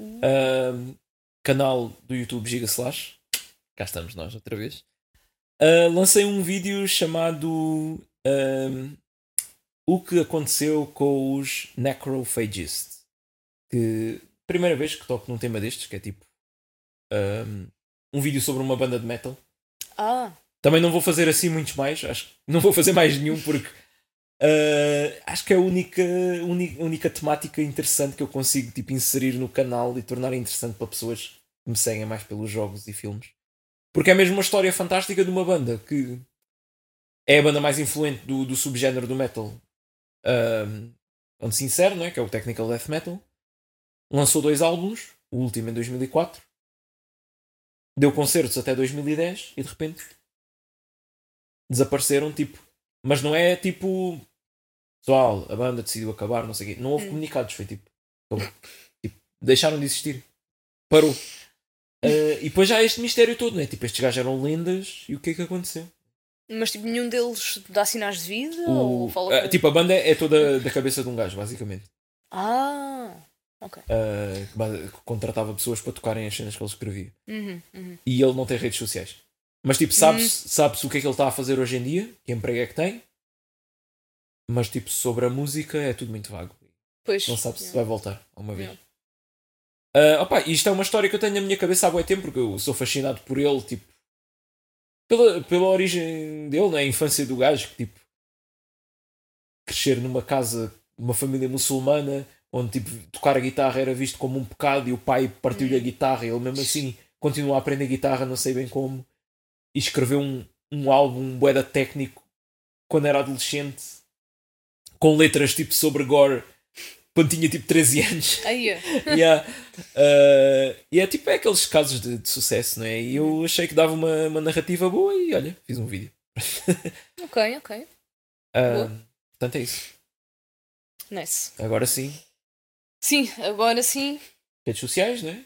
Ahm, canal do YouTube Giga Slash. Cá estamos nós outra vez. Ah, lancei um vídeo chamado ahm, O que aconteceu com os Necrophagists. Que primeira vez que toco num tema destes, que é tipo ahm, um vídeo sobre uma banda de metal. Ah, Também não vou fazer assim muitos mais, acho que não vou fazer mais nenhum porque ah, acho que é a única, uni- única temática interessante que eu consigo tipo, inserir no canal e tornar interessante para pessoas que me seguem mais pelos jogos e filmes. Porque é mesmo uma história fantástica de uma banda que é a banda mais influente do, do subgénero do metal. Um, vamos sincero, não é? que é o Technical Death Metal. Lançou dois álbuns, o último em 2004. Deu concertos até 2010 e de repente desapareceram, tipo. Mas não é tipo. Pessoal, a banda decidiu acabar, não sei o quê. Não houve Hum. comunicados, foi tipo. acabou. tipo, deixaram de existir. Parou. Ah, e depois já há este mistério todo, não é? Tipo, estes gajos eram lendas e o que é que aconteceu? mas tipo, nenhum deles dá sinais de vida? O- Ou fala ah, com- Tipo, a banda é *laughs* toda da cabeça de um gajo, basicamente. Ah, Ah, que ba- que contratava pessoas para tocarem as cenas que ele escrevia. uhum, uhum. E ele não tem redes sociais. Mas, Hum. tipo, sabe-se sabe-se o que é que ele está a fazer hoje em dia, que emprego é que tem. Mas, tipo, sobre a música é tudo muito vago. Pois. Não sabe se yeah. vai voltar uma vez. Yeah. Ah, opá, isto é uma história que eu tenho na minha cabeça há muito tempo, porque eu sou fascinado por ele, tipo, pela, pela origem dele, na infância do gajo, que tipo, crescer numa casa, uma família muçulmana, onde tipo, tocar a guitarra era visto como um pecado e o pai partiu-lhe a Uhum. guitarra, e ele mesmo assim continua a aprender guitarra, não sei bem como, e escreveu um, um álbum, um boeda técnico, quando era adolescente, com letras tipo sobre gore, quando tinha tipo 13 anos. *laughs* Aí é. Yeah. Uh, e é tipo é aqueles casos de, de sucesso, não é? E eu achei que dava uma, uma narrativa boa e olha, fiz um vídeo. Ok, ok. Uh, portanto é isso. Nice. Agora sim, Sim, agora sim. redes sociais, não é?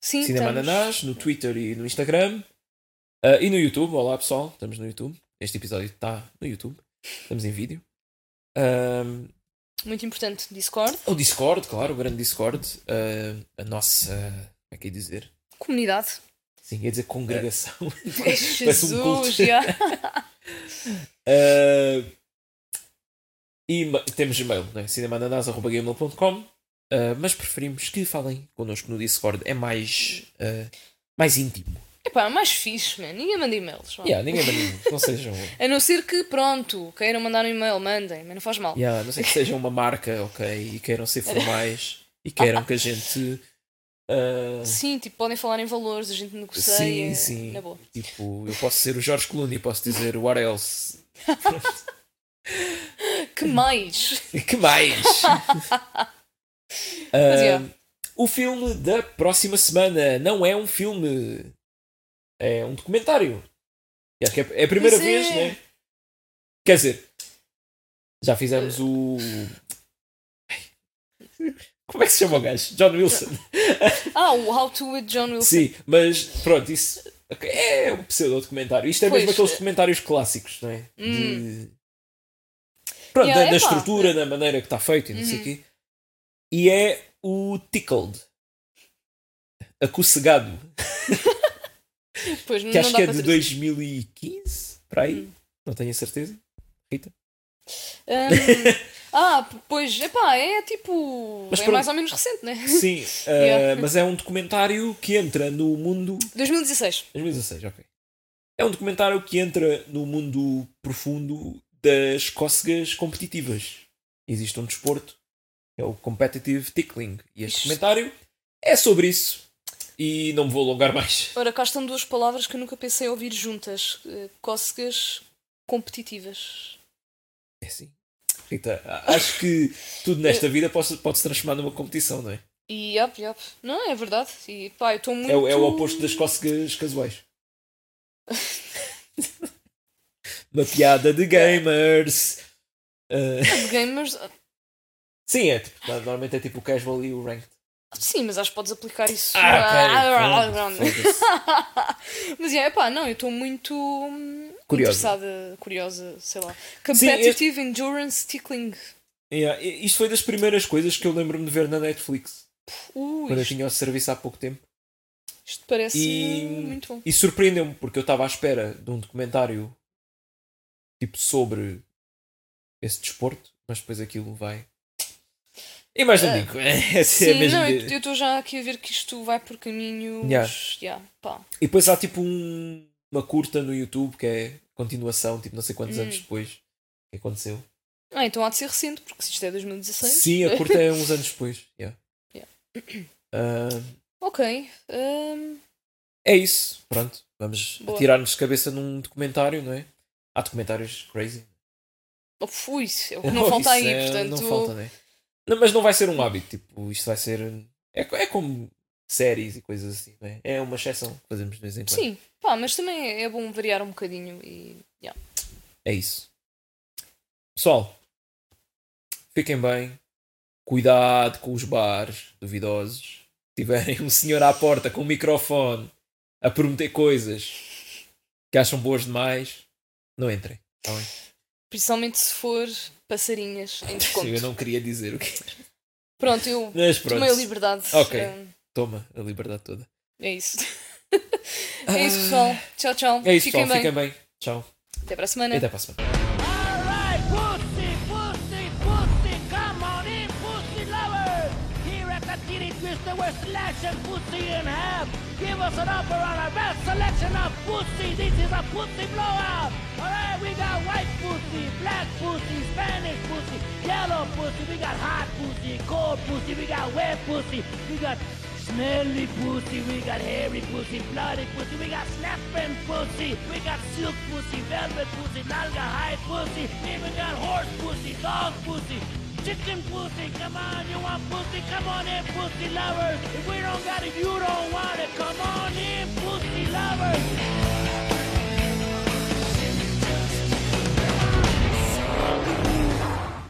Sim, Cinema estamos. Ananás, no Twitter e no Instagram. Uh, e no YouTube, olá pessoal, estamos no YouTube. Este episódio está no YouTube, estamos em vídeo. Um, Muito importante, Discord. o Discord, claro, o grande Discord. Uh, a nossa. Como é que ia dizer? *laughs* Comunidade. um Sim, ia dizer congregação. Jesus, culto. já. Ah, e ma- temos e-mail, né? cinemananás.gmail.com Ah, mas preferimos que falem connosco no Discord. É mais, ah, mais íntimo. Epá, é mais fixe, man. Ninguém manda e-mails. vá. Yeah, ninguém manda, não sejam. A não ser que, pronto, queiram mandar um e-mail, mandem, mas não faz mal. Yeah, a não sei que sejam uma marca, ok? E queiram ser formais e queiram que a gente. ah, Sim, tipo, podem falar em valores, a gente negocia. é Sim, sim. Na boa. tipo, eu posso ser o Jorge Clooney, posso dizer o what else? Que mais? *laughs* *laughs* Que mais? Ah, Mas, yeah. O filme da próxima semana não é um filme, é um documentário. E acho que é é a primeira Pois é. vez, né? Quer dizer, já fizemos *laughs* o. Como é que se chama o gajo? John Wilson. Ah, o How to with John Wilson. Sim, mas pronto, isso é um pseudo-documentário. Isto é Pois. eh, hum. mesmo aqueles documentários clássicos, não é? De- Pronto, Yeah, da, da epá. Uhum. estrutura, da maneira que está feito e não sei o quê. E é o Tickled. Acussegado. Pois, não, Que não acho dá que é para de Hum. dizer. 2015, para aí. Não tenho a certeza. Ahm, *laughs* ah, pois, epá, é tipo. Mas é pronto. mais ou menos recente, né? *laughs* Sim, *laughs* ah, Yeah. mas é um documentário que entra no mundo 2016. 2016, ok. É um documentário que entra no mundo profundo das cócegas competitivas. Existe um desporto, é o Competitive Tickling. E este Isto- documentário é sobre isso. E não me vou alongar mais. Ora, cá estão duas palavras que eu nunca pensei ouvir juntas: Eh, cócegas competitivas. É assim. Rita, a- acho que tudo nesta vida pode, pode se transformar numa competição, não é? E yap, yap. Não, é verdade. E pá, eu estou muito. É, o- é o oposto das cócegas casuais. *laughs* Uma piada de gamers. Ah, Gamers. Ah, sim, é tipo, normalmente é tipo o casual e o ranked. Sim, mas acho que podes aplicar isso. Ah, ok. Ah, Foda-se. *laughs* Mas é, pá, não, eu estou muito hum, Curiosa. interessada, curiosa, sei lá. Competitive Endurance Tickling. Yeah, i- Isto foi das primeiras coisas que eu lembro-me de ver na Netflix. Ui, Quando eu isto, tinha o serviço há pouco tempo. isto parece E- muito bom. E surpreendeu-me, porque eu estava à espera de um documentário tipo sobre esse desporto, mas depois aquilo vai. E mais não Ah, digo. *laughs* *laughs* É, assim, é Sim, mesmo não, de- eu estou já aqui a ver que isto vai por caminhos. Yeah. yeah, pá. E depois há tipo um- uma curta no YouTube que é continuação, tipo não sei quantos Hum. anos depois que aconteceu. Ah, então há de ser recente, porque se isto é 2016. Sim, a curta é uns anos depois. yeah. Yeah. Ah, Ok. hum, É isso. Pronto, vamos Boa. atirar-nos de cabeça num documentário, não é? Há documentários crazy. oh, fui, *laughs* é o que não falta Isso aí, é- portanto. Não falta, não é? Não, mas não vai ser um hábito, tipo, isto vai ser. É, co- é como séries e coisas assim, não é? É uma exceção que fazemos de vez em quando. Sim, pá, mas também é bom variar um bocadinho e. Yeah. É isso. Pessoal, fiquem bem. Cuidado com os bares duvidosos. Se tiverem um senhor à porta com um microfone a prometer coisas que acham boas demais, não entrem. Tá bem? Principalmente se for passarinhas em desconto. Eu não queria dizer o que era. Pronto, eu Mas pronto, tomei a liberdade. Ok. hum, toma a liberdade toda. é isso. *laughs* É isso, pessoal. Tchau, tchau. É isso, Fiquem pessoal. bem. Fiquem Né? bem. Tchau. Até para a semana. E até para a semana. Alright, pussy, pussy, pussy, come on in, pussy lovers! Here at the Titty Twister, we're slashing pussy in half. Give us an upper on our best selection of pussy. This is a pussy blowout. Alright, we got white pussy, black pussy, Spanish pussy, yellow pussy. We got hot pussy, cold pussy. We got wet pussy. We got smelly pussy. We got hairy pussy, bloody pussy. We got snapping pussy. We got silk pussy, velvet pussy, nalga hide pussy. We even got horse pussy, dog pussy. Chicken pussy, come on, you want pussy? Come on in, pussy lovers. If we don't got it, you don't want it. Come on in, pussy lovers.